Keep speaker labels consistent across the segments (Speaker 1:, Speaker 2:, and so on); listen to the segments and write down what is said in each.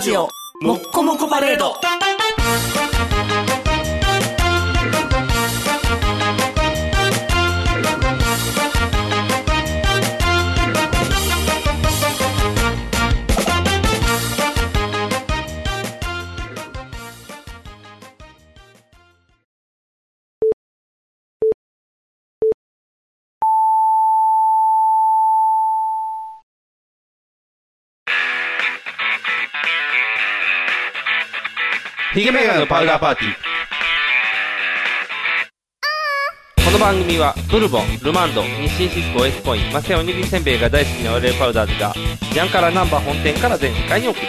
Speaker 1: ジオもっこもこパレード
Speaker 2: ヒゲメガネのパウダーパーティー。この番組は、ブルボン、ルマンド、日清シスコ、エスコイン、マセオおにぎりせんべいが大好きなオレオパウダーズが、ジャンカラナンバー本店から全世界に送る。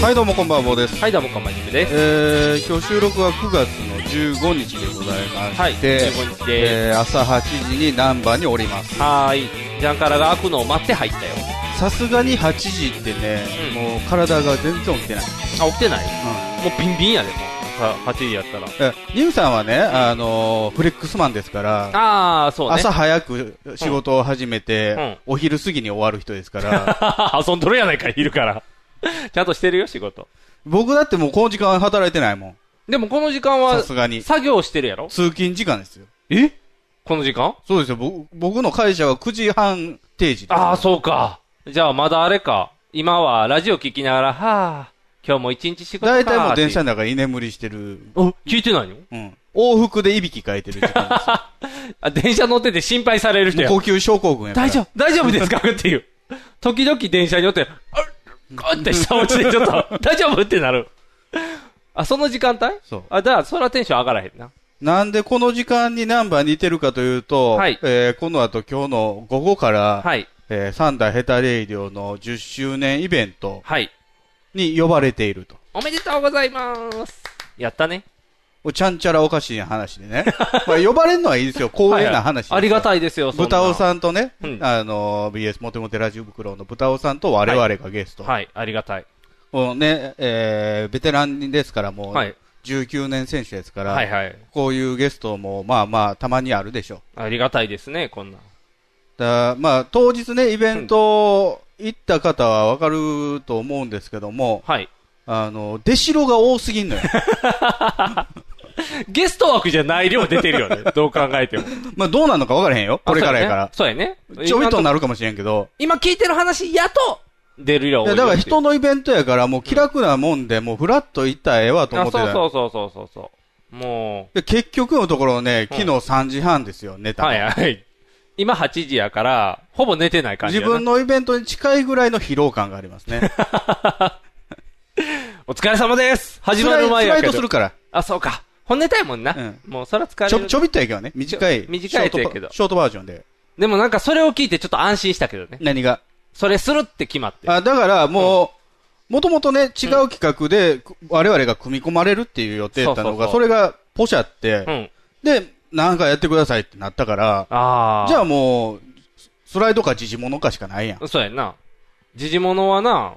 Speaker 3: はいどうもこんばんは坊です、
Speaker 2: はい、どうもこんばんは、です。
Speaker 3: えー、今日収録は9月の15日でございまして、
Speaker 2: はい、15日で
Speaker 3: えー朝8時に難波におります
Speaker 2: す。はーい。ジャンカラが開くのを待って入ったよ。
Speaker 3: さすがに8時ってね、
Speaker 2: うん
Speaker 3: もう体が全然起きてない、
Speaker 2: あ、起きてないもうビンビンやで、もう。さ8時やったら。
Speaker 3: えニムさんはね、あのーフレックスマンですから、
Speaker 2: あー、そうね。
Speaker 3: 朝早く仕事を始めて、お昼過ぎに終わる人です から、
Speaker 2: 遊んどるやないか、昼 から。ちゃんとしてるよ、仕事。
Speaker 3: 僕だってもうこの時間働いてないもん。
Speaker 2: でもこの時間は
Speaker 3: さ、すがに。
Speaker 2: 作業してるやろ
Speaker 3: 通勤時間ですよ。
Speaker 2: えこの時間
Speaker 3: そうですよ。僕僕の会社は9時半定時です
Speaker 2: ああ、そうか。じゃあ、まだあれか。今はラジオ聞きながら、はあ、今日も一日仕事か。
Speaker 3: 大体もう電車
Speaker 2: っ
Speaker 3: の中で居眠りしてる。
Speaker 2: ていう。お聞いてないの
Speaker 3: うん。往復でいびきかいてる時間ですよ
Speaker 2: あ、電車乗ってて心配される 人や
Speaker 3: もう。呼吸症候群やから。
Speaker 2: 大丈夫、大丈夫ですかっていう。時々電車によって、あこって下落ちでちょっと、大丈夫ってなる。あ、その時間帯
Speaker 3: そう
Speaker 2: あ、だから、そらテンション上がらへんな。
Speaker 3: なんでこの時間にナンバー似てるかというと、
Speaker 2: はい
Speaker 3: えーこの後今日の午後から、
Speaker 2: はい。
Speaker 3: えーサンダーヘタレイディオの10周年イベント
Speaker 2: はい。
Speaker 3: に呼ばれていると。
Speaker 2: おめでとうございます。やったね。
Speaker 3: もうちゃんちゃらおかしい話 でね。まあ呼ばれるのはいいですよ。光栄な話ですよ
Speaker 2: ありがたいですよ、そんな
Speaker 3: 豚尾さんとね、
Speaker 2: うん
Speaker 3: あの、BS モテモテラジオ袋の豚尾さんと我々がゲスト。
Speaker 2: はい、ありがたい。
Speaker 3: もうね、えーベテランですからもう、
Speaker 2: はい
Speaker 3: 19年選手ですから、
Speaker 2: はいはい。
Speaker 3: こういうゲストもまあまあたまにあるでしょ
Speaker 2: ありがたいですね、こんなん。
Speaker 3: う。だまあ当日ね、イベント行った方はわかると思うんですけども、
Speaker 2: はい。
Speaker 3: あの、出城が多すぎん のよ。
Speaker 2: ゲスト枠じゃない量出てるよ ね。どう考えても。
Speaker 3: まあどうなるのかわからへんよ。これからやから。
Speaker 2: そうやね。そうやね
Speaker 3: ちょびっとな
Speaker 2: る。
Speaker 3: るかもしれんけど。
Speaker 2: 今聞いてる話、やっと出る量
Speaker 3: い
Speaker 2: 多い
Speaker 3: や
Speaker 2: よ
Speaker 3: だから
Speaker 2: っていう
Speaker 3: 人のイベントやからもう気楽なもんで、もうフラッと行ったらええわと思
Speaker 2: あ、
Speaker 3: ってた
Speaker 2: そうそうそうそうそうそう。も
Speaker 3: で結局のところね、昨日3時半ですよ、寝
Speaker 2: う。
Speaker 3: たの
Speaker 2: はいはい。今8時やから、ほぼ寝てない感じ
Speaker 3: 自
Speaker 2: やな
Speaker 3: 分のイベントに近いぐらいの疲労感がありますね。
Speaker 2: お疲れ様です 始ま
Speaker 3: 辛
Speaker 2: る
Speaker 3: い、
Speaker 2: 前
Speaker 3: 辛
Speaker 2: や
Speaker 3: い
Speaker 2: け
Speaker 3: とする
Speaker 2: ど。
Speaker 3: から。
Speaker 2: あ、そうか。本ネタやもんな。
Speaker 3: うん
Speaker 2: もうそら疲れ
Speaker 3: ち
Speaker 2: る
Speaker 3: ょ、ちょびっとやけどね。短い。
Speaker 2: ちょ短いやつやけど
Speaker 3: ショートバショートバージョンで。
Speaker 2: でもなんかそれを聞いてちょっと安心したけどね。
Speaker 3: 何が。
Speaker 2: それするって決まって。
Speaker 3: あ、だからもう、もともとね、違う企画で、く我々が組み込まれるっていう予定だったのが、
Speaker 2: そ
Speaker 3: そう
Speaker 2: そ
Speaker 3: れがポシャって、
Speaker 2: うん。
Speaker 3: で、なんかやってくださいってなったから、
Speaker 2: ああ。
Speaker 3: じゃあもう、ススライドか時事物かしかないやん。
Speaker 2: そうやんな。時事物はな、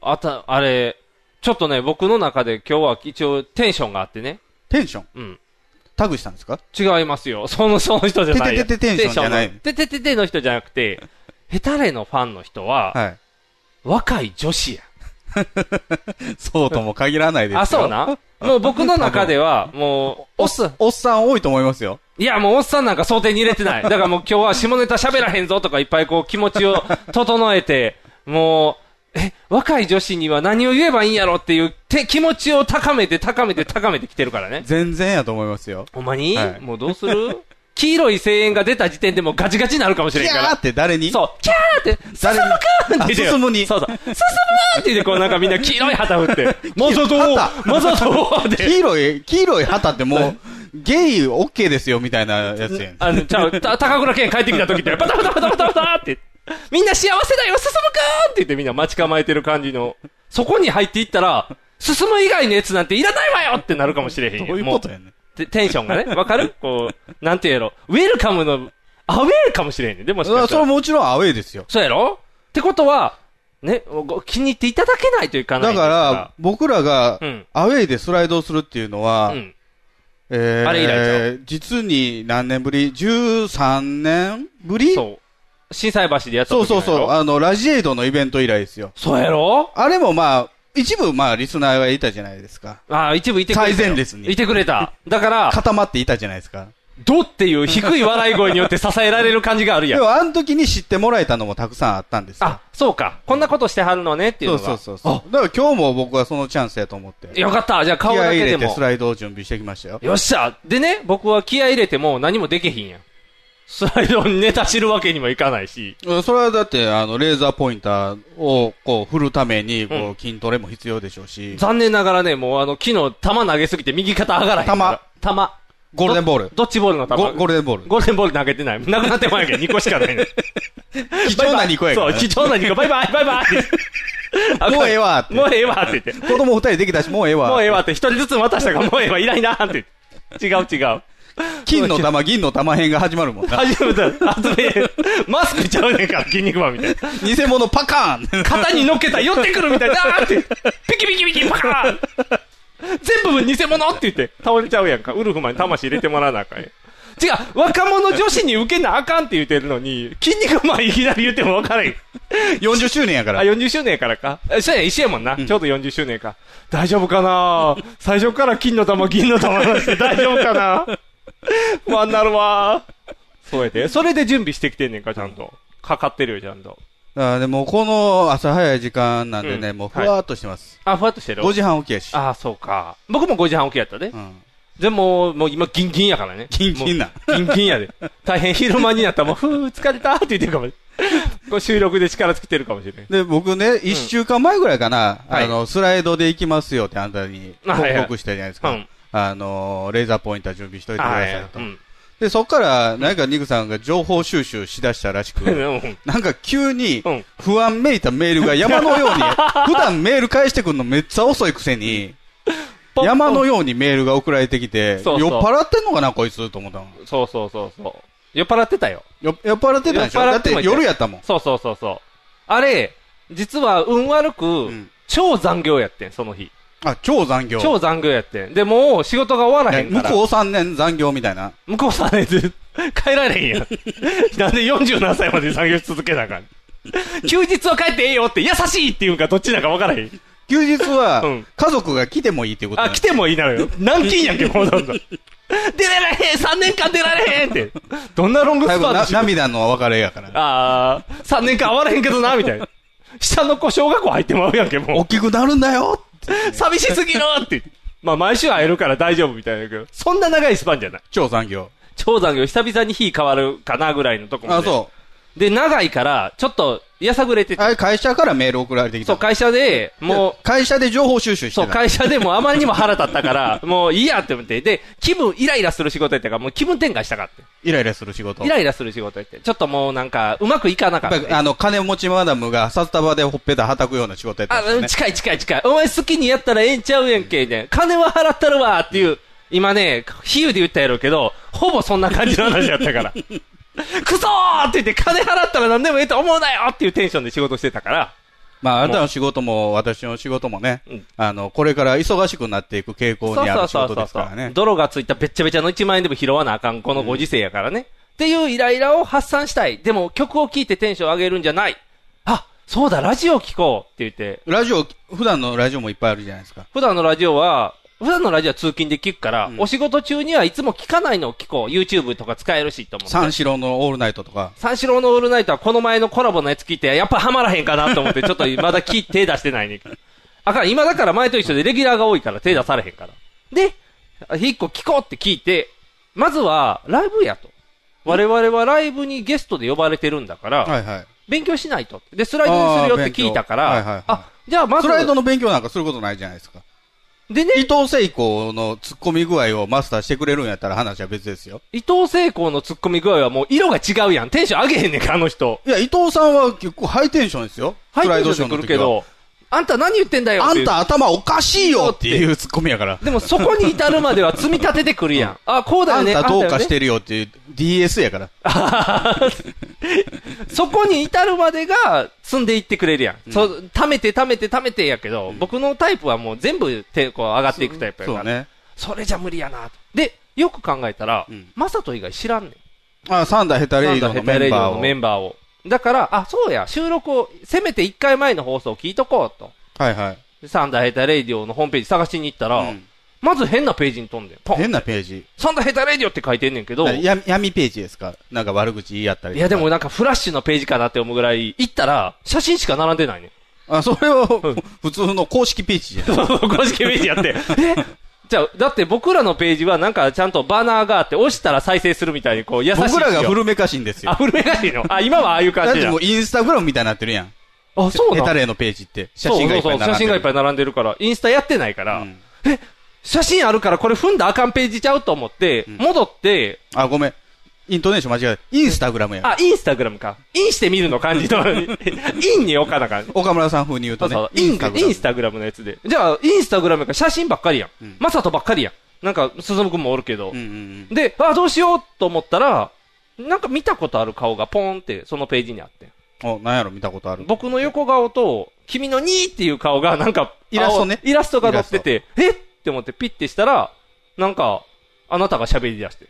Speaker 2: あた、あれ、ちょっとね、僕の中で今日は一応テンションがあってね。
Speaker 3: テンション。
Speaker 2: うん。
Speaker 3: タグしたんですか
Speaker 2: 違いますよ。 その、その人じゃないよ。
Speaker 3: ててててテンションじゃない
Speaker 2: テンションのてててての人じゃなくて、ヘタレのファンの人は、
Speaker 3: はい。
Speaker 2: 若い女子や。
Speaker 3: そうとも限らないですよ。
Speaker 2: あ、そうな。もう僕の中では、もう、おっす。
Speaker 3: おっさん多いと思いますよ。
Speaker 2: いや、もうおっさんなんか想定に入れて ない。だからもう今日は下ネタ喋らへんぞとかいっぱいこう気持ちを整えて、もう、え、若い女子には何を言えばいいんやろっていうて気持ちを高めて高めて高めてきてるからね。
Speaker 3: 全然やと思いますよ。
Speaker 2: ほんまに、
Speaker 3: はい
Speaker 2: もうどうする黄色い声援が出た時点でもうガチガチになるかもし
Speaker 3: キ
Speaker 2: れんか
Speaker 3: ャー
Speaker 2: ら
Speaker 3: っ。て誰に
Speaker 2: そう、キャーって、進む
Speaker 3: 誰に
Speaker 2: かって言って
Speaker 3: あ進むに
Speaker 2: そうそう。進むって言って、こうなんかみんな黄色い旗振 って、マザトー
Speaker 3: 旗
Speaker 2: マザトーって。
Speaker 3: 黄色い、黄色い旗ってもう、ゲイオッケーですよみたいなやつやん。
Speaker 2: あの、ちゃう、た高倉健帰ってきた時って、バタバタバタバタバタって、みんな幸せだよ、進むかーって言ってみんな待ち構えてる感じの、そこに入っていったら、進む以外のやつなんていらないわよってなるかもしれへんよ。
Speaker 3: どういうことやねん。
Speaker 2: もうてテンションがね、わかるこう、なんて言うやろ、ウェルカムの、アウェルかもしれへんねん。でもし
Speaker 3: う
Speaker 2: か
Speaker 3: わ
Speaker 2: した
Speaker 3: それ
Speaker 2: ら
Speaker 3: はもちろんアウェイですよ。
Speaker 2: そうやろってことは、ね、ご気に入っていただけないといかない
Speaker 3: だ
Speaker 2: んです
Speaker 3: から、僕らが
Speaker 2: うん、
Speaker 3: アウェイでスライドをするっていうのは
Speaker 2: う、ん。
Speaker 3: えー
Speaker 2: あれ以来ちゃ
Speaker 3: 実に何年ぶり ?13 年ぶり
Speaker 2: そう。震災橋でやった
Speaker 3: そう
Speaker 2: 時
Speaker 3: そうそう。
Speaker 2: う。
Speaker 3: あの、ラジエイドのイベント以来ですよ。
Speaker 2: そうやろ
Speaker 3: あれもまあ、一部、まあ、リスナーはいたじゃないですか。
Speaker 2: ああ、一部いてくれたよ。
Speaker 3: 最前列に
Speaker 2: いてくれた。だから、
Speaker 3: 固まっていたじゃないですか。
Speaker 2: ドっていう低い笑い声によって支えられる感じがある
Speaker 3: で
Speaker 2: やん。
Speaker 3: も、あの時に知ってもらえたのもたくさんあったんですよ。
Speaker 2: あ、そうか。こんなことしてはるのねっていう
Speaker 3: そ
Speaker 2: の
Speaker 3: う
Speaker 2: が。
Speaker 3: そうそうそう。だから今日も僕はそのチャンスやと思って。
Speaker 2: よかった。じゃあ
Speaker 3: 気
Speaker 2: 顔
Speaker 3: 合
Speaker 2: だ
Speaker 3: い
Speaker 2: け
Speaker 3: 入
Speaker 2: で
Speaker 3: れて
Speaker 2: も
Speaker 3: ス。ライドを準備してきましたよ。
Speaker 2: よっしゃ。でね、僕は気合い入れても何もできひんやん。スライドにネタ知るわけにもいかないし。
Speaker 3: うんそれはだって、あの、レーザーポインターをこう振るために、こう、
Speaker 2: う
Speaker 3: 筋トレも必要でしょうし、
Speaker 2: 残念ながらね、もうあの、昨日球投げすぎて右肩上がらへんから。球。
Speaker 3: ゴールデンボール
Speaker 2: ど。どっちボールの球。
Speaker 3: ゴゴールデンボール
Speaker 2: ゴールデンボール投げてない。なくなってもんやけど、2個しか ないね。
Speaker 3: 貴重な2個やから、
Speaker 2: そう、貴重な2個。バイバイ、バイバ イって。
Speaker 3: もうええわっ て
Speaker 2: もうええわって言って。
Speaker 3: 子供2人できたし、もうええわ。
Speaker 2: もうええわって、一人ずつ渡したから、もうええわ、いないなーって言って。違う違う。
Speaker 3: 金の玉、銀の玉編が始まるもんな。
Speaker 2: 初めて、初めて、マスクちゃうねんから、筋肉マンみたいな。
Speaker 3: 偽物パカーン
Speaker 2: 肩に乗っけたら寄ってくるみたいな、あーって、ピキピキピキ、パカーン全部偽物って言って、倒れちゃうやんか。ウルフマンに魂入れてもらわなあかんやん。違う、若者女子に受けなあかんって言ってるのに、筋肉マンいきなり言っても分からへん。
Speaker 3: 40周年やか
Speaker 2: あ、
Speaker 3: ら。
Speaker 2: 40周年やからか。あそうや、一緒やもんな。ちょうど40周年か。大丈夫かな最初から金の玉、銀の玉出して大丈夫かな不安になるわそうやって。それで準備してきてんねんか、ちゃんと。かかってるよ、ちゃんと。
Speaker 3: あでも、この朝早い時間なんでね、
Speaker 2: うん
Speaker 3: もうふわーっとしてます。
Speaker 2: あ、ふわっとしてる
Speaker 3: 5時半起きやし。
Speaker 2: ああ、そうか。僕も5時半起きやったで
Speaker 3: う。ん。
Speaker 2: でも、もう今、ギンギンやからね。
Speaker 3: ギンギンな
Speaker 2: もうギンギンやで。大変昼間にな ったらもう、ふー、疲れたって言ってるかもしれん。これ収録で力尽きてるかもしれん。
Speaker 3: で、僕ね、1週間前ぐらいかな、
Speaker 2: はい
Speaker 3: あの、スライドで行きますよってあんたに
Speaker 2: あはいはい
Speaker 3: 報告したじゃないですか。
Speaker 2: うん
Speaker 3: あの、レーザーポインター準備しといてくだ
Speaker 2: あ
Speaker 3: さ
Speaker 2: あ、
Speaker 3: い
Speaker 2: いや
Speaker 3: と。
Speaker 2: うん。
Speaker 3: で、そっから、なんかニグさんが情報収集しだしたらし く、
Speaker 2: うん
Speaker 3: なんか急に
Speaker 2: うん
Speaker 3: 不安めいたメールが山のように、 普段メール返してくんのめっちゃ遅いくせに、山のようにメールが送られてきて、
Speaker 2: そうそう
Speaker 3: 酔っ払ってんのかな、こいつと思ったの。
Speaker 2: そうそうそうそう。酔っ払ってたよ。
Speaker 3: よ酔っ払ってたんでしょ
Speaker 2: 酔っ
Speaker 3: だ
Speaker 2: 払
Speaker 3: っ
Speaker 2: って
Speaker 3: て
Speaker 2: もいた
Speaker 3: 夜やったもん。
Speaker 2: そうそうそうそう。あれ、実は運悪く、
Speaker 3: ん
Speaker 2: 超残業やってん、その日。
Speaker 3: あ、超残業。
Speaker 2: 超残業やってん。で、もう仕事が終わらへ
Speaker 3: ね
Speaker 2: ん
Speaker 3: 向
Speaker 2: から。
Speaker 3: こう3年残業みたいな。
Speaker 2: 向こうさね、ず帰られへんやん。 なんで47歳まで残業し続けなあかん。休日は帰ってええよって、優しいっていうんかどっちなんかわからへん。
Speaker 3: 休日は
Speaker 2: うん、
Speaker 3: 家族が来てもいいっていうことな
Speaker 2: あ、
Speaker 3: の
Speaker 2: 来てもいいなのよ。軟禁やんけ、もうどん どん。出られへん !3 年間出られへんって。どんなロング
Speaker 3: だい
Speaker 2: ス
Speaker 3: ぶ
Speaker 2: パン
Speaker 3: な
Speaker 2: でしょ
Speaker 3: 涙の別れやから。
Speaker 2: あー、3年間会われへんけどな、みたいな。下の子小学校入ってまうやんけ、もう
Speaker 3: 大。きくなるんだよって
Speaker 2: 寂しすぎるって。まあ、毎週会えるから大丈夫みたいだけど、そんな長いスパンじゃない。
Speaker 3: 超残業。
Speaker 2: 超残業、久々に日変わるかなぐらいのとこまで。
Speaker 3: あ、そう。
Speaker 2: う。で、長いから、ちょっと、やさぐれてて、
Speaker 3: あれ会社からメール送られてきた
Speaker 2: そう、
Speaker 3: の。
Speaker 2: 会社で、もう、
Speaker 3: 会社で情報収集して
Speaker 2: そう、
Speaker 3: たの。
Speaker 2: 会社でもうあまりにも腹立ったから、もういいやって思って、で、気分イライラする仕事やったから、もう気分転換したかって。
Speaker 3: イライラする仕事。
Speaker 2: イライラする仕事やって。ちょっともうなんか、うまくいかなか
Speaker 3: や
Speaker 2: っ
Speaker 3: っぱ
Speaker 2: た
Speaker 3: り。あの、金持ちマダムが札束でほっぺたはたくような仕事やった
Speaker 2: あ
Speaker 3: んですよ、ね。
Speaker 2: 近い近い近い。お前好きにやったらええんちゃうやんけ、ね。金は払ったるわっていう、今ね、比喩で言ったやろうけど、ほぼそんな感じの話やった から。クソーって言って、金払ったら何でもええと思うなよっていうテンションで仕事してたから。
Speaker 3: まあ、あなたの仕事も、私の仕事もね、
Speaker 2: うん
Speaker 3: あの、これから忙しくなっていく傾向にある仕事ですからね。
Speaker 2: 泥がついたべっちゃべちゃの1万円でも拾わなあかん、このご時世やからね。っていうイライラを発散したい。でも曲を聴いてテンション上げるんじゃない。あ、そうだ、ラジオ聴こうって言って、
Speaker 3: ラジオ、普段のラジオもいっぱいあるじゃないですか。
Speaker 2: 普段のラジオは、普段のラジオは通勤で聞くから、
Speaker 3: ん
Speaker 2: お仕事中にはいつも聞かないのを聞こう。YouTube とか使えるしと思って。
Speaker 3: 三四郎のオールナイトとか。
Speaker 2: 三四郎のオールナイトはこの前のコラボのやつ聞いて、やっぱハマらへんかなと思 って、ちょっとまだ聞手出してないねんけど。あかん、今だから前と一緒でレギュラーが多いから手出されへんから。で、一個聞こうって聞いて、まずはライブやと。我々はライブにゲストで呼ばれてるんだから、
Speaker 3: はいはい。
Speaker 2: 勉強しないと。で、スライドにするよって聞いたから、
Speaker 3: あ
Speaker 2: あ,、
Speaker 3: ー勉強はいはいはい
Speaker 2: じゃあまず、
Speaker 3: スライドの勉強なんかすることないじゃないですか。
Speaker 2: でね、
Speaker 3: 伊藤聖子の突っ込み具合をマスターしてくれるんやったら話は別ですよ。
Speaker 2: 伊藤聖光の突っ込み具合はもう色が違うやん。テンション上げへんねんか、あの人。
Speaker 3: いや、伊藤さんは結構ハイテンションですよ。
Speaker 2: ハイ
Speaker 3: スラ
Speaker 2: テ
Speaker 3: イド
Speaker 2: ン
Speaker 3: シ
Speaker 2: シ
Speaker 3: ョ
Speaker 2: ョ
Speaker 3: ー
Speaker 2: ン
Speaker 3: の
Speaker 2: で
Speaker 3: 時
Speaker 2: 来
Speaker 3: は
Speaker 2: るけ。ど、あんた何言ってんだよっ
Speaker 3: あ
Speaker 2: てい
Speaker 3: ん
Speaker 2: う。
Speaker 3: た頭おかしいよっていうツッコミやから。
Speaker 2: でもそこに至るまでは積み立ててくる やん。あ、こうだ
Speaker 3: あ
Speaker 2: よ
Speaker 3: ん
Speaker 2: ね。
Speaker 3: たどうかし
Speaker 2: あん
Speaker 3: てるよっていう DS やから。
Speaker 2: たよね。 そこに至るまでが積んでいってくれるやん。そ貯めて貯めて貯めてやけど、僕のタイプはもう全部手こう上がっていくタイプやか
Speaker 3: そう
Speaker 2: ら。
Speaker 3: ね。
Speaker 2: それじゃ無理やなと。で、よく考えたら
Speaker 3: うん、
Speaker 2: マサト以外知らんねん。
Speaker 3: あ、サンダーヘタレイドのメンバーを。
Speaker 2: メンバーを。だから、あ、そうや、収録を、せめて1回前の放送を聞いとこうと。
Speaker 3: はいはい。
Speaker 2: でサンダーヘタレイディオのホームページ探しに行ったら、
Speaker 3: うん
Speaker 2: まず変なページに飛んでん。ポン
Speaker 3: 変なページ。
Speaker 2: サンダーヘタレイディオって書いてんねんけど、い
Speaker 3: や闇ページですかなんか悪口言い合ったりとか
Speaker 2: やでも、なんかフラッシュのページかなって思うぐらい、行ったら、写真しか並んでないねん。
Speaker 3: あ、それは
Speaker 2: うん
Speaker 3: 普通の公式ページじゃない
Speaker 2: 公式ページや って。えじゃあ、だって僕らのページはなんかちゃんとバナーがあって、押したら再生するみたいにこう優しい仕様。
Speaker 3: 僕らが古めかしいんです
Speaker 2: あ、
Speaker 3: よ。
Speaker 2: 古めがしいのあ、今はああいう
Speaker 3: だっ
Speaker 2: 感じ
Speaker 3: て
Speaker 2: だ
Speaker 3: も。うインスタグラムみたいになってるやん。
Speaker 2: あ、そう
Speaker 3: ヘ
Speaker 2: な
Speaker 3: タ
Speaker 2: の
Speaker 3: レのページって。写真がいっぱ
Speaker 2: そうそう
Speaker 3: い並んで
Speaker 2: そう
Speaker 3: る。
Speaker 2: 写真がいっぱい並んでるから、インスタやってないから、
Speaker 3: うん
Speaker 2: 写真あるからこれ踏んだらあかんページちゃうと思って、
Speaker 3: ん
Speaker 2: 戻って、
Speaker 3: あ、ごめん。イントネーション間違えた。インスタグラムや。
Speaker 2: あ、インスタグラムか。インしてみるの感じの、 インに置かなあかん。
Speaker 3: 岡村さん風に言う
Speaker 2: そう
Speaker 3: とね
Speaker 2: そう。インが、インスタグラムのやつで。じゃあ、インスタグラムか写真ばっかりや
Speaker 3: うん
Speaker 2: ん。マサトばっかりやん。なんか、進君もおるけど
Speaker 3: うん。うんうん。
Speaker 2: で、あ、どうしようと思ったら、なんか見たことある顔がポーンってそのページにあって。
Speaker 3: お、なんやろ見たことある。
Speaker 2: 僕の横顔と、君の2っていう顔がなんか、
Speaker 3: イラストね
Speaker 2: 青イラストが載ってて、えって思ってピッてしたら、なんか、あなたが喋り出して。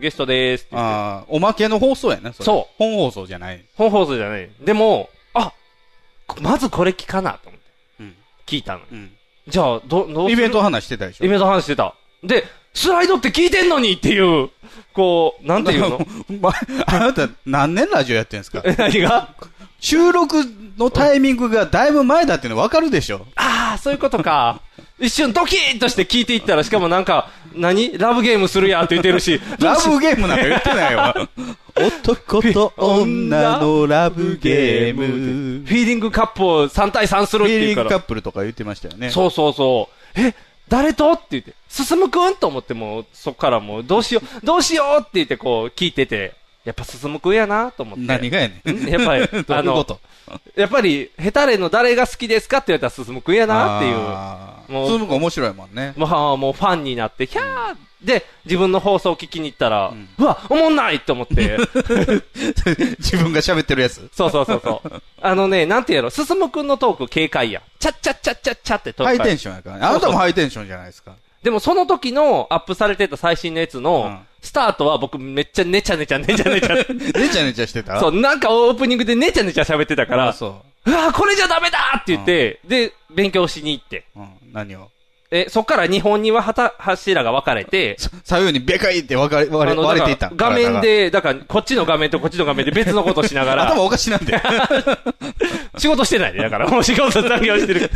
Speaker 2: ゲストでーすって言って。
Speaker 3: ああ、おまけの放送やね。れ
Speaker 2: そう。
Speaker 3: 本放送じゃない。
Speaker 2: 本放送じゃない。でも、あ、まずこれ聞かなと思って
Speaker 3: うん。
Speaker 2: 聞いたのよ。
Speaker 3: うん。
Speaker 2: じゃあ、ど、どうする
Speaker 3: イベント話してたでしょ
Speaker 2: イベント話してた。で、スライドって聞いてんのにっていう、こう、なんていうの
Speaker 3: まあなた、何年ラジオやってんですか
Speaker 2: え何が
Speaker 3: 収録のタイミングがだいぶ前だっていうの分かるでしょ
Speaker 2: ああ、そういうことか。一瞬ドキーンとして聞いていったら、しかもなんか、何ラブゲームするやんって言ってるし、
Speaker 3: ラブゲームなんか言ってな いわ。男と女のラブゲーム。
Speaker 2: フィーリングカップを3対3する
Speaker 3: フ
Speaker 2: っ
Speaker 3: ィ
Speaker 2: てい
Speaker 3: ー
Speaker 2: う
Speaker 3: リン
Speaker 2: か
Speaker 3: グカッ
Speaker 2: ら。
Speaker 3: プルとか言ってましたよね。
Speaker 2: そうそうそう。え、誰とって言って、進むくんと思ってもう、そっからもう、どうしよう、どうしようって言ってこう、聞いてて、やっぱ進むくんやなと思って。
Speaker 3: 何がやねん。
Speaker 2: やっぱり
Speaker 3: 、どういうこと
Speaker 2: やっぱり、ヘタレの誰が好きですかって言われたら進むくんやなっていう。
Speaker 3: て
Speaker 2: もう
Speaker 3: つむくん面白いもんね。
Speaker 2: まあ、もうファンになって、キャーで、自分の放送を聞きに行ったら、うわ、おもんないと思って。
Speaker 3: 自分が喋ってるやつ。
Speaker 2: そうそうそう そう。あのね、なんていうの、進むくんのトーク軽快やん。チャッチャッチャッチャッチャってトー
Speaker 3: ハ
Speaker 2: ク。
Speaker 3: イテンションやからね。あなたもハイテンションじゃないですか。
Speaker 2: でもその時のアップされてた最新のやつの、
Speaker 3: うん
Speaker 2: スタートは僕めっちゃネチャネチャネチャネチャ。
Speaker 3: ねちゃねちゃして た
Speaker 2: そう、なんかオープニングでネチャネチャ喋ってたか
Speaker 3: あ
Speaker 2: ら、
Speaker 3: そう
Speaker 2: わこれじゃダメだって言って、で、勉強しに行って。
Speaker 3: う。うん何を
Speaker 2: え、そっから日本にははた柱が分かれて、
Speaker 3: そ左右にベカイって割れ割
Speaker 2: あ
Speaker 3: れ
Speaker 2: の
Speaker 3: 割れてい
Speaker 2: だ
Speaker 3: た。
Speaker 2: から画面。で、だから、こっちの画面とこっちの画面で別のことしながら、
Speaker 3: 頭おかしなんで。
Speaker 2: 仕事してないで、だから、もう仕事残業してる。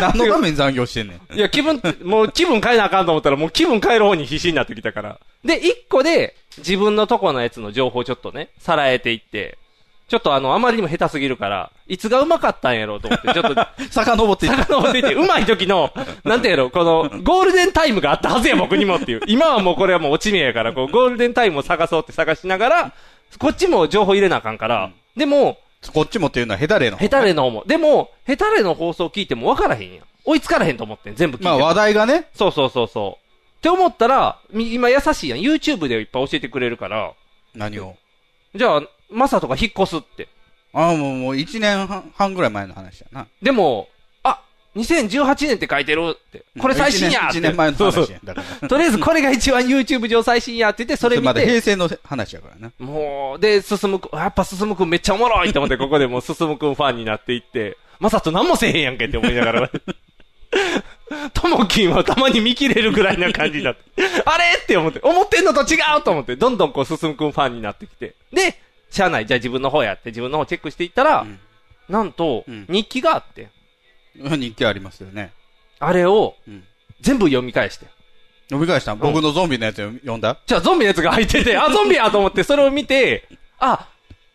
Speaker 3: 何の画面残業してんねん。
Speaker 2: いや、気分、もう気分変えなあかんと思ったら、もう気分変える方に必死になってきたから。で、一個で、自分のとこのやつの情報をちょっとね、さらえていって、ちょっとあの、あまりにも下手すぎるから、いつがうまかったんやろうと思って、ちょ っと、
Speaker 3: 遡っていった。
Speaker 2: 遡っていって、うまい時の、なんていうの、この、ゴールデンタイムがあったはずや、僕にもっていう。今はもうこれはもう落ち目やから、こう、ゴールデンタイムを探そうって探しながら、こっちも情報入れなあかんから、でも、
Speaker 3: こっちもっていうのはヘタレの。
Speaker 2: ヘタレの方も、でも、ヘタレの放送聞いても分からへんやん。追いつかれへんと思ってん、全部聞いて
Speaker 3: ま
Speaker 2: も。
Speaker 3: あ話題がね。
Speaker 2: そうそうそうそう。って思ったら、み今優しいやん。YouTube でいっぱい教えてくれるから。
Speaker 3: 何を
Speaker 2: じゃあ、マサとか引っ越すって。
Speaker 3: ああ、もう、もう一年半半ぐらい前の話やな。
Speaker 2: でも、あ、2018年って書いてるって。これ最新やって。
Speaker 3: 一年一年前の
Speaker 2: そう
Speaker 3: 話
Speaker 2: そ
Speaker 3: や。だから。
Speaker 2: うとりあえずこれが一番 YouTube 上最新やって言 って、そ
Speaker 3: そ
Speaker 2: れ
Speaker 3: れ
Speaker 2: 見
Speaker 3: まで
Speaker 2: て。
Speaker 3: 平成の話やからな。
Speaker 2: もう、で、進むくん、やっぱ進むくんめっちゃおもろいって思って、ここでもう進むくんファンになっていって、マサと何もせえへんやんけって思いながら。 ともきんはたまに見切れるぐらいな感じになって。 あれって思って、思ってんのと違うと思って、どんどんこう、進むくんファンになってきて。で、しゃあない、じゃあ自分の方やって、自分の方チェックしていったら、
Speaker 3: うん
Speaker 2: なんと
Speaker 3: うん、
Speaker 2: 日記があって、
Speaker 3: 日記ありますよね。
Speaker 2: あれを
Speaker 3: うん。
Speaker 2: 全部読み返して。
Speaker 3: 読み返したん僕のゾンビのやつ読んだ
Speaker 2: じゃあゾンビのやつが入って て、あ、ゾンビやと思って、それを見て、あ、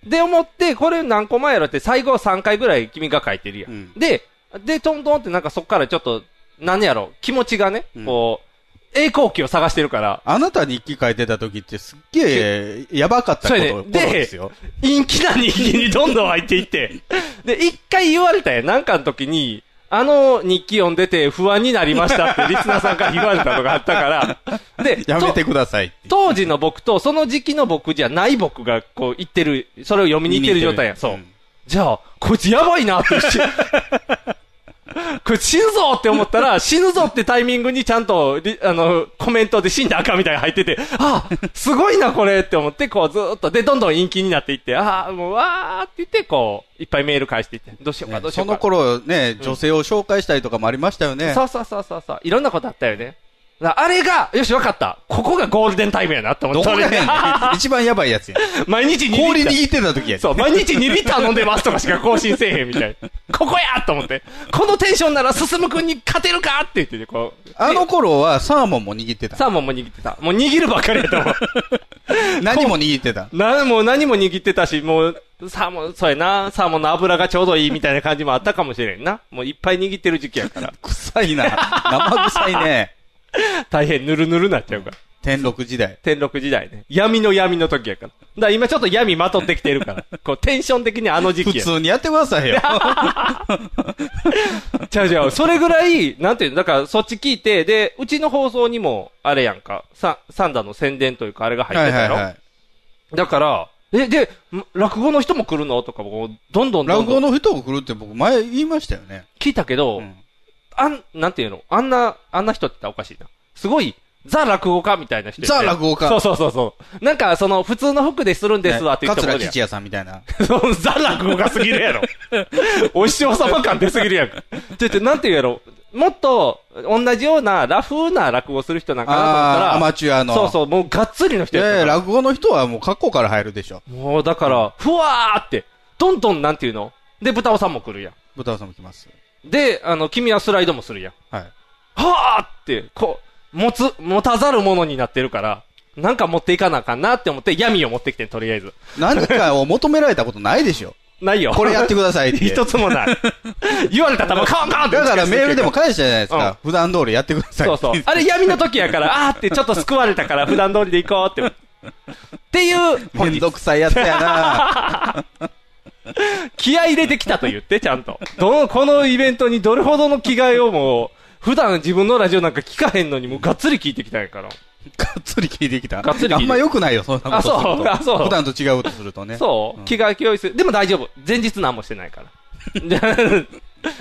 Speaker 2: で思って、これ何個前やろって、最後3回ぐらい君が書いてるやん。
Speaker 3: うん
Speaker 2: で、で、トントンってなんかそっからちょっと、何やろ、気持ちがね、
Speaker 3: うん
Speaker 2: こう、栄光期を探してるから、
Speaker 3: あなた日記書いてた時ってすっげえやばかった
Speaker 2: そ
Speaker 3: こ
Speaker 2: れ
Speaker 3: と
Speaker 2: で、で
Speaker 3: 頃ですよ。、、
Speaker 2: 陰気な人気にどんどん入っていって、で、一回言われたやん、なんかの時に、あの日記読んでて不安になりましたってリスナーさんから言われたのがあったから、で
Speaker 3: やめてくださいって。
Speaker 2: 当時の僕とその時期の僕じゃない僕がこう言ってる、それを読みに行ってる状態やん。そう。
Speaker 3: ん
Speaker 2: じゃあ、こいつやばいなって一瞬これ死ぬぞって思ったら、死ぬぞってタイミングにちゃんとリ、あの、コメントで死んだらあかんみたいなの入ってて、あすごいなこれって思って、こうずーっと、で、どんどん陰気になっていって、ああ、もうわーって言って、こう、いっぱいメール返していって、どうしようか、どうしよ
Speaker 3: そう
Speaker 2: か。
Speaker 3: の頃ね、女性を紹介したりとかもありましたよね。
Speaker 2: そうそうそうそうそう。いろんなことあったよね。だからあれが、よし、わかった。ここがゴールデンタイムやなって思
Speaker 3: ど
Speaker 2: っ
Speaker 3: こ
Speaker 2: た。
Speaker 3: が やねん一番やばいやつや。
Speaker 2: 毎日2リッター。
Speaker 3: 氷握ってた時や。
Speaker 2: そう、毎日2リッター飲んでますとかしか更新せえへんみたいな。 ここやと思って。このテンションなら進むくんに勝てるかって言ってね、こう。
Speaker 3: あの頃はサーモンも握ってた。
Speaker 2: サーモンも握ってた。もう握るばっかりやと思 う。
Speaker 3: 何も握ってた。
Speaker 2: な、もう何も握ってたし、もう、サーモン、そうやな、サーモンの油がちょうどいいみたいな感じもあったかもしれんな。もういっぱい握ってる時期やから。
Speaker 3: 臭いな。生臭いね。
Speaker 2: 大変ぬるぬるなっちゃうから。
Speaker 3: 天禄時代。
Speaker 2: 天禄時代ね。闇の闇の時やから。だから今ちょっと闇まとってきてるから。こう、テンション的にあの時期
Speaker 3: 普
Speaker 2: や。
Speaker 3: 通にやってくださいよ。
Speaker 2: ちゃうちゃう。それぐらい、なんていうの、だからそっち聞いて、で、うちの放送にも、あれやんか、ササンダーの宣伝というか、あれが入っ
Speaker 3: は
Speaker 2: て
Speaker 3: い
Speaker 2: た
Speaker 3: は
Speaker 2: や
Speaker 3: い
Speaker 2: ろ、
Speaker 3: はい。
Speaker 2: だから、え、で、ん落語の人も来るのとか、もうどんどんど
Speaker 3: 落
Speaker 2: んど
Speaker 3: 語
Speaker 2: ん
Speaker 3: の人が来るって僕前言いましたよね。
Speaker 2: 聞いたけど、
Speaker 3: うん
Speaker 2: あん、なんていうの、あんな、あんな人って言ったらおかしいな。すごい、ザ落語家みたいな人やったよ
Speaker 3: ザ落語家
Speaker 2: そうそうそうそう。なんか、その、普通の服でするんですわって言っても
Speaker 3: 桂
Speaker 2: るやん
Speaker 3: 吉也さんみたいな。
Speaker 2: そのザ落語がすぎる やろ。お師匠様感出すぎるやんか。ちょ、ちょ、なんて言うやろ。もっと、同じような、ラフな落語する人なんかなと思った
Speaker 3: あ
Speaker 2: ら。
Speaker 3: あ、アマチュアの。
Speaker 2: そうそう、もうがっつりの人やった
Speaker 3: で、
Speaker 2: から
Speaker 3: 落語の人はもう格好から入るでしょ。
Speaker 2: もうだから、ふわーって、どんどんなんていうので、豚尾さんも来るや
Speaker 3: 豚尾さんも来ます。
Speaker 2: ん。で、あの、君はスライドもするやん。
Speaker 3: はい。
Speaker 2: はーって、こう、持つ、持たざるものになってるから、なんか持っていかなあかんなって思って、闇を持ってきてんとりあえず。
Speaker 3: 何かを求められたことないで しょ。
Speaker 2: ないよ。
Speaker 3: これやってくださいって。
Speaker 2: 一つも ない。言われた球カンカンって打
Speaker 3: だ
Speaker 2: ち返
Speaker 3: から
Speaker 2: す
Speaker 3: メールでも返したじゃないです
Speaker 2: うん
Speaker 3: か。普段通りやってください。
Speaker 2: そう そう。あれ闇の時やから、あーってちょっと救われた から普段通りで行こうって。っていう、
Speaker 3: めんどくさいやつや な
Speaker 2: 気合い入れてきたと言って、ちゃんと。どの、このイベントにどれほどの気概をもう、普段自分のラジオなんか聞かへんのにもうがっつり聞いてきたんやから。
Speaker 3: がっつり聞いてきた。
Speaker 2: がっつり聞いてきた
Speaker 3: あんま良くないよ、そんなことすると。
Speaker 2: あそうあそう
Speaker 3: 普段と違うことするとね。
Speaker 2: そう、
Speaker 3: ん
Speaker 2: 気が用意する。でも大丈夫。前日何もしてない から。で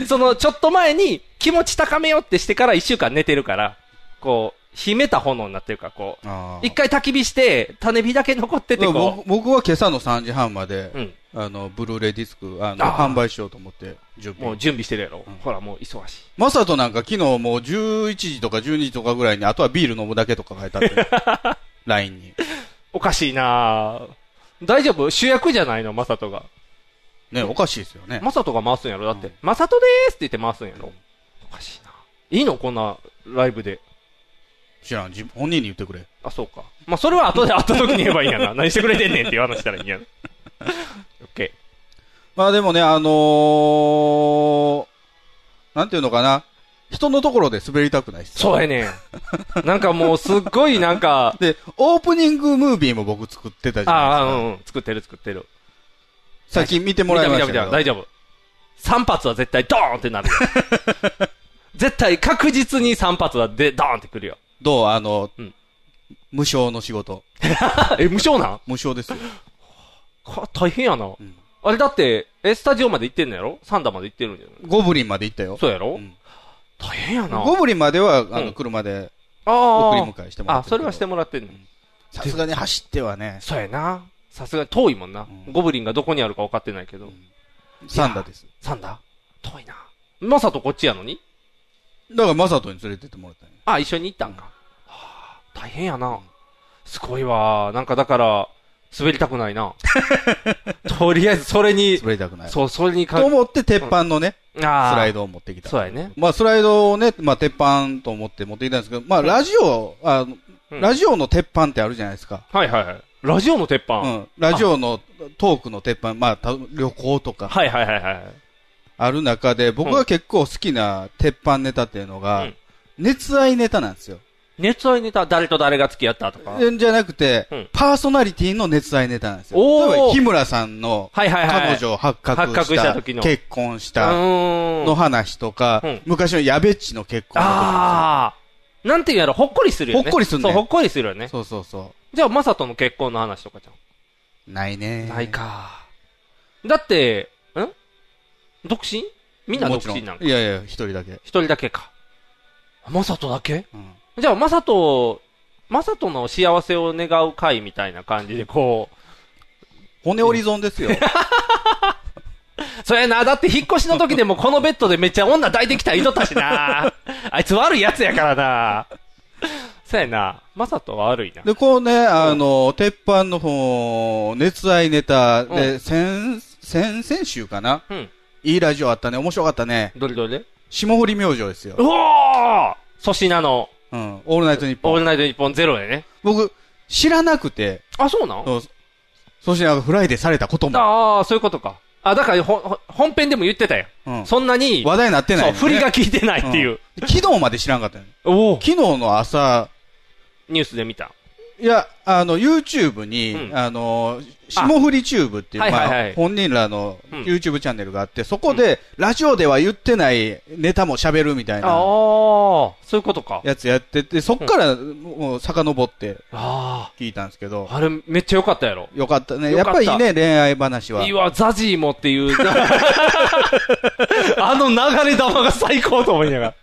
Speaker 2: その、ちょっと前に気持ち高めようってしてから一週間寝てるから、こう、秘めた炎になってるから、こう、
Speaker 3: あー
Speaker 2: 一回焚き火して、種火だけ残ってて、
Speaker 3: でも
Speaker 2: こ
Speaker 3: 僕僕は今朝の3時半まで、
Speaker 2: うん
Speaker 3: あの、ブルーレイディスク、あの、
Speaker 2: あー
Speaker 3: 販売しようと思って、準
Speaker 2: う、も
Speaker 3: 備
Speaker 2: う。準備してるやろ。
Speaker 3: ん
Speaker 2: ほら、もう忙しい。
Speaker 3: マサトなんか昨日もう11時とか12時とかぐらいに、あとはビール飲むだけとか書いてあって、LINE に。
Speaker 2: おかしいなぁ。大丈夫主役じゃないのマサトが。
Speaker 3: ね、おかしいですよね。
Speaker 2: マサトが回すんやろだっ
Speaker 3: う
Speaker 2: て
Speaker 3: ん。
Speaker 2: マサトでーすって言って回すんやろおかしいなぁいいのこんなライブで。
Speaker 3: 知らん、自分本人に言ってくれ。
Speaker 2: あ、そうか。まあ、それは後で、 後時に言えばいいんやな。何してくれてんねんっていう話したらいいんやな。オッケ
Speaker 3: まあでもね、あのー、なんていうのかな、人のところで滑りたくないっ
Speaker 2: ー。
Speaker 3: す。
Speaker 2: そうやねん。なんかもう、すっごいなんか、
Speaker 3: で、オープニングムービーも僕作ってたじゃない
Speaker 2: ああ、う
Speaker 3: ですか。
Speaker 2: ん、うん。作ってる作ってる。
Speaker 3: さっき見てもらいましたけ
Speaker 2: 見た見た見た
Speaker 3: ど。
Speaker 2: 大丈夫。3発は絶対ドーンってなる よ。絶対、確実に3発はで、ドーンってくるよ。
Speaker 3: どうあの、
Speaker 2: うん
Speaker 3: 無償の仕事。
Speaker 2: え、無償なん
Speaker 3: 無償ですよ。
Speaker 2: か大変やな。
Speaker 3: ん
Speaker 2: あれだって、え、スタジオまで行ってんのやろサンダーまで行ってるんじゃない
Speaker 3: ゴブリンまで行ったよ。
Speaker 2: そうやろ、
Speaker 3: ん
Speaker 2: 大変やな。
Speaker 3: ゴブリンまでは、あ
Speaker 2: うん
Speaker 3: の、車で
Speaker 2: ああ
Speaker 3: 送り迎えしてもらってるけど
Speaker 2: あ、それはしてもらってんの。
Speaker 3: さすがに走ってはね、
Speaker 2: そうやな。さすがに遠いもんな、
Speaker 3: うん
Speaker 2: ゴブリンがどこにあるか分かってないけど。
Speaker 3: サンダです。
Speaker 2: サンダー遠いな。まさとこっちやのに
Speaker 3: だから、マサトに連れてってもらったんや
Speaker 2: あ、一緒に行ったんか。はあ、大変やな。すごいわ。なんかだから、滑りたくない な。とりあえず、それに、
Speaker 3: 滑りたくない。
Speaker 2: そう、それにか
Speaker 3: と思って、鉄板のね、
Speaker 2: ス
Speaker 3: スライ
Speaker 2: ド。
Speaker 3: ドを持ってきた。
Speaker 2: そうやね。
Speaker 3: まあ、スライドをね、まあ、鉄板と思って持ってきたんですけど、まあ、ラジオ、あの
Speaker 2: うん
Speaker 3: ラジオの鉄板ってあるじゃないですか。
Speaker 2: はいはいはい。ラジオの鉄板。
Speaker 3: うん。ラジオのトークの鉄板、まあ、た旅行とか、
Speaker 2: はいはいはいはい。
Speaker 3: ある中で、僕が結構好きな鉄板ネタっていうの
Speaker 2: う
Speaker 3: が
Speaker 2: ん、
Speaker 3: 熱愛ネタなんですよ。
Speaker 2: 熱愛ネタ、誰と誰が付き合ったとか。はい
Speaker 3: じゃなくて、
Speaker 2: うん
Speaker 3: パーソナリティの熱愛ネタなんですよ。
Speaker 2: おー
Speaker 3: 例えば、日村さんの
Speaker 2: はいはい。
Speaker 3: 彼女を発覚
Speaker 2: 発
Speaker 3: した、
Speaker 2: 覚した時の
Speaker 3: 結婚し
Speaker 2: う
Speaker 3: た
Speaker 2: ーん
Speaker 3: の話とか、
Speaker 2: うん
Speaker 3: 昔のやべっちの結婚とか
Speaker 2: ああ。なんていうんやろ、ほっこりするよね。
Speaker 3: ほっこりすん
Speaker 2: そ
Speaker 3: ね
Speaker 2: う、ほっこりするよね。
Speaker 3: そうそうそ
Speaker 2: じゃあ、まさとの結婚の話とかじゃ
Speaker 3: う。ないね。
Speaker 2: ん。ない。か。だって、ん独身みんな
Speaker 3: も
Speaker 2: 独
Speaker 3: ちろ
Speaker 2: 身なんか
Speaker 3: いやいや、一人だけ。
Speaker 2: 一人だけか。マサトだけ
Speaker 3: うん
Speaker 2: じゃあ、マサト、マサトの幸せを願う会みたいな感じで、こ
Speaker 3: 骨折り損ですよ。
Speaker 2: う、そやな、だって引っ越しの時でもこのベッドでめっちゃ女抱いてきた人たし な。あいつ悪いやつやからな。そやな、マサトは悪いな。
Speaker 3: で、こうね、あの、鉄板の方、熱愛ネタ
Speaker 2: う
Speaker 3: で、先、先々週かな
Speaker 2: うん。
Speaker 3: いいラジオあったね。面白かったね。
Speaker 2: どれどれ
Speaker 3: 霜降り明星ですよ。
Speaker 2: うおー粗品の、
Speaker 3: うん。オールナイトニッ
Speaker 2: オー
Speaker 3: ポ
Speaker 2: ル
Speaker 3: ン。
Speaker 2: ナイト日本ゼロでね。
Speaker 3: 僕、知らなくて、
Speaker 2: あ、そうなの
Speaker 3: そうそしてなんかフライデーされたことも。
Speaker 2: ああ、そういうことか。あ、だからほ、ほ本編でも言ってたよ。
Speaker 3: うん
Speaker 2: そんなに、
Speaker 3: 話題になってない
Speaker 2: そう、
Speaker 3: のね。
Speaker 2: 振りが効いてないっていう。
Speaker 3: うん昨日まで知らんかったよ。
Speaker 2: おお
Speaker 3: 昨日の朝、
Speaker 2: ニュースで見た。
Speaker 3: いや、あの、YouTube に、
Speaker 2: うん
Speaker 3: あの、霜降りチューブっていう、
Speaker 2: はいはいはい
Speaker 3: まあ、本人らの
Speaker 2: うん
Speaker 3: YouTube チャンネルがあって、そこで、ラジオでは言ってないネタも喋るみたい
Speaker 2: ああ
Speaker 3: な
Speaker 2: ー、そういうことか。
Speaker 3: やつやってて、そっから、もう、遡って
Speaker 2: あ
Speaker 3: 聞いたんですけど
Speaker 2: あ、、あれめっちゃ良かったやろ。
Speaker 3: よかったね。
Speaker 2: よ
Speaker 3: やっ
Speaker 2: かっ
Speaker 3: ぱ
Speaker 2: た
Speaker 3: りね、恋愛話はい
Speaker 2: い。わ、ザジーもっていう。 あの流れ玉が最高と思いながら。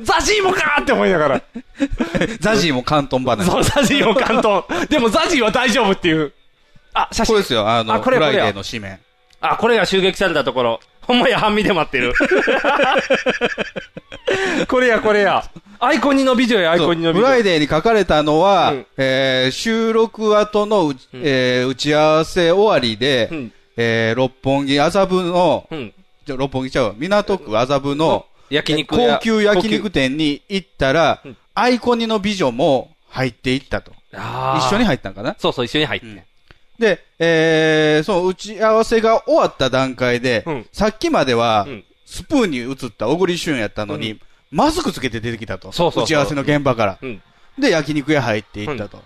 Speaker 2: ザジーもかーって思いながら。
Speaker 3: ザジーも関東話。
Speaker 2: そう、ザジーも関東。 でもザジーは大丈夫っていう。あ、写
Speaker 3: これ
Speaker 2: 真
Speaker 3: で。すよ、あ
Speaker 2: あ
Speaker 3: の、
Speaker 2: こ
Speaker 3: フ
Speaker 2: れこれや
Speaker 3: ライデーの紙面。
Speaker 2: あ、これが襲撃されたところ。ほんまや、半身で待ってる。 これや、これや。アイコニの美女や、アイ
Speaker 3: そ
Speaker 2: コ
Speaker 3: う
Speaker 2: ニの美
Speaker 3: フラ
Speaker 2: 女。
Speaker 3: イデーに書かれたのは、
Speaker 2: うん
Speaker 3: えー収録後のう、えー打ち合わせ終わりで、
Speaker 2: うん
Speaker 3: えー六本木麻布の、
Speaker 2: うん。
Speaker 3: じゃ六本木ちゃうわ港区麻布の、
Speaker 2: 焼肉
Speaker 3: え
Speaker 2: 屋
Speaker 3: 高級焼肉店に行ったら、アイコニの美女も入っていったと。
Speaker 2: あー
Speaker 3: 一緒に入ったんかな
Speaker 2: そうそう、一緒に入って。
Speaker 3: うんで、えー、その打ち合わせが終わった段階で、
Speaker 2: うん
Speaker 3: さっきまでは、
Speaker 2: うん
Speaker 3: スプーンに映った小栗旬やったのに、
Speaker 2: う
Speaker 3: マスクつけて出てきたと。
Speaker 2: そうそうそう
Speaker 3: 打ち合わせの現場から。
Speaker 2: うん。
Speaker 3: で、焼肉屋入っていったと。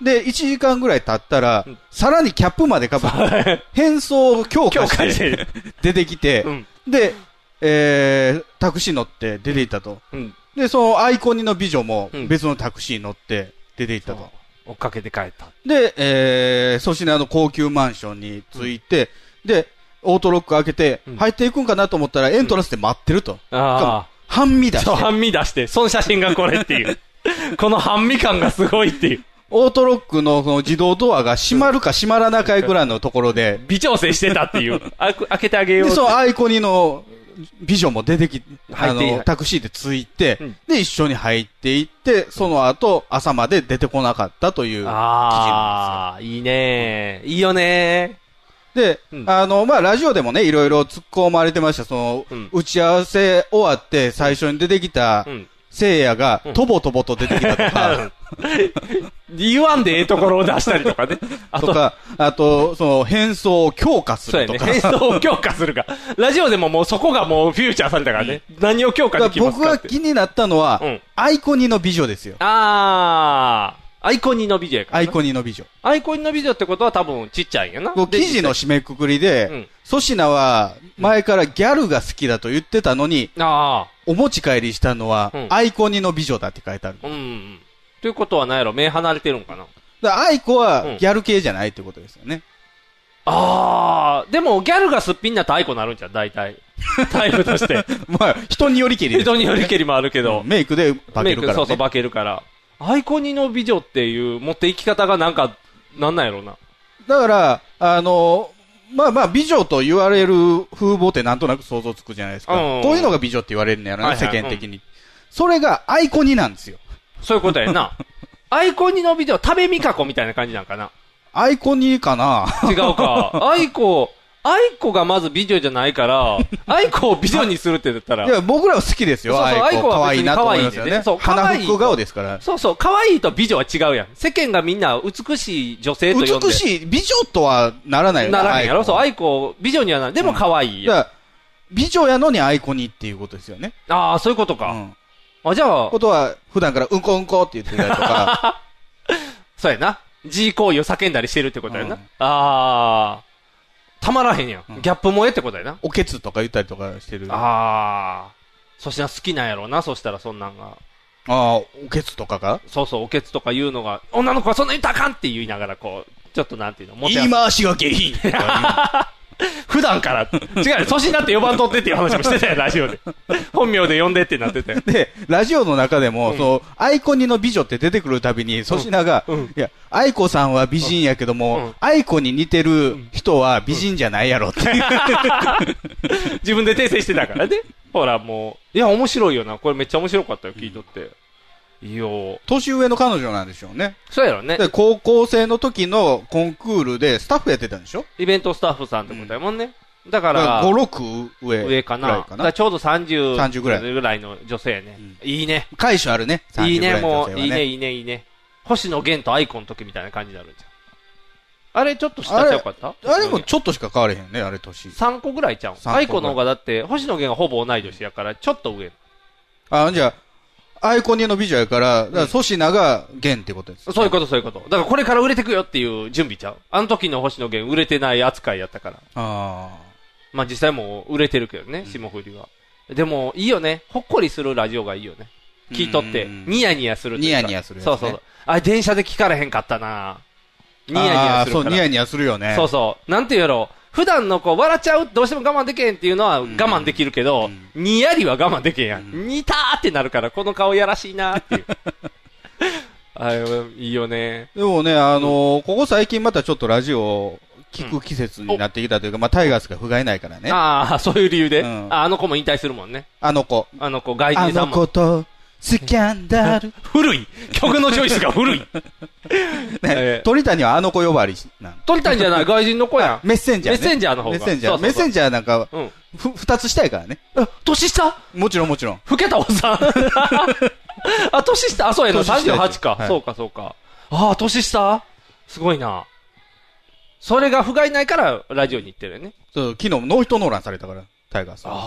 Speaker 3: で、1時間ぐらい経ったら、さらにキャップまでかぶって、変装を強
Speaker 2: 今
Speaker 3: 化
Speaker 2: 日
Speaker 3: し
Speaker 2: 返
Speaker 3: て
Speaker 2: して。
Speaker 3: 出てきて
Speaker 2: う、ん。
Speaker 3: で、えー、タクシー乗って出て行ったと。
Speaker 2: うん。
Speaker 3: で、そのアイコニの美女も
Speaker 2: うん
Speaker 3: 別のタクシー乗って出て行ったと。
Speaker 2: 追っかけて帰った。
Speaker 3: で、えー、粗品の高級マンションに着いて、で、オートロック開けて
Speaker 2: うん、
Speaker 3: 入っていくんかなと思ったらエントランスで待ってると。
Speaker 2: あ
Speaker 3: 半身だ
Speaker 2: あ。
Speaker 3: し
Speaker 2: そう、
Speaker 3: て。
Speaker 2: 半身出して、その写真がこれっていう。この半身感がすごいっていう。
Speaker 3: オートロックのその自動ドアが閉まるか閉まらないかぐらいのところで、
Speaker 2: 微調整してたっていう。 あく開けてあげよう
Speaker 3: で、
Speaker 2: って。
Speaker 3: そのアイコニの美女も出てき、あ
Speaker 2: 入って
Speaker 3: の、タクシーで着いて、
Speaker 2: うん
Speaker 3: で、一緒に入っていって、その後、朝まで出てこなかったという記事なん
Speaker 2: ああ、いいねいいよね
Speaker 3: ですよ。で、
Speaker 2: うん
Speaker 3: あの、まあ、ラジオでもね、いろいろ突っ込まれてました。その、
Speaker 2: うん
Speaker 3: 打ち合わせ終わって最初に出てきた、
Speaker 2: うん。
Speaker 3: 聖夜が
Speaker 2: うん、
Speaker 3: とぼとぼと出てきたとか、
Speaker 2: 言わんでええところを出したりと かね。あ
Speaker 3: と
Speaker 2: と、
Speaker 3: か、あと、その、変装を強化す
Speaker 2: そう
Speaker 3: る
Speaker 2: や
Speaker 3: と
Speaker 2: ね。
Speaker 3: か。
Speaker 2: 変装を強化するか。ラジオでももうそこがもうフューチャーされたからね。 何を強化で
Speaker 3: だか
Speaker 2: き
Speaker 3: ら
Speaker 2: ます
Speaker 3: 僕
Speaker 2: か
Speaker 3: が
Speaker 2: って。
Speaker 3: 気になったのは、
Speaker 2: うん
Speaker 3: アイコニの美女ですよ。
Speaker 2: ああ、アイコニの美女やから
Speaker 3: ア
Speaker 2: な。
Speaker 3: イコニの美女。
Speaker 2: アイコニの美女ってことは多分ちっちゃいんやな。
Speaker 3: こう記事の締めくくりで、
Speaker 2: うん
Speaker 3: 粗品は前からギャルが好きだと言ってたのに、
Speaker 2: あ
Speaker 3: お持ち帰りしたのは、
Speaker 2: うん
Speaker 3: アイコニの美女だって書いてある。
Speaker 2: あ、うんうん。ということは何やろ目離れてるんかな。
Speaker 3: だからアイ
Speaker 2: うん
Speaker 3: コはギャル系じゃないってことですよね。
Speaker 2: ああ、でもギャルがすっぴんなったアイコになるんじゃん、大 体。タイプとして。
Speaker 3: まあ、人によりけりです、
Speaker 2: 人によりけりもあるけど。
Speaker 3: メイクで化けるから、
Speaker 2: メ
Speaker 3: ね。
Speaker 2: イク、そうそう、化けるから。アイコニの美女っていう持って行き方がなんか、なんなんやろうな。
Speaker 3: だから、あの、まあまあ、美女と言われる風貌ってなんとなく想像つくじゃないですか。
Speaker 2: うん
Speaker 3: こういうのが美女って言われるんやろね、
Speaker 2: はいはい
Speaker 3: 世間的に、それがアイコニなんですよ。
Speaker 2: そういうことや な。アイコニの美女、食べみかこみたいな感じなんかな。
Speaker 3: アイコニかな
Speaker 2: 違うか。アイコ、アイコがまず美女じゃないから、アイコを美女にするって言ったら
Speaker 3: い。や、僕らは好きですよ。
Speaker 2: そうそう
Speaker 3: アイコ。
Speaker 2: アイコは
Speaker 3: 可愛いなと思います
Speaker 2: 別
Speaker 3: よ
Speaker 2: に可愛いんでね
Speaker 3: ね。
Speaker 2: そう可愛
Speaker 3: 花
Speaker 2: い
Speaker 3: 福顔ですから。
Speaker 2: そうそう、可愛いと美女は違うやん。世間がみんな美しい女性と呼んで。
Speaker 3: 美
Speaker 2: い。
Speaker 3: しい、美女とはならないよね。
Speaker 2: ならへんやろそう、
Speaker 3: アイ
Speaker 2: アイコ、美女にはなる。でも可愛い
Speaker 3: コ
Speaker 2: やん。
Speaker 3: だから美女やのにアイコニっていうことですよね。
Speaker 2: ああ、そういうこと
Speaker 3: う
Speaker 2: か。
Speaker 3: ん。
Speaker 2: あ、じゃあ
Speaker 3: こ、とは、普段からうんこうんこって言ってたりと か、
Speaker 2: そうやな。G 行為を叫んだりしてるってことやな。
Speaker 3: うん
Speaker 2: あー。たまらへんやん。
Speaker 3: うん
Speaker 2: ギャップ萌えってことやな。
Speaker 3: おけつとか言ったりとかしてる。
Speaker 2: あ
Speaker 3: あ
Speaker 2: ー。そしたら好きなんやろうな、そしたらそんなんが。
Speaker 3: あー、おけつとかが
Speaker 2: そうそう、おけつとか言うのが、女 の子はそんなに言ったらあかんって言いながら、こう、ちょっとなんていうの、もてあ
Speaker 3: 言い回しが下品とか言う
Speaker 2: 普段から。違う よ、年になって4番取ってっていう話もしてたよ、ラジオで。本名で呼んでってなってた よ。
Speaker 3: で、ラジオの中でも、その、アイコニの美女って出てくるたびに、粗品が、
Speaker 2: うん
Speaker 3: いや、アイコさんは美人やけども、
Speaker 2: うん
Speaker 3: アイコに似てる人は美人じゃないやろって。
Speaker 2: 自分で訂正してたからね。ほら、もう。いや、面白いよな。これめっちゃ面白かったよ、聞いとって。いいよ。
Speaker 3: 年上の彼女なんでしょうね。
Speaker 2: そうやろね。
Speaker 3: で、高校生の時のコンクールでスタッフやってたんでしょ
Speaker 2: イベントスタッフさんってことやもんね。だか、
Speaker 3: だから5、6上。
Speaker 2: 上かな。
Speaker 3: ぐらい
Speaker 2: だからちょうど30
Speaker 3: 30ぐらい
Speaker 2: の女性ね。いいね。
Speaker 3: 解消あるね。30
Speaker 2: いい
Speaker 3: ぐら
Speaker 2: ね、
Speaker 3: の女
Speaker 2: も
Speaker 3: 性は
Speaker 2: う。いいね、いいね、いいね。星野源とアイコの時みたいな感じになるじゃん。あれ、ちょっと下ちゃうかった
Speaker 3: あれもちょっとしか変われへんね、あれ年。
Speaker 2: 3個ぐらいちゃうん
Speaker 3: 三。個ぐらい
Speaker 2: アイコの方がだって、星野源がほぼ同い年やから、ちょっと上。
Speaker 3: あ、じゃあ、アイコニの美女やから、だから粗品が弦ってことです。
Speaker 2: そういうこと、そういうこと。だからこれから売れてくよっていう準備ちゃう。あの時の星野源売れてない扱いやったから。
Speaker 3: ああ。
Speaker 2: まあ実際もう売れてるけどね、霜降りは。でも、いいよね。ほっこりするラジオがいいよね。聞いとって、
Speaker 3: うん
Speaker 2: ニヤニヤするというか
Speaker 3: ニヤニヤするやつ
Speaker 2: そ
Speaker 3: ね
Speaker 2: うそうそう。あ、電車で聞かれへんかったなニヤニ
Speaker 3: あ
Speaker 2: ヤ
Speaker 3: あ
Speaker 2: するから。
Speaker 3: そう、ニヤニヤするよね。
Speaker 2: そうそう。なんていうやろ普段のこう、笑っちゃう、どうしても我慢できへんっていうのは我慢できるけど、にやりは我慢できへんやん。にたーってなるから、この顔やらしいなーっていう。 あれいいよね。
Speaker 3: でもね、あのーここ最近またちょっとラジオを聞く季節になってきたというか、まあ、タイガースが不甲斐ないからね。あ
Speaker 2: ああ、そういう理由で、
Speaker 3: うん
Speaker 2: あ。あの子も引退するもんね。
Speaker 3: の子。
Speaker 2: あの子、外
Speaker 3: あ
Speaker 2: 人さ
Speaker 3: の
Speaker 2: んも。
Speaker 3: 子と、スキャンダル。
Speaker 2: 古い曲のチョイスが古い えー
Speaker 3: ね、鳥谷はあの子呼ばわりなん。
Speaker 2: 取りたいんじゃない外人の子やん。
Speaker 3: メッセンジャー、ね。
Speaker 2: メッセンジャーの方が
Speaker 3: メッセンジャ
Speaker 2: そう
Speaker 3: ー。
Speaker 2: そう
Speaker 3: メ
Speaker 2: そう
Speaker 3: ッセンジャーなんか、
Speaker 2: うん。
Speaker 3: ふ、二つしたいからね。
Speaker 2: あ、年下
Speaker 3: もちろんもちろん。
Speaker 2: 老けたおっさ ん。あ、年下、あ、そうやな、
Speaker 3: 年下です
Speaker 2: 38か、
Speaker 3: はい
Speaker 2: そうか、そうか。ああ、年下すごいな。それが不甲斐ないから、ラジオに行ってるよね。
Speaker 3: そう、昨日ノーヒットノーランされたから、タイガースは。
Speaker 2: あ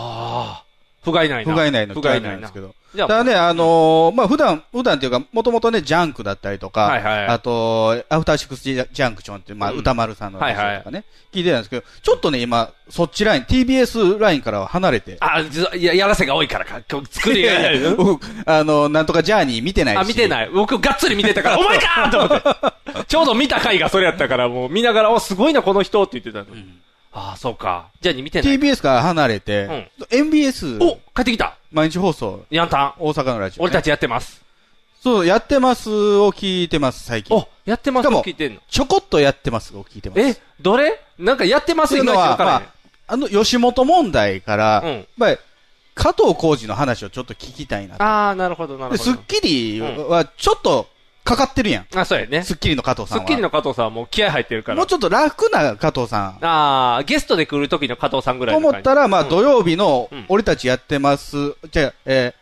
Speaker 2: あ。不甲斐ない
Speaker 3: 不
Speaker 2: な。
Speaker 3: 甲斐ないの、
Speaker 2: 不甲
Speaker 3: 不甲
Speaker 2: 斐
Speaker 3: 斐
Speaker 2: な
Speaker 3: ない
Speaker 2: なん
Speaker 3: いですけど。
Speaker 2: じゃ
Speaker 3: た
Speaker 2: あ、
Speaker 3: だね、あのーまあ、普段、普段っていうか、もともとね、ジャンクだったりとか、
Speaker 2: はいはい
Speaker 3: あと、アフターシックスジャンクションって、まあ、
Speaker 2: うん
Speaker 3: 歌丸さんの話とかね、
Speaker 2: はい
Speaker 3: 聞いてたんですけど、ちょっとね、今、そっちライン、TBS ラインからは離れて、
Speaker 2: あ、じゃいや、やらせが多いからか。今日作りがない。
Speaker 3: 僕あの、なんとかジャーニー見てないし。
Speaker 2: あ、見て
Speaker 3: い。
Speaker 2: ない。僕、がっつり見てたから、 お前かと思 って。ちょうど見た回がそれやったから、もう見ながら、お、すごいな、この人って言ってたの。ああ、そうか。じゃあ、に見てない。
Speaker 3: TBS から離れて、MBS、
Speaker 2: お、帰ってきた。
Speaker 3: 毎日放送、
Speaker 2: ヤンタン。
Speaker 3: 大阪のラジオ、ね。
Speaker 2: 俺たちやってます。
Speaker 3: そう、やってますを聞いてます、最近。
Speaker 2: お、やってます
Speaker 3: しかも
Speaker 2: 聞いてんの。
Speaker 3: ちょこっとやってますを聞いてます。
Speaker 2: え、どれなんかやってま
Speaker 3: って
Speaker 2: す
Speaker 3: いう
Speaker 2: いま
Speaker 3: の
Speaker 2: いちわ
Speaker 3: は、
Speaker 2: からへん
Speaker 3: まあ、あの、吉本問題から、
Speaker 2: うん
Speaker 3: やっぱり加藤浩次の話をちょっと聞きたいなと。
Speaker 2: ああ、なるほど、なる
Speaker 3: で、
Speaker 2: ほ
Speaker 3: ス
Speaker 2: ど
Speaker 3: ッ。キリはちょっとかかってるやん。
Speaker 2: あ、そうやね。
Speaker 3: ス
Speaker 2: ス
Speaker 3: ッキリの加藤さんは。
Speaker 2: ッキリの加藤さんはもう気合入ってるか
Speaker 3: もう
Speaker 2: ら。
Speaker 3: ちょっと楽な加藤さん。
Speaker 2: ああ、ゲストで来る時の加藤さんぐら
Speaker 3: と
Speaker 2: いの
Speaker 3: 思
Speaker 2: 感じ。
Speaker 3: ったら、まあ、
Speaker 2: うん
Speaker 3: 土曜日の
Speaker 2: うん、
Speaker 3: 俺たちやってます、じゃあえー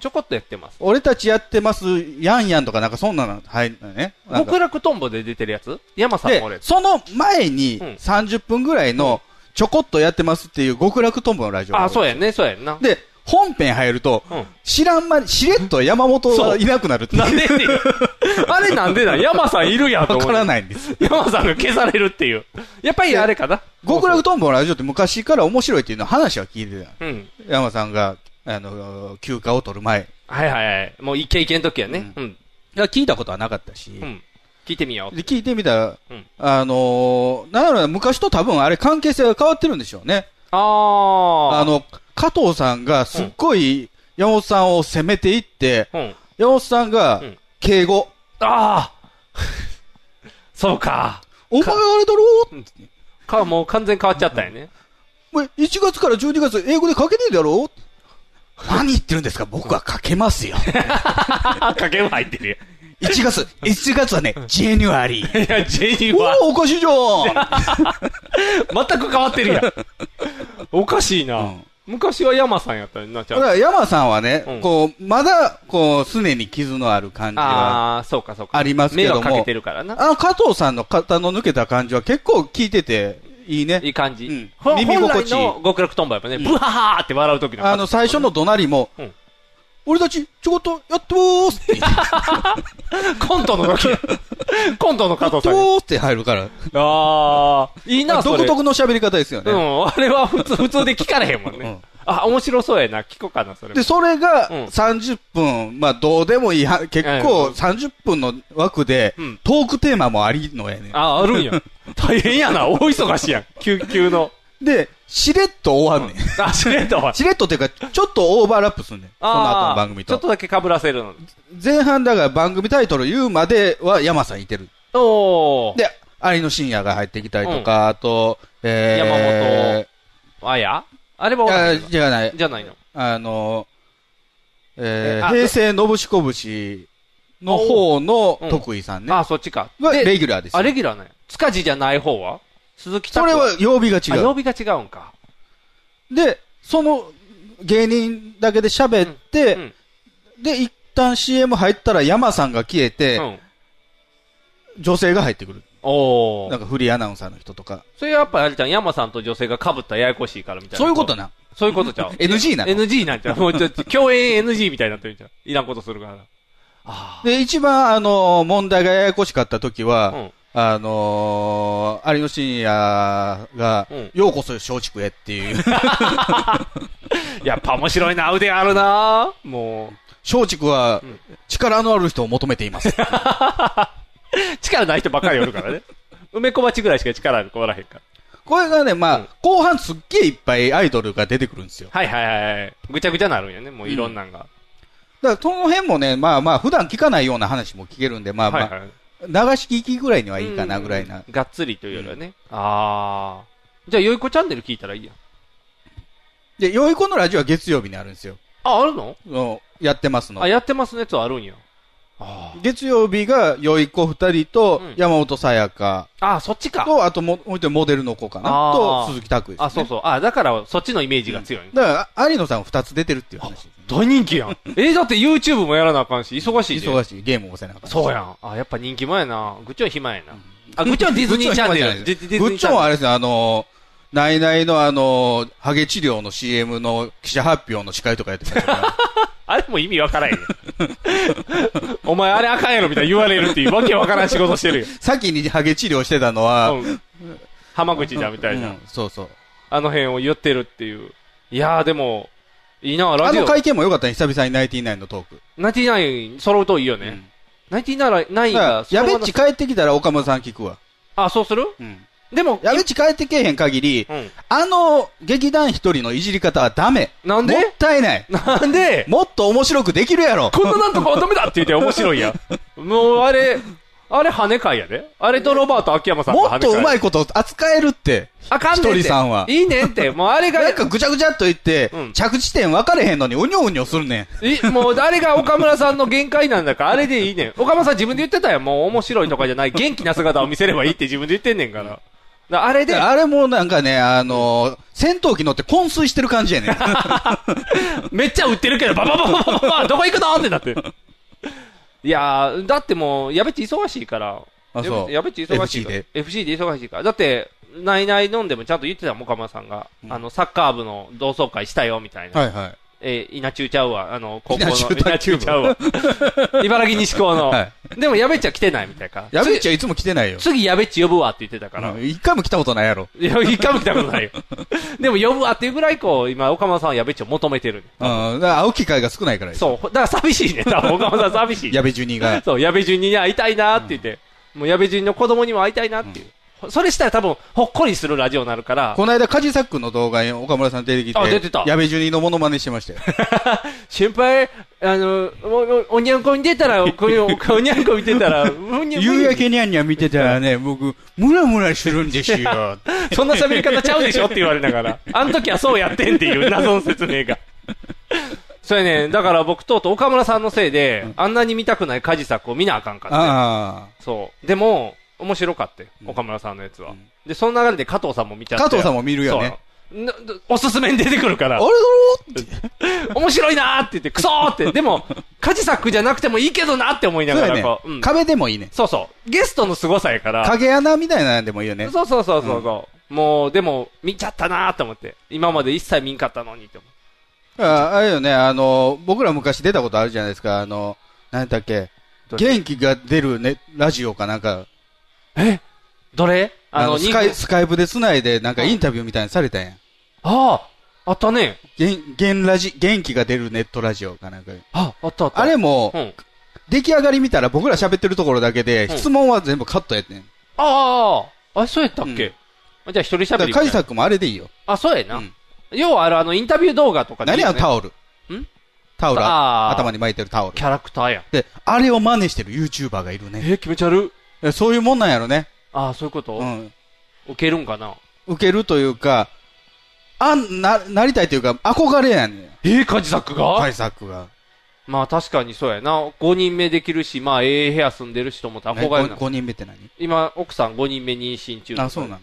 Speaker 2: ちょこっとやってます。
Speaker 3: 俺たちやってます、やんやんとかなんかそんなの入るのね。なんか
Speaker 2: 極楽とんぼで出てるやつ山さんも俺
Speaker 3: で、。その前に
Speaker 2: うん
Speaker 3: 30分ぐらいの、ちょこっとやってますっていう極楽トンボのラジオ。
Speaker 2: ああ、そうやね、そうやんな。
Speaker 3: で、本編入ると、
Speaker 2: うん
Speaker 3: 知らん間に、しれっと山本
Speaker 2: そ
Speaker 3: が
Speaker 2: う
Speaker 3: いなくなるっていう
Speaker 2: なんでっていう あれなんでなん山さんいるやんと
Speaker 3: わ
Speaker 2: 思う。
Speaker 3: からないんです。
Speaker 2: 山さんが消されるっていう。やっぱりあれかな。
Speaker 3: 極楽とんぼのラジオって昔から面白いっていうの話は聞いてた。
Speaker 2: うん。
Speaker 3: 山さんが、あの、休暇を取る前。
Speaker 2: はいはいはい。もうイケイケの時やね。うん。
Speaker 3: 聞いたことはなかったし。
Speaker 2: うん。聞いてみよう。
Speaker 3: で、聞いてみたら、
Speaker 2: うん
Speaker 3: あのーなんだろうな、昔と多分あれ関係性が変わってるんでしょうね。
Speaker 2: ああ。
Speaker 3: あ、の、加藤さんがすっごい山本さんを責めていって、
Speaker 2: うん。
Speaker 3: 山本さんが
Speaker 2: うん
Speaker 3: 敬語。
Speaker 2: ああ そうか。
Speaker 3: お前あれだろって
Speaker 2: か、もう完全変わっちゃったよね。
Speaker 3: お前1月から12月英語で書けねえだろ何言ってるんですか僕は書けますよ。
Speaker 2: あ、かけも入ってる
Speaker 3: 1月、1月 はね、ジェニュアリー。
Speaker 2: やん。いや、ジェニー
Speaker 3: お
Speaker 2: は、
Speaker 3: お、おかしいじゃ ん
Speaker 2: 全く変わってる やん。おかしいな。
Speaker 3: うん
Speaker 2: 昔は山さんやったよな、ちゃ
Speaker 3: だ
Speaker 2: んと。
Speaker 3: から山さんはね、
Speaker 2: うん
Speaker 3: こう、まだ、こう、すねに傷のある感じは。
Speaker 2: ああ、そうかそうか。
Speaker 3: ありますけども
Speaker 2: 迷惑かけてるからな。
Speaker 3: あの加藤さんの肩の抜けた感じは結構聞いてていいね。
Speaker 2: いい感じ。
Speaker 3: うん
Speaker 2: ほ
Speaker 3: 耳
Speaker 2: 本
Speaker 3: 心
Speaker 2: 来
Speaker 3: 地
Speaker 2: の極楽とんぼやっぱね、ブハーって笑う時の。
Speaker 3: あの、最初の怒鳴りも、
Speaker 2: うん
Speaker 3: 俺たち、ちょこっとやってまーすっ て言って、や
Speaker 2: コントの 時や。コントの加藤
Speaker 3: って
Speaker 2: さ
Speaker 3: ま
Speaker 2: んや。
Speaker 3: ーすって入るから。
Speaker 2: ああ、いいな、それ。
Speaker 3: 独特の喋り方ですよ
Speaker 2: う
Speaker 3: ね。
Speaker 2: ん、あれは普通、普通で聞かれへんもんね。
Speaker 3: うん
Speaker 2: あ、面白そうやな、聞こうかな、それも
Speaker 3: で、それ
Speaker 2: うん
Speaker 3: が30分、まあどうでもいい は、結構
Speaker 2: うん
Speaker 3: 30分の枠で
Speaker 2: うん、
Speaker 3: トークテーマもありのやねん。
Speaker 2: あ、あるんや。大変やな、大忙しやん。救急の。
Speaker 3: で、しれっと終わるねん。
Speaker 2: あ、しれっと終わる
Speaker 3: しれっとっていうか、ちょっとオーバーラップすんね ん。その後の番組
Speaker 2: ちょっと
Speaker 3: と。
Speaker 2: だけ被らせるの。
Speaker 3: 前半だから番組タイトル言うまでは山さんいてる。
Speaker 2: おー。
Speaker 3: で、アリの深夜が入ってきたりとか、あと、え
Speaker 2: あやあれは
Speaker 3: ー、
Speaker 2: 俺
Speaker 3: 山本。じゃない。
Speaker 2: じゃないの。
Speaker 3: あの、え
Speaker 2: え
Speaker 3: ー、
Speaker 2: あ
Speaker 3: 平成のぶしこぶしの方の
Speaker 2: うん
Speaker 3: 徳井さんね。
Speaker 2: あ、そっちか。
Speaker 3: は
Speaker 2: で
Speaker 3: レギュラーですよ。
Speaker 2: あ、レギュラーね。塚地じゃない方は鈴木拓
Speaker 3: それは曜日が
Speaker 2: あ
Speaker 3: 違
Speaker 2: 曜
Speaker 3: う。
Speaker 2: 日が違うんか。
Speaker 3: で、その芸人だけで喋って、
Speaker 2: うん
Speaker 3: で、一旦 CM 入ったら山さんが消え
Speaker 2: う
Speaker 3: て、
Speaker 2: ん。
Speaker 3: 女性が入ってくる。
Speaker 2: お
Speaker 3: なん
Speaker 2: ー。
Speaker 3: かフリーアナウンサーの人とか。
Speaker 2: それやっぱあれじゃん、山さんと女性が被ったらややこしいからみたいな。
Speaker 3: そういうこと。な。
Speaker 2: そういうことちゃう。
Speaker 3: NG なの。
Speaker 2: NG なんちゃう。もうちょっと、共演 NG みたいになってるじゃん。いらんことするから。あ
Speaker 3: で、一番、あの、問題がややこしかった時
Speaker 2: あ。う
Speaker 3: は、
Speaker 2: ん。
Speaker 3: あのー、有吉深夜が
Speaker 2: うん、
Speaker 3: ようこそ松竹へっていう、
Speaker 2: やっぱ面白いな、腕あるなも
Speaker 3: 松竹は
Speaker 2: ん
Speaker 3: 力のある人を求めています。
Speaker 2: う。力ない人ばっかりおる からね。梅小鉢ぐらいしか力ある子おらへんから。
Speaker 3: これがね、ま
Speaker 2: うん
Speaker 3: あ、後半すっげえいっぱいアイドルが出てくるんですよ。
Speaker 2: はいはいはいはい。ぐちゃぐちゃなるんよね、もういろんなんが。
Speaker 3: だから、その辺もね、まあまあ、普段聞かないような話も聞けるんで、まあま
Speaker 2: はい
Speaker 3: あ、
Speaker 2: はい。
Speaker 3: 流し聞きぐらいにはいいかなぐらいな。
Speaker 2: がっつりというよりはね。ああ。じゃあ、よいこチャンネル聞いたらいいやん。
Speaker 3: で、よいこのラジオは月曜日にあるんですよ。
Speaker 2: あ、あるの
Speaker 3: のやってますの
Speaker 2: あ、。やってますね、やつあるんや。あ
Speaker 3: 月曜日がよいこ二人と
Speaker 2: うん
Speaker 3: 山本さやか
Speaker 2: あ。ああ、そっちか。
Speaker 3: と、あとももう一人モデルの子かな
Speaker 2: あー
Speaker 3: と鈴木拓です、ね。
Speaker 2: あ、そうそう。あだから、そっちのイメージが強い。
Speaker 3: だから、有野さん二つ出てるっていう話ですね、
Speaker 2: 大人気やん。え、だって YouTube もやらなあかんし、忙しいで。
Speaker 3: 忙しい。ゲームを押せなあかんし
Speaker 2: そうやん。あ、やっぱ人気もやな。ぐっちょん暇やな。あ、ぐっちょんディズニーチャンネル。ディディズニー
Speaker 3: グッ
Speaker 2: チ
Speaker 3: チ
Speaker 2: ャ
Speaker 3: ョ
Speaker 2: ン
Speaker 3: ン
Speaker 2: ネル
Speaker 3: はあれですね、あのー、ナイナイのあのー、ハゲ治療の CM の記者発表の司会とかやってましたから。
Speaker 2: あれも意味わ からへんやん。お前あれあかんやろみたいに言われるっていうわけわからん仕事してるよ。
Speaker 3: 先にハゲ治療してたのは、
Speaker 2: うん。浜口じゃんみたいな。
Speaker 3: うんそうそう。
Speaker 2: あの辺を言ってるっていう。いやーでも、いいな、ラ
Speaker 3: あ
Speaker 2: ジ
Speaker 3: の
Speaker 2: オ。
Speaker 3: 会見も良かったね、久々にナインティナインのトーク。
Speaker 2: ナインティナイン揃うといいよね。ナインティナイン
Speaker 3: だから
Speaker 2: が、、
Speaker 3: やべっち帰ってきたら岡村さん聞くわ。
Speaker 2: あ、そうする
Speaker 3: うん。
Speaker 2: でも、
Speaker 3: やべっち帰ってけえへん限り、
Speaker 2: うん。
Speaker 3: あの劇団一人のいじり方はダメ。
Speaker 2: なんで
Speaker 3: もったいない。
Speaker 2: なん で、
Speaker 3: もっと面白くできるやろ。
Speaker 2: こんななんとかはダメだって言って面白いやん。 もうあれ、あれ跳ね会やで。あれとロバート秋山さんの
Speaker 3: も
Speaker 2: 跳ね
Speaker 3: っ
Speaker 2: 会。
Speaker 3: とうま
Speaker 2: い。
Speaker 3: いこと扱えるって。
Speaker 2: あかんねんて。
Speaker 3: ひとりさんはい
Speaker 2: いねんって。もうあれが
Speaker 3: な、んかぐちゃぐちゃっと言って、
Speaker 2: うん
Speaker 3: 着地点分かれへんのにうにょうにょするねん。
Speaker 2: いもうあれが岡村さんの限界なんだから、あれでいいねん。岡村さん自分で言ってたやん。もう面白いとかじゃない。元気な姿を見せればいいって自分で言ってんねんから。だからあれで、
Speaker 3: あれもなんかね、あのー戦闘機乗って昏睡してる感じやねん。
Speaker 2: めっちゃ売ってるけど、バババババババどこ行くのってなって。いやー、だってもう、やべっち忙しいから。
Speaker 3: あそう
Speaker 2: やべっち忙しいから。
Speaker 3: FC で
Speaker 2: FC で忙しいから。だって、ないない飲んでもちゃんと言ってたもん、岡村さんが。
Speaker 3: ん
Speaker 2: あの、サッカー部の同窓会したよ、みたいな。
Speaker 3: いはい。
Speaker 2: えー、稲中ちゃうわ。あの、高校の
Speaker 3: 稲中卓球部
Speaker 2: 稲ちゃうわ。茨城西高の。
Speaker 3: は
Speaker 2: でも、やべっちは来てないみたいか。
Speaker 3: やべっちはいつも来てないよ。
Speaker 2: 次、次やべっち呼ぶわって言ってたから。
Speaker 3: うん一回も来たことないやろ。
Speaker 2: いや、一回も来たことないよ。でも、呼ぶわっていうぐらい、こう、今、岡村さんはやべっちを求めてる。
Speaker 3: うん。だから会う機会が少ないから
Speaker 2: そう、 だから寂しいね。多分岡本さん寂しい。
Speaker 3: やべジュニ が。
Speaker 2: そう、矢部順に会いたいなって言って、もう矢部順の子供にも会いたいなっていう。それしたら多分、ほっこりするラジオになるから、
Speaker 3: この間、カジサックの動画に岡村さん出てきて、
Speaker 2: あ出てた
Speaker 3: やべジュニのモノマネしてましたよ。
Speaker 2: 先輩、あの、おおおにゃんこ見てた ら、こういうおおにゃんこ見てたら、うにゃん
Speaker 3: 夕焼けにゃんにゃん見てた らね、僕、ムラムラしてるんですよ。
Speaker 2: そんな喋り方ちゃうでしょって言われなが ら、あの時はそうやってんっていう謎の説明が。それね、だから僕とうとう岡村さんのせいで、あんなに見たくないカジサックを見なあかんかった。
Speaker 3: あ
Speaker 2: そう。でも、面白かったよ。岡村さんのやつは。で、その流れで加藤さんも見ちゃって。
Speaker 3: 加藤さんも見るよね
Speaker 2: そう。ななおすすめに出てくるか
Speaker 3: あ。あ
Speaker 2: ら
Speaker 3: れだ、ろって
Speaker 2: 面白いなーって言って、クソー って、でも、カジサックじゃなくてもいいけどなって思いな
Speaker 3: そう
Speaker 2: が
Speaker 3: や
Speaker 2: ら
Speaker 3: ね
Speaker 2: こう、うん。
Speaker 3: 壁でもいいね。
Speaker 2: そうそう。ゲストの凄さやから、
Speaker 3: 影穴みたいなんでもいいよね。
Speaker 2: そうそうそうそうそう。もう、でも、見ちゃったなーって思って。今まで一切見んかったのにって思
Speaker 3: ああれよね、あの、僕ら昔出たことあるじゃないですか、あの、なんだっけ、
Speaker 2: どれ
Speaker 3: 元気が出るね、ラジオかなんか、
Speaker 2: う。どれ
Speaker 3: あの、スカイ、
Speaker 2: に
Speaker 3: スカイプで繋いで、なんかインタビューみたいにされたやん。
Speaker 2: ああ、あったね。
Speaker 3: 元、元ラジ、元気が出るネットラジオかなんか。
Speaker 2: あ、あったあった。
Speaker 3: あれも
Speaker 2: う、ん。
Speaker 3: 出来上がり見たら僕ら喋ってるところだけで、
Speaker 2: うん
Speaker 3: 質問は全部カットやってん。
Speaker 2: ああ、あれそうやったっけ、
Speaker 3: うん
Speaker 2: じゃあ一人
Speaker 3: だ
Speaker 2: 喋
Speaker 3: か
Speaker 2: り
Speaker 3: ら、
Speaker 2: みた
Speaker 3: カ
Speaker 2: いな
Speaker 3: ジサックもあれでいいよ。
Speaker 2: あ、そうや
Speaker 3: う
Speaker 2: な。
Speaker 3: ん。
Speaker 2: 要はあるあの、インタビュー動画とかでいい
Speaker 3: 何
Speaker 2: よね、
Speaker 3: はタオル。
Speaker 2: ん
Speaker 3: タオル、
Speaker 2: あー
Speaker 3: 頭に巻いてるタオル
Speaker 2: キ。ャラクターやん。
Speaker 3: で、あれを真似してる YouTuber がいる
Speaker 2: え
Speaker 3: ね。
Speaker 2: ー、気持ち悪い。
Speaker 3: えそういうもんなんやろね。
Speaker 2: ああ、そういうこと、
Speaker 3: うん。
Speaker 2: 受けるんかな
Speaker 3: 受けるというか、あん、な、なりたいというか、憧れやねん。
Speaker 2: えー、カジサックが、
Speaker 3: カジサックが。
Speaker 2: まあ確かにそうやな。5人目できるし、まあええ部屋住んでるしと思って憧れるな。
Speaker 3: 5人目って何
Speaker 2: 今、奥さん5人目妊娠中
Speaker 3: あ、そうなの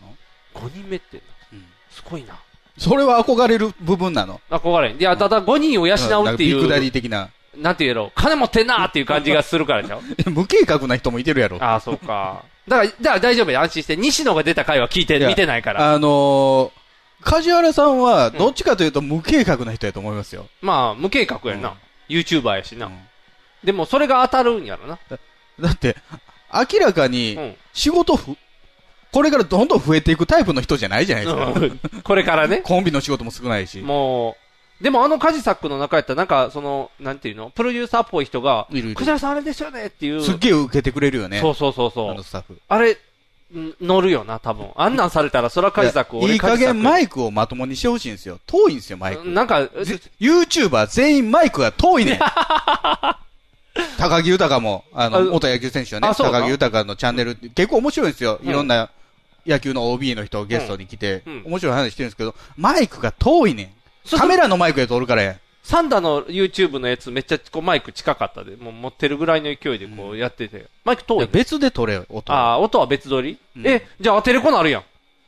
Speaker 2: 5人目ってな
Speaker 3: うん。
Speaker 2: すごいな。
Speaker 3: それは憧れる部分なの。
Speaker 2: 憧れん。いや、ただ5人を養うってい
Speaker 3: んなんかビッグダディ
Speaker 2: う、
Speaker 3: 的な。
Speaker 2: なんて言うやろ、金持ってんなーっていう感じがするからちゃ う
Speaker 3: 無計画な人もいてるやろ。
Speaker 2: ああ、そうか。だから、だから大丈夫や。安心して。西野が出た回は聞いて、
Speaker 3: や
Speaker 2: 見てないから。
Speaker 3: あのー、梶原さんは、どっちかというと無計画な人やと思いますよ。
Speaker 2: まあ、無計画や
Speaker 3: うん
Speaker 2: な。YouTuber やしな。
Speaker 3: うん
Speaker 2: でも、それが当たるんやろな。
Speaker 3: だって、明らかに
Speaker 2: う、ん。
Speaker 3: 仕事ふ、これからどんどん増えていくタイプの人じゃないじゃないですか。
Speaker 2: うん これからね。
Speaker 3: コンビの仕事も少ないし。
Speaker 2: もう、でもあのカジサックの中やったら、なんか、その、なんていうのプロデューサーっぽい人が、
Speaker 3: いるいる
Speaker 2: クジラさんあれですよねっていう。
Speaker 3: すっげえ受けてくれるよね。
Speaker 2: そうそうそう
Speaker 3: あ
Speaker 2: そう
Speaker 3: の。スタッフ。
Speaker 2: あれ、ん乗るよな、多分。あんなんされたら、そらカジサック、
Speaker 3: いや
Speaker 2: 俺
Speaker 3: いい加減
Speaker 2: カ
Speaker 3: マイクをまともにしてほしいんですよ。遠いんですよ、マイ
Speaker 2: ジサック
Speaker 3: ク。
Speaker 2: なんか、
Speaker 3: ぜ YouTuber 全員マイクが遠 いねん。高木豊も、あ
Speaker 2: あ
Speaker 3: の、元野球選手はね、
Speaker 2: あそうな
Speaker 3: 高木豊のチャンネル、結構面白いんですよ。
Speaker 2: うん
Speaker 3: いろんな野球の OB の人をゲストに来て
Speaker 2: うん、うん
Speaker 3: 面白い話してるんですけど、マイクが遠いね
Speaker 2: そ
Speaker 3: ん。
Speaker 2: う
Speaker 3: カメラのマイクで撮るからや。
Speaker 2: サンダの YouTube のやつめっちゃこうマイク近かったで、もう持ってるぐらいの勢いでこうやってて。マイク遠い、
Speaker 3: いや別で撮れよ、音。
Speaker 2: ああ、音は別撮り、
Speaker 3: うん
Speaker 2: え、じゃあ当てる子なるやん。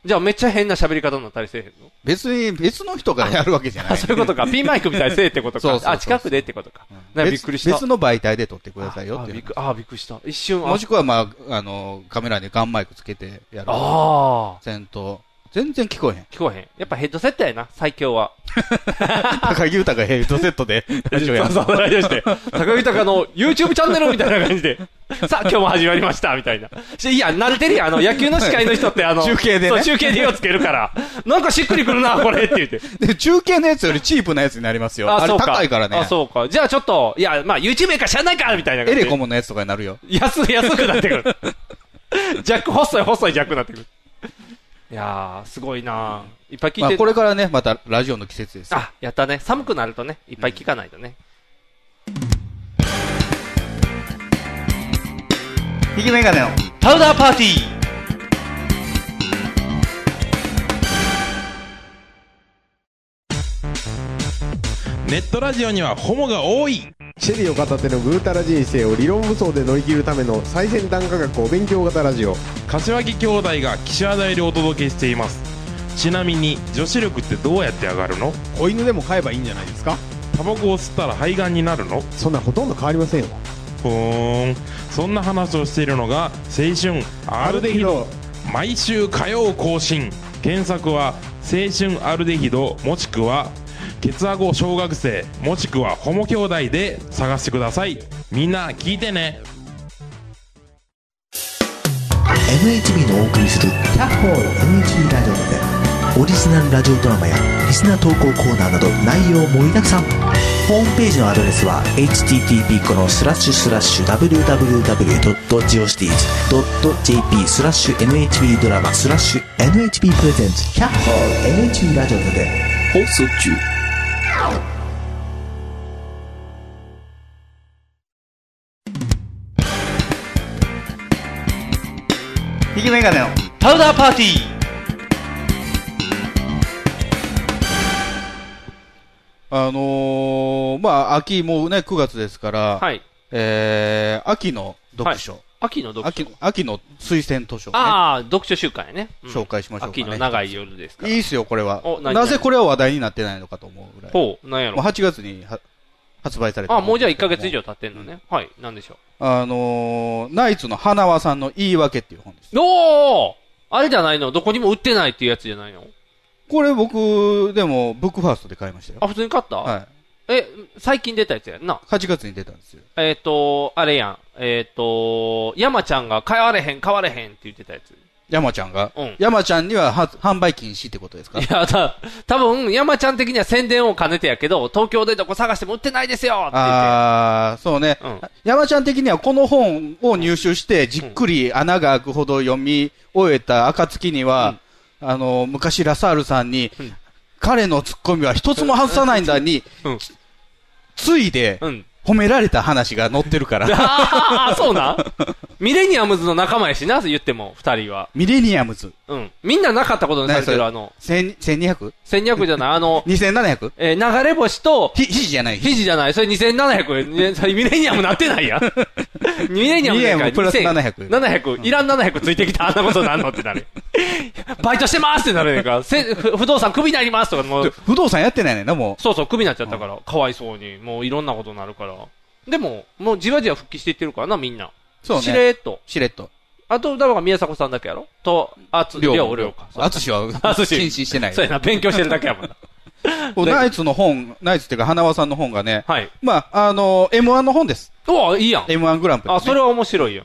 Speaker 2: じゃあめっちゃ変な喋り方になったりせえへんの
Speaker 3: 別に、別の人がやるわけじゃな
Speaker 2: あ、
Speaker 3: い。
Speaker 2: そういうことか。ピンマイクみたいにせえってことか。
Speaker 3: そうそうそうそう
Speaker 2: あ、近くでってことか。なんか
Speaker 3: 別
Speaker 2: びっくりした。
Speaker 3: 別の媒体で撮ってくださいよ
Speaker 2: あ
Speaker 3: っていう
Speaker 2: びっくあびっくりした。一瞬、あ
Speaker 3: もしくは、まあ、あの、カメラにガンマイクつけてやる。
Speaker 2: あ。
Speaker 3: 戦闘。全然聞こえへん
Speaker 2: 聞こえへん。やっぱヘッドセットやな、最強は。
Speaker 3: 高木豊がヘッドセット でラジオやる。
Speaker 2: そうそう、ラジオして。高木隆の YouTube チャンネルみたいな感 じで。さあ、今日も始まりました、みたいな。しいや、慣れてるやん。あの、野球の司会の人って、あの、
Speaker 3: 中継でね
Speaker 2: そう中継で色つけるから。なんかしっくりくるな、これって言って。
Speaker 3: で、中継のやつよりチープなやつになりますよ。あれ高いからね
Speaker 2: あ、。そうか。じゃあちょっと、いや、まあ、YouTube やから知らないから、みたいな感
Speaker 3: エ
Speaker 2: じで。
Speaker 3: レコムのやつとかになるよ。
Speaker 2: 安、安くなってくる。 ジャック、細い、細いジャックになってくる。いやー、すごいなーいっぱい聞いてる
Speaker 3: まあ、これからね、またラジオの季節ですよ。
Speaker 2: あ、やったね。寒くなるとね、いっぱい聞かないとね。
Speaker 3: ひげメガネの。
Speaker 2: パウダーパーティー
Speaker 4: ネットラジオにはホモが多い
Speaker 5: シェリーを片手のぐうたら人生を理論武装で乗り切るための最先端科学お勉強型ラジオ
Speaker 4: 柏木兄弟が岸和田よりお届けしていますちなみに女子力ってどうやって上がるの
Speaker 5: 子犬でも飼えばいいんじゃないですか
Speaker 4: タバコを吸ったら肺がんになるの
Speaker 5: そんなほとんど変わりませんよ
Speaker 4: ふーんそんな話をしているのが青春アルデヒド毎週火曜更新検索は青春アルデヒドもしくはケツアゴ小学生もしくはホモ兄弟で探してくださいみんな聞いてね
Speaker 6: NHB のお送りする「キャッホール NHB ラジオ」でオリジナルラジオドラマやリスナー投稿コーナーなど内容盛りだくさんホームページのアドレスは http このスラッシュスラッシュ www.geocities.jp スラッシュ NHB ドラマスラッシュ NHB プレゼンツキャッホール NHB ラジオで
Speaker 1: 放送中。
Speaker 3: ひげメガネの。
Speaker 2: パウダーパーティー
Speaker 3: あのー、まあ、秋もうね、9月ですから、
Speaker 2: はい。
Speaker 3: えー、秋の読書。
Speaker 2: 秋の読書。
Speaker 3: 秋秋の推薦図書をね、
Speaker 2: ああ、読書週間やね。うん
Speaker 3: 紹介しましょうか、ね。
Speaker 2: 秋の長い夜ですか
Speaker 3: い
Speaker 2: ら。
Speaker 3: いっすよ、これは
Speaker 2: お。何
Speaker 3: なぜこれは話題になってないのかと思うぐらい。も
Speaker 2: ほう、なんや
Speaker 3: う
Speaker 2: ろ。
Speaker 3: 8月には発売されて
Speaker 2: あ、もうじゃあ1ヶ月以
Speaker 3: 上。
Speaker 2: 上経ってんのね。はい、なんでしょ
Speaker 3: あのー、ナイツの花輪さんの言い訳っていう本です。
Speaker 2: う。おーあれじゃないのどこにも売ってないっていうやつじゃないの
Speaker 3: これ僕、でも、ブックファーストで買いましたよ。
Speaker 2: あ、普通に買った、
Speaker 3: は
Speaker 2: え、最近出たやつやんな。
Speaker 3: い。8月に出たんですよ。
Speaker 2: えっ、と、あれやん。えっ、と、山ちゃんが買われへん、買われへんって言ってたやつ。
Speaker 3: 山ちゃんが。
Speaker 2: うん
Speaker 3: 山ちゃんにはは販売禁止ってことですか
Speaker 2: いや、た、多分山ちゃん的には宣伝を兼ねてやけど、東京でどこ探しても売ってないですよって言って。
Speaker 3: あー、そうね、
Speaker 2: うん
Speaker 3: 山ちゃん的にはこの本を入手して、じっくり穴が開くほど読み終えた暁には、あの、昔ラサールさんに、彼のツッコミは一つも外さないんだに、
Speaker 2: うん
Speaker 3: ついで
Speaker 2: うん。
Speaker 3: 褒められた話が載ってるから、
Speaker 2: ああ、 そうなんミレニアムズの仲間やしな、言っても、二人は。
Speaker 3: ミレニアムズ。
Speaker 2: うん。みんな なかったことにされてる、あ
Speaker 3: 何
Speaker 2: の、
Speaker 3: 千千 1200?
Speaker 2: 戦略じゃない、あ の、
Speaker 3: 2700?
Speaker 2: えー流れ星と、
Speaker 3: ひ、ひじじゃない。
Speaker 2: 肘じゃない、それ2700、それミレニアムなってないや ん。ミレニアムなん
Speaker 3: ミレニア
Speaker 2: か
Speaker 3: ムプラス
Speaker 2: 2000
Speaker 3: 700
Speaker 2: 700、いらん700ついてきた、あんなことなんのってなる。バイトしてますってなるやんか。せふ不動産クビになりますとか、もう、
Speaker 3: 不動産やってないねんな、も
Speaker 2: そうそう、クビになっちゃったから、かわいそうに、もういろんなことになるから。でも、もうじわじわ復帰していってるからな、みんな。
Speaker 3: う。そう
Speaker 2: し
Speaker 3: ね。
Speaker 2: れーっと。
Speaker 3: しれっと。
Speaker 2: あと、だから宮迫さんだけやろと、あつ、りょう、りょうか。そう
Speaker 3: あつ しは、
Speaker 2: あつし
Speaker 3: 謹慎してない
Speaker 2: そう。やな、勉強してるだけやもんな。
Speaker 3: こうナイツの本、ナイツっていうか、花輪さんの本がね、
Speaker 2: はい。
Speaker 3: まあ、あの、M1 の本です。
Speaker 2: おおいいやん。
Speaker 3: M1 グランプリ。
Speaker 2: あ、それは面白いよ。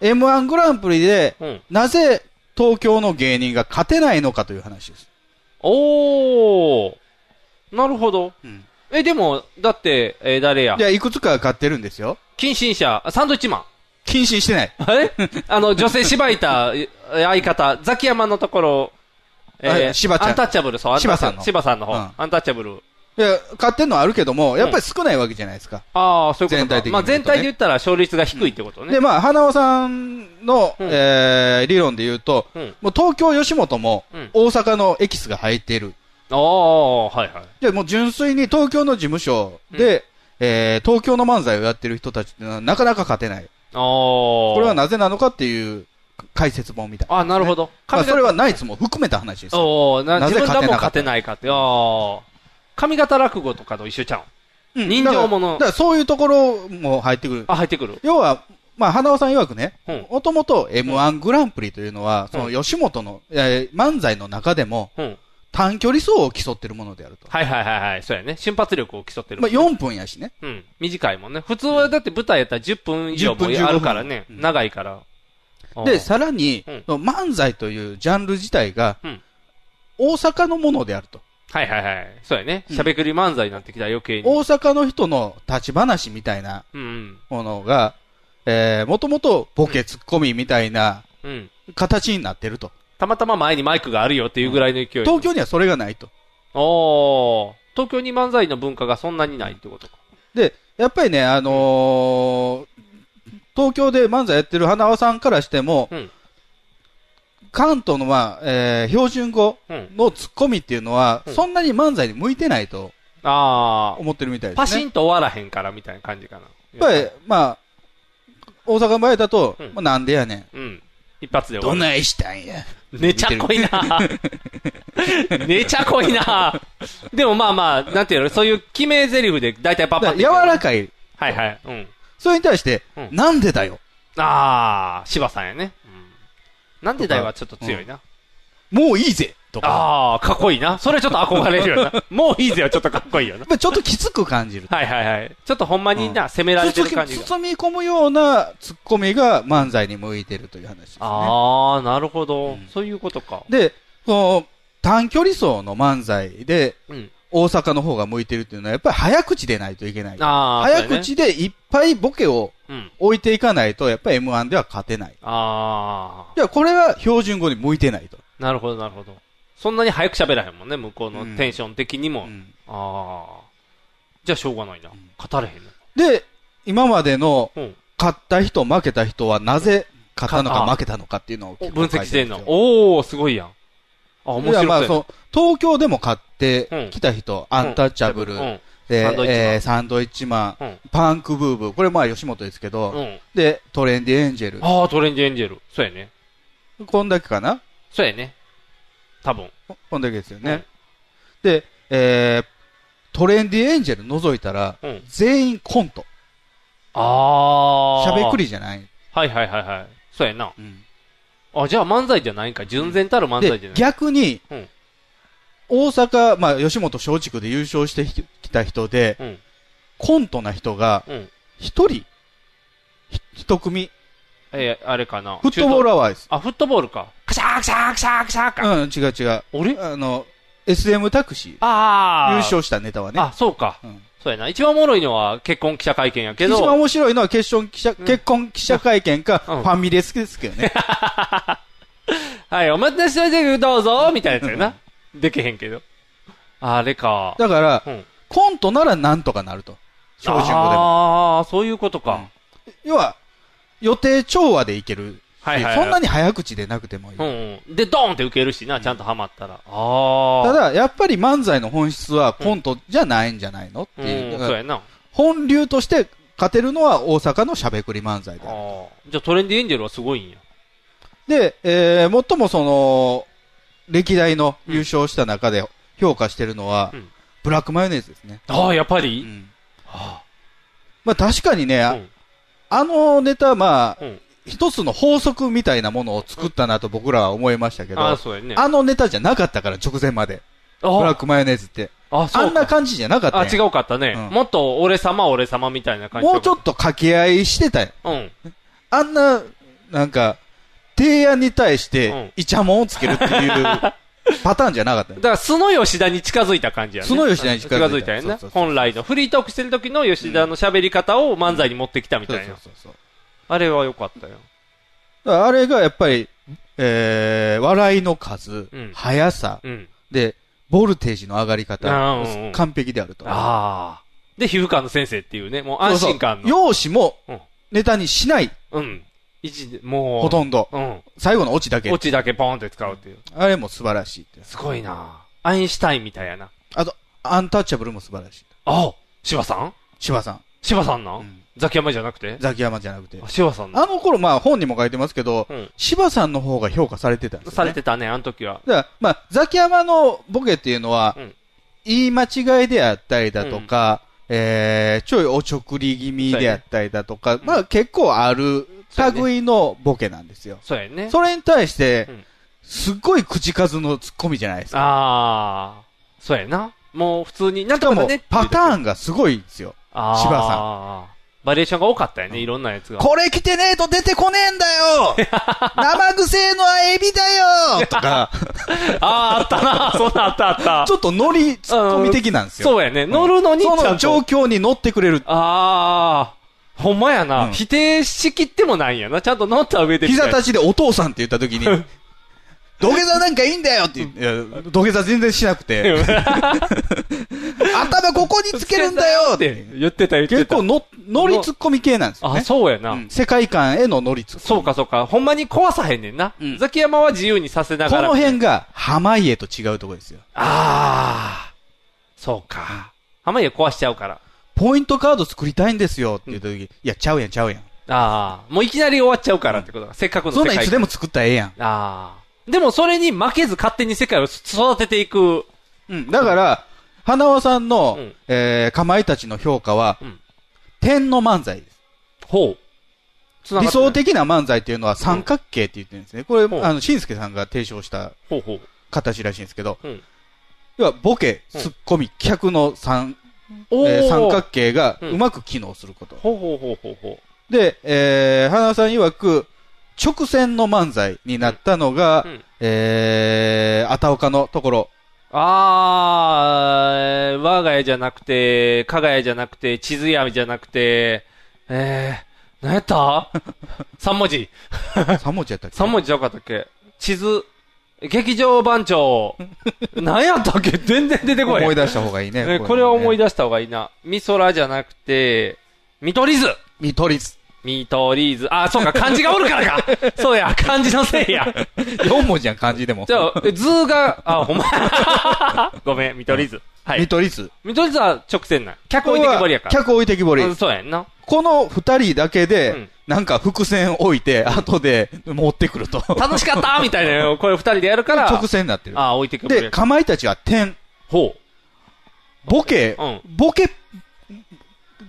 Speaker 3: M1 グランプリで、
Speaker 2: うん。
Speaker 3: なぜ東京の芸人が勝てないのかという話です。
Speaker 2: おおなるほど。
Speaker 3: うん
Speaker 2: え、でも、だって、えー誰や
Speaker 3: い。や、いくつか勝ってるんですよ。
Speaker 2: 近親者、あサンドイッチマン。
Speaker 3: 謹慎して ない。
Speaker 2: あれあの、女性芝居たえ相方、ザキヤマのところ、
Speaker 3: あ柴ちゃん
Speaker 2: アンタッチャブル、そう、アンタッチャブル
Speaker 3: 柴
Speaker 2: 柴さんの方、
Speaker 3: うん
Speaker 2: アンタッチャブル。
Speaker 3: いや、勝ってんのはあるけども、やっぱり少ないわけじゃないですか。
Speaker 2: ああ、そういうことか。
Speaker 3: 全体的に
Speaker 2: まあ全体で
Speaker 3: 見
Speaker 2: 言
Speaker 3: る
Speaker 2: ったら勝率が低いってことね。
Speaker 3: で、まあ、花輪さんの、
Speaker 2: うん
Speaker 3: えー理論で言うと、
Speaker 2: うん
Speaker 3: もう東京吉本も
Speaker 2: うん
Speaker 3: 大阪のエキスが入っている。
Speaker 2: ああ、はいはい。
Speaker 3: で、もう純粋に東京の事務所で、えー東京の漫才をやってる人たちってのはなかなか勝てな
Speaker 2: あ
Speaker 3: い。
Speaker 2: あ。こ
Speaker 3: これはなぜなのかっていう解説本みたいな。
Speaker 2: あなるほど。
Speaker 3: まあ、
Speaker 2: 髪
Speaker 3: そ
Speaker 2: 型
Speaker 3: れはナイツも含めた話ですよ。
Speaker 2: おおな
Speaker 3: なぜ
Speaker 2: 自分がもう勝
Speaker 3: 勝
Speaker 2: て
Speaker 3: て
Speaker 2: ないかって。ああ。髪型落語とかと一緒ちゃうん。
Speaker 3: うん
Speaker 2: 人情もの
Speaker 3: だからだからそういうところも入ってくる。
Speaker 2: あ、入ってくる。
Speaker 3: 要は、まあ、花輪さん曰くね
Speaker 2: うん、
Speaker 3: もともと M1 グランプリというのは、
Speaker 2: うん
Speaker 3: その吉本の、えー漫才の中でも
Speaker 2: うん。
Speaker 3: 短距離走を競ってるものであると。
Speaker 2: はいはいはいはい。そうやね。瞬発力を競ってる。
Speaker 3: まあ、4分やしね。
Speaker 2: うん。短いもんね。普通はだって舞台やったら10分以上も
Speaker 3: 10分15
Speaker 2: あるからね。
Speaker 3: 分うん
Speaker 2: 長いから。あ
Speaker 3: で、
Speaker 2: ー
Speaker 3: さらに
Speaker 2: うん、
Speaker 3: その漫才というジャンル自体が
Speaker 2: うん、
Speaker 3: 大阪のものであると。
Speaker 2: はいはいはい。そうやね。
Speaker 3: うん
Speaker 2: 喋くり漫才になってきたら余計に。
Speaker 3: 大阪の人の立ち話みたいな
Speaker 2: うんうん。
Speaker 3: ものが、えー、もともとボケツッコミみたいな
Speaker 2: うん。
Speaker 3: 形になってると。
Speaker 2: たまたま前にマイクがあるよっていうぐらいの勢い。
Speaker 3: 東京にはそれがないと。
Speaker 2: おー東京に漫才の文化がそんなにないってことか。
Speaker 3: で、やっぱりね、あのー東京で漫才やってる花輪さんからしても、
Speaker 2: うん
Speaker 3: 関東の、まあえー標準語
Speaker 2: うん。
Speaker 3: のツッコミっていうのは、
Speaker 2: うん
Speaker 3: そんなに漫才に向いてないと
Speaker 2: ああ。
Speaker 3: 思ってるみたいですね。
Speaker 2: パシンと終わらへんからみたいな感じかな。
Speaker 3: やっぱり、まあ、大阪の場合だと、
Speaker 2: うん
Speaker 3: まあ、なんでやねん。
Speaker 2: うん。一発で終わ
Speaker 3: ど
Speaker 2: る。
Speaker 3: ないしたんや。
Speaker 2: めちゃ濃いなめちゃ濃いなでもまあまあ、なんていうの、そういう決め台詞で大体パッパッ
Speaker 3: だから
Speaker 2: て
Speaker 3: 柔
Speaker 2: いける
Speaker 3: らかい。
Speaker 2: はいはい。うん。
Speaker 3: それに対して、
Speaker 2: うん
Speaker 3: なんでだよ。
Speaker 2: ああ、柴さんやね。うん。なんでだよはちょっと強いな。
Speaker 3: もういいぜ。とか。
Speaker 2: ああ、かっこいいな。それちょっと憧れるよな。 もういいぜよ、ちょっとかっこいいよな
Speaker 3: やっ。ぱりちょっときつく感じる。
Speaker 2: はいはいはい。ちょっとほんまにな、攻められて
Speaker 3: 包
Speaker 2: る
Speaker 3: み
Speaker 2: 感じが。
Speaker 3: 包み込むようなツッコミが漫才に向いてるという話ですね。
Speaker 2: ああ、なるほど、
Speaker 3: うん
Speaker 2: そういうことか。
Speaker 3: で、その短距離走の漫才で
Speaker 2: うん。
Speaker 3: 大阪の方が向いてるっていうのはやっぱり早口でないといけない。
Speaker 2: ああ、
Speaker 3: 早
Speaker 2: そうやね
Speaker 3: 口でいっぱいボケを
Speaker 2: うん。
Speaker 3: 置いていかないとやっぱり M1 では勝てない。
Speaker 2: ああ、
Speaker 3: いや、これは標準語に向いてないと。
Speaker 2: なるほどなるほど。そんなに早く喋らへんもんね、向こうの
Speaker 3: うん
Speaker 2: テンション的にも。
Speaker 3: うん
Speaker 2: ああ。じゃあしょうがないな。語れへんな。
Speaker 3: で、今までの
Speaker 2: うん。
Speaker 3: 勝った人、負けた人はなぜ勝ったの
Speaker 2: か
Speaker 3: か
Speaker 2: あ
Speaker 3: 負けたのかっていうのを結構
Speaker 2: 分析してんの
Speaker 3: 書い。るですよ
Speaker 2: おおすごいやん。あ、面白
Speaker 3: いや
Speaker 2: い。
Speaker 3: まあそう東京でも勝ってきた人、ア
Speaker 2: うん
Speaker 3: ンタッチャブル、
Speaker 2: うん。
Speaker 3: で
Speaker 2: サンドイッチマン
Speaker 3: えーサンドイッチマン、
Speaker 2: うん
Speaker 3: パンクブーブー、これまあ吉本ですけど、
Speaker 2: うん。
Speaker 3: で、トレンディエンジェル。
Speaker 2: ああ、トレンジエンジェル。そうやね。
Speaker 3: こんだけかな
Speaker 2: そうやね。多分。
Speaker 3: ここんだけですよね。で、えー、トレンディエンジェル除いたら、
Speaker 2: うん。
Speaker 3: 全員コント。
Speaker 2: ああ。
Speaker 3: しゃべく
Speaker 2: り。
Speaker 3: りじゃない。
Speaker 2: はいはいはいはい。そうやな。
Speaker 3: うん
Speaker 2: あ、じゃあ漫才じゃないんか。純然たる漫才じゃ
Speaker 3: で、
Speaker 2: ない。
Speaker 3: 逆に、
Speaker 2: うん
Speaker 3: 大阪、まあ、吉本松竹で優勝してきた人で、
Speaker 2: うん
Speaker 3: コントな人が、
Speaker 2: うん。
Speaker 3: 一人、ひ一組、
Speaker 2: えー、あれかな。
Speaker 3: フットボール
Speaker 2: 中
Speaker 3: アワーです。
Speaker 2: 東あ、フットボールか。カシャーカシャーカシャーカシャー
Speaker 3: う
Speaker 2: か。
Speaker 3: ん、違う違う。
Speaker 2: 俺
Speaker 3: あの、SM タクシー、
Speaker 2: ああ。
Speaker 3: 優勝したネタはね。
Speaker 2: あ、そうか。
Speaker 3: うん
Speaker 2: そうやな。一番おもろいのは結婚記者会見やけど。
Speaker 3: 一番面白いのは決勝記者、
Speaker 2: ん
Speaker 3: 結婚記者会見か、
Speaker 2: うん
Speaker 3: ファミレスですけどね。
Speaker 2: はい、お待たせしましたけど、どうぞみたいなやつや な。でけへんけど。あれか。
Speaker 3: だから、
Speaker 2: うん
Speaker 3: コントならなんとかなると。標準語でも。
Speaker 2: ああ、そういうことか。
Speaker 3: 要は、予定調和でいけるし。
Speaker 2: はいはいはい
Speaker 3: そんなに早口でなくてもいい。
Speaker 2: うん、うん。で、ドーンって受けるしな、ちゃんとハマったら。ああ。
Speaker 3: た、だ、やっぱり漫才の本質はコントじゃないんじゃないのって
Speaker 2: う
Speaker 3: いう。
Speaker 2: ん、
Speaker 3: だ
Speaker 2: そう
Speaker 3: から
Speaker 2: やな。
Speaker 3: 本流として勝てるのは大阪のしゃべくり漫才
Speaker 2: あ
Speaker 3: だ。
Speaker 2: あ。じゃあトレンディエンジェルはすごいんや。
Speaker 3: で、えー、最もその、歴代の優勝した中で評価してるのは、
Speaker 2: うん
Speaker 3: ブラックマヨネーズですね。
Speaker 2: ああ、やっぱ
Speaker 3: う
Speaker 2: り、
Speaker 3: んまあ確かにね、あ
Speaker 2: うん
Speaker 3: あのネタ、まあ、
Speaker 2: うん
Speaker 3: 一つの法則みたいなものを作ったなと僕らは思いましたけど、
Speaker 2: ああ、
Speaker 3: あ
Speaker 2: そうやね。
Speaker 3: のネタじゃなかったから、直前まで。
Speaker 2: あ
Speaker 3: ブラックマヨネーズって。
Speaker 2: あ、そう
Speaker 3: あ
Speaker 2: か
Speaker 3: んな感じじゃなかった
Speaker 2: あ、
Speaker 3: んや
Speaker 2: 違うかったね。
Speaker 3: うん
Speaker 2: もっと俺様、俺様みたいな感じ。
Speaker 3: もうちょっと掛け合いしてたよ。
Speaker 2: と。うん。
Speaker 3: あんな、なんか、提案に対し
Speaker 2: う
Speaker 3: て
Speaker 2: ん、
Speaker 3: イチャモンをつけるっていう パターンじゃなかったよ
Speaker 2: だから素の吉田に近づいた感じやね。
Speaker 3: 素の吉田に近づいた
Speaker 2: 近やんな。
Speaker 3: そうそうそう
Speaker 2: 本来の。フリートークしてる時の吉田の喋り方を漫才に持ってきたみ
Speaker 3: そう
Speaker 2: たい
Speaker 3: そ
Speaker 2: な。
Speaker 3: うそうそう。
Speaker 2: あれは良かったよ。
Speaker 3: だからあれがやっぱり、えー、笑いの数、
Speaker 2: うん
Speaker 3: 速さ、
Speaker 2: うん。
Speaker 3: で、ボルテージの上がり方
Speaker 2: あーうんうん、
Speaker 3: 完璧であると。
Speaker 2: ああ。で、皮膚科の先生っていうね、もう
Speaker 3: そう
Speaker 2: 安
Speaker 3: そう
Speaker 2: 心感の。
Speaker 3: 容姿も
Speaker 2: うん、
Speaker 3: ネタにしない、
Speaker 2: うん。一時、もう。
Speaker 3: ほとんど。
Speaker 2: うん。
Speaker 3: 最後のオチだけ
Speaker 2: オ。チだけポンって使うっていう。
Speaker 3: あれも素晴らしいって。
Speaker 2: すごいなアインシュタインみたいやな。
Speaker 3: あと、アンタッチャブルも素晴らしい。
Speaker 2: あ柴さん
Speaker 3: 千葉さん、
Speaker 2: 柴さんな、
Speaker 3: ん
Speaker 2: ん、ザキヤマじゃなくて
Speaker 3: ザキヤマじゃなくて
Speaker 2: あ。柴さんな
Speaker 3: あの頃、まあ本にも書いてますけど
Speaker 2: うん、
Speaker 3: 柴さんの方が評価されてたんですよね
Speaker 2: されてたね、あの時は。
Speaker 3: だから、まあ、ザキヤマのボケっていうのは、
Speaker 2: うん
Speaker 3: 言い間違いであったりだとか、えー、ちょいおちょくり気味であったりだとか、
Speaker 2: ん
Speaker 3: まあ結構ある類のボケなんですよ。
Speaker 2: そうやね。
Speaker 3: それに対して
Speaker 2: うん、
Speaker 3: すっごい口数のツッコミじゃないですか。
Speaker 2: ああ、そうやな。もう普通に、なん
Speaker 3: しか
Speaker 2: とか
Speaker 3: も
Speaker 2: ね。、
Speaker 3: パター
Speaker 2: ン、
Speaker 3: ンがすごいんですよ。
Speaker 2: あ
Speaker 3: 柴
Speaker 2: さん。バリエーションが多かったよね、いろんなやつが。
Speaker 3: これ着てねえと出てこねえんだ よ生癖のエビだよとか、
Speaker 2: ああー、あった な、そんなんあ ったあった。
Speaker 3: ちょっとノリツッコミ的なんですよ。
Speaker 2: そうやね。乗るのにち
Speaker 3: そ
Speaker 2: ゃ
Speaker 3: の
Speaker 2: ん
Speaker 3: 状
Speaker 2: と。
Speaker 3: 況に乗ってくれる。
Speaker 2: ああ、ほんまやな、
Speaker 3: うん
Speaker 2: 否定しきってもないんやな。ちゃんと乗った上で。
Speaker 3: 膝立
Speaker 2: ち。
Speaker 3: ちでお父さんって言った時に、 土下座なんかいいんだよって言って、いや土下座全然しなくて、 頭ここにつけるんだよ
Speaker 2: っ
Speaker 3: ってて。
Speaker 2: 言ってた言って
Speaker 3: 結
Speaker 2: た。
Speaker 3: 構の、ノリツッコミ系なんですよ
Speaker 2: あ、
Speaker 3: ね。
Speaker 2: そうやな。
Speaker 3: うん世界観へのノリツッコミ。
Speaker 2: そうかそうか。ほんまに壊さへんねんな。
Speaker 3: うん
Speaker 2: ザキヤマは自由にさせな
Speaker 3: こ
Speaker 2: がら。
Speaker 3: の辺が濱家と違うところですよ。
Speaker 2: ああ、そうか。濱家壊しちゃうから。
Speaker 3: ポイントカード作りたいんですよって言った時、いや、ちゃうやんちゃうやん。
Speaker 2: ああ、もういきなり終わっちゃうからってことだ。せっかくの世
Speaker 3: そんな
Speaker 2: 界
Speaker 3: んい
Speaker 2: 観。
Speaker 3: つでも作ったらええやん。
Speaker 2: ああ。でもそれに負けず勝手に世界を育てていく。
Speaker 3: うん。だから、花輪さんの
Speaker 2: うん、
Speaker 3: えーかまいたちの評価は
Speaker 2: うん、
Speaker 3: 点の漫才です。
Speaker 2: ほう。つながっ
Speaker 3: 理
Speaker 2: てない
Speaker 3: 想。的な漫才っていうのは三角形って言ってるんですね。これ、
Speaker 2: ほう
Speaker 3: あの、しんすけさんが提唱した
Speaker 2: ほうほう。
Speaker 3: 形らしいんですけど、
Speaker 2: うん
Speaker 3: 要はボケ、
Speaker 2: うん
Speaker 3: ツッコミ、客の三、
Speaker 2: お
Speaker 3: えー三角
Speaker 2: 形。
Speaker 3: 形が
Speaker 2: うん
Speaker 3: うまく機能すること。
Speaker 2: ほうほうほうほうほ
Speaker 3: で、えー、花さん曰く、直線の漫才になったのが、
Speaker 2: う。うん。
Speaker 3: えー、あたおかのところ、
Speaker 2: ああ、我が家じゃなくて、加賀屋じゃなくて、地図屋じゃなくて、えー、何やった ?3 文字。
Speaker 3: 三文字やったっけ
Speaker 2: 3文字じゃなかったっけ地図、劇場番 長。何やったっけ全然出てこない。
Speaker 3: 思い出した方がいいね。
Speaker 2: えーこれは思い
Speaker 3: 出
Speaker 2: 出した方がいいな。ミソラじゃなくて、見取り図
Speaker 3: 見取り図。
Speaker 2: 見取り図。あ、そうか、漢字がおるから かそうや、漢字のせいや。
Speaker 3: 4文字やん、漢字でも。
Speaker 2: じゃあ、え図が、あ、ほんま。 ごめん、見取り図。は
Speaker 3: 見
Speaker 2: い。
Speaker 3: 取り図。
Speaker 2: 見取り図は直線なん。客置いてきぼりやから。
Speaker 3: 客置いてきぼり
Speaker 2: うん。そうやんな。
Speaker 3: この二人だけで、
Speaker 2: うん
Speaker 3: なんか伏線置いて、後で持ってくると。
Speaker 2: 楽しかったみたいな、これ二人でやるから。
Speaker 3: 直線になってる。
Speaker 2: あ、置いてきぼり
Speaker 3: で、
Speaker 2: や
Speaker 3: かまいたちは点。
Speaker 2: ほ
Speaker 3: ボケ、
Speaker 2: う
Speaker 3: ボケ、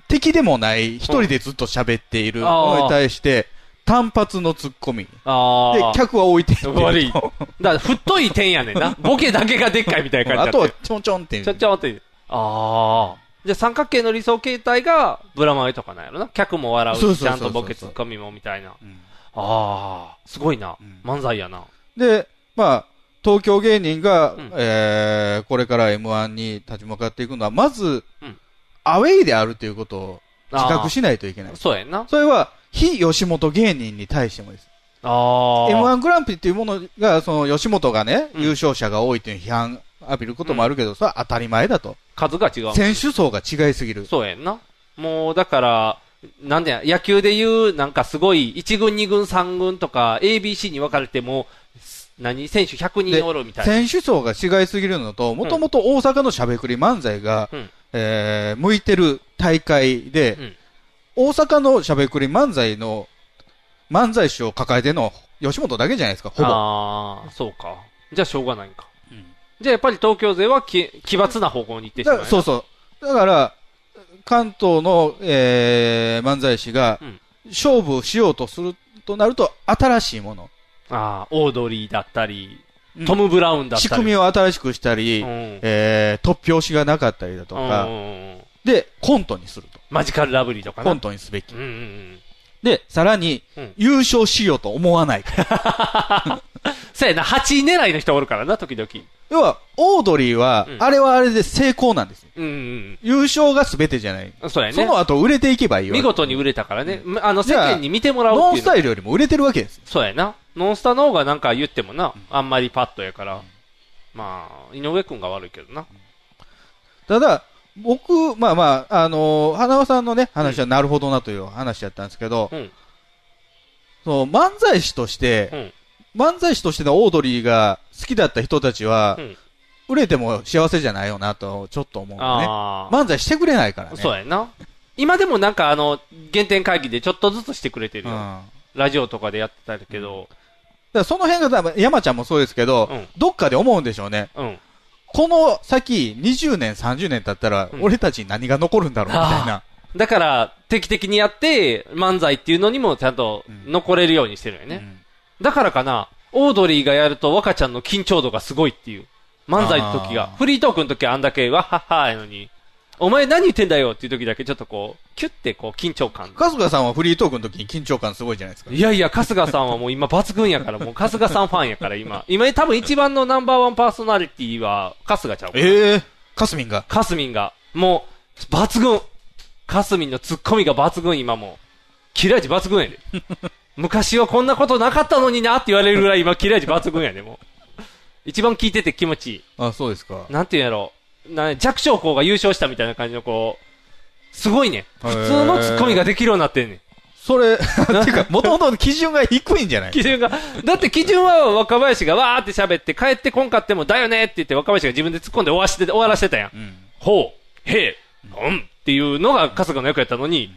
Speaker 3: 敵でもない、一人でずっと喋っている
Speaker 2: うんあー
Speaker 3: のに対して、単発のツッコミ。で
Speaker 2: う。、ああ。
Speaker 3: 客は置いていってると
Speaker 2: 悪い。だから、太い点やねんな。ボケだけがでっかいみたいな感じ に
Speaker 3: あ
Speaker 2: なって
Speaker 3: と
Speaker 2: る
Speaker 3: は、ちょんちょんっていう。
Speaker 2: ちょ、ちょ、待って。ああ。じゃあ三角形の理想形態が、ブラマヨとかなんやろな。客も笑う
Speaker 3: そう
Speaker 2: し、
Speaker 3: そう
Speaker 2: ち
Speaker 3: そう
Speaker 2: ゃ
Speaker 3: そうん
Speaker 2: とボケツッコミもみたいな。
Speaker 3: うん
Speaker 2: ああ、すごいな。漫才やな。
Speaker 3: で、まあ、東京芸人が、
Speaker 2: ん
Speaker 3: えー、これから M1 に立ち向かっていくのは、まず、
Speaker 2: うん
Speaker 3: アウェイであるということを自覚しないといけない。
Speaker 2: そうやんな。
Speaker 3: それは、非吉本芸人に対してもです。
Speaker 2: ああ。
Speaker 3: M1 グランプリっていうものが、その吉本がね、
Speaker 2: うん
Speaker 3: 優勝者が多いっていう批判浴びることもあるけど、それは当たり前だと。
Speaker 2: 数が違う。
Speaker 3: 選手層が違いすぎる。
Speaker 2: そうやんな。もう、だから、なんでや、野球でいう、なんかすごい、1軍、2軍、3軍とか、ABC に分かれても、す何選手100
Speaker 3: で
Speaker 2: 人おるみたいな。
Speaker 3: 選手層が違いすぎるのと、もともと大阪のしゃべくり漫才が、
Speaker 2: うん
Speaker 3: えー向いてる大会で、
Speaker 2: うん
Speaker 3: 大阪のしゃべくり漫才の、漫才師を抱えての吉本だけじゃないですか、ほぼ。
Speaker 2: ああ、そうか。じゃあ、しょうがないんか。じゃあ、やっぱり東京勢はき、奇抜な方向に行ってしまう
Speaker 3: だか
Speaker 2: よ
Speaker 3: ら
Speaker 2: な。
Speaker 3: そうそう。だから、関東の、えー漫才師が、
Speaker 2: うん
Speaker 3: 勝負しようとするとなると、新しいもの。
Speaker 2: ああ、オードリーだったり
Speaker 3: うん、
Speaker 2: トム・ブラウンだったり。
Speaker 3: 仕組みを新しくしたり、
Speaker 2: うん
Speaker 3: えー突拍子がなかったりだとか、
Speaker 2: うん
Speaker 3: で、コントにすると。
Speaker 2: マジカルラブリーとか
Speaker 3: コ
Speaker 2: な
Speaker 3: ン。トにすべき
Speaker 2: うん。うんうん。
Speaker 3: で、さらに、
Speaker 2: うん
Speaker 3: 優勝しようと思わない。
Speaker 2: そうやな、8位狙いの人おるからな、時々。
Speaker 3: 要は、オードリーは、
Speaker 2: うん
Speaker 3: あれはあれで成功なんですよ。
Speaker 2: うんうん
Speaker 3: 優勝が全てじゃない。
Speaker 2: うん。そうやね。
Speaker 3: その後売れていけばいいわ
Speaker 2: 見
Speaker 3: け
Speaker 2: 事に売れたからね、あの世
Speaker 3: じゃあ
Speaker 2: 間に見てもらうっていうの
Speaker 3: ノンスタイルよりも売れてるわけですよ。
Speaker 2: そうやな。ノンスタの方がなんか言ってもな、あんまりパッとやから。まあ、井上くんが悪いけどな。
Speaker 3: ただ、僕、まあまあ、あのー花輪さんのね、話はなるほどなという話だったんですけど、
Speaker 2: うん。
Speaker 3: その漫才師として、
Speaker 2: うん。
Speaker 3: 漫才師としてのオードリーが好きだった人たちは、
Speaker 2: うん
Speaker 3: 売れても幸せじゃないよなと、ちょっと思うのね。
Speaker 2: ああ、
Speaker 3: 漫才してくれないからね。
Speaker 2: そうやな。今でもなんかあの、原点会議でちょっとずつしてくれてる
Speaker 3: うん。
Speaker 2: よ。
Speaker 3: だか
Speaker 2: ラジオとかでやってたけど、
Speaker 3: らその辺が多分、山ちゃんもそうですけど、
Speaker 2: うん
Speaker 3: どっかで思うんでしょうね。
Speaker 2: うん。
Speaker 3: この先、20年、30年経ったら、
Speaker 2: うん
Speaker 3: 俺たちに何が残るんだろう、みたいな。
Speaker 2: だから、定期的にやって、漫才っていうのにもちゃんと残れるようにしてるよね。だからかな、オードリーがやると若ちゃんの緊張度がすごいっていう。漫才の時が。
Speaker 3: あー
Speaker 2: フリートークの時はあんだけ、わっはっはーやのに、お前何言ってんだよっていう時だけちょっとこう、キュッてこう緊張感。
Speaker 3: 春日さんはフリートークの時に緊張感すごいじゃないですか。
Speaker 2: いやいや、春日さんはもう今抜群やから、もう春日さんファンやから今。今多分一番のナンバーワンパーソナリティは春日ちゃうかな
Speaker 3: ええー、かすみんが。
Speaker 2: カスミンが、もう、抜群。カスミンのツッコミが抜群、今もう。切れ味抜群やで。昔はこんなことなかったのになって言われるぐらい今切れ味抜群やで、もう。一番聞いてて気持ちい
Speaker 3: あ、そうですか
Speaker 2: い。。なんて言うんやろな、弱小校が優勝したみたいな感じのこう、すごいね。普通のツッコミができるようになってんねん。
Speaker 3: それ、 てか、もともと基準が低いんじゃない
Speaker 2: 基準が。だって基準は若林がわーって喋って帰ってこんかってもだよねって言って若林が自分で突っ込んで終わして終わらしてたやん。ほう、へえ、うんっていうのが春日の役やったのに、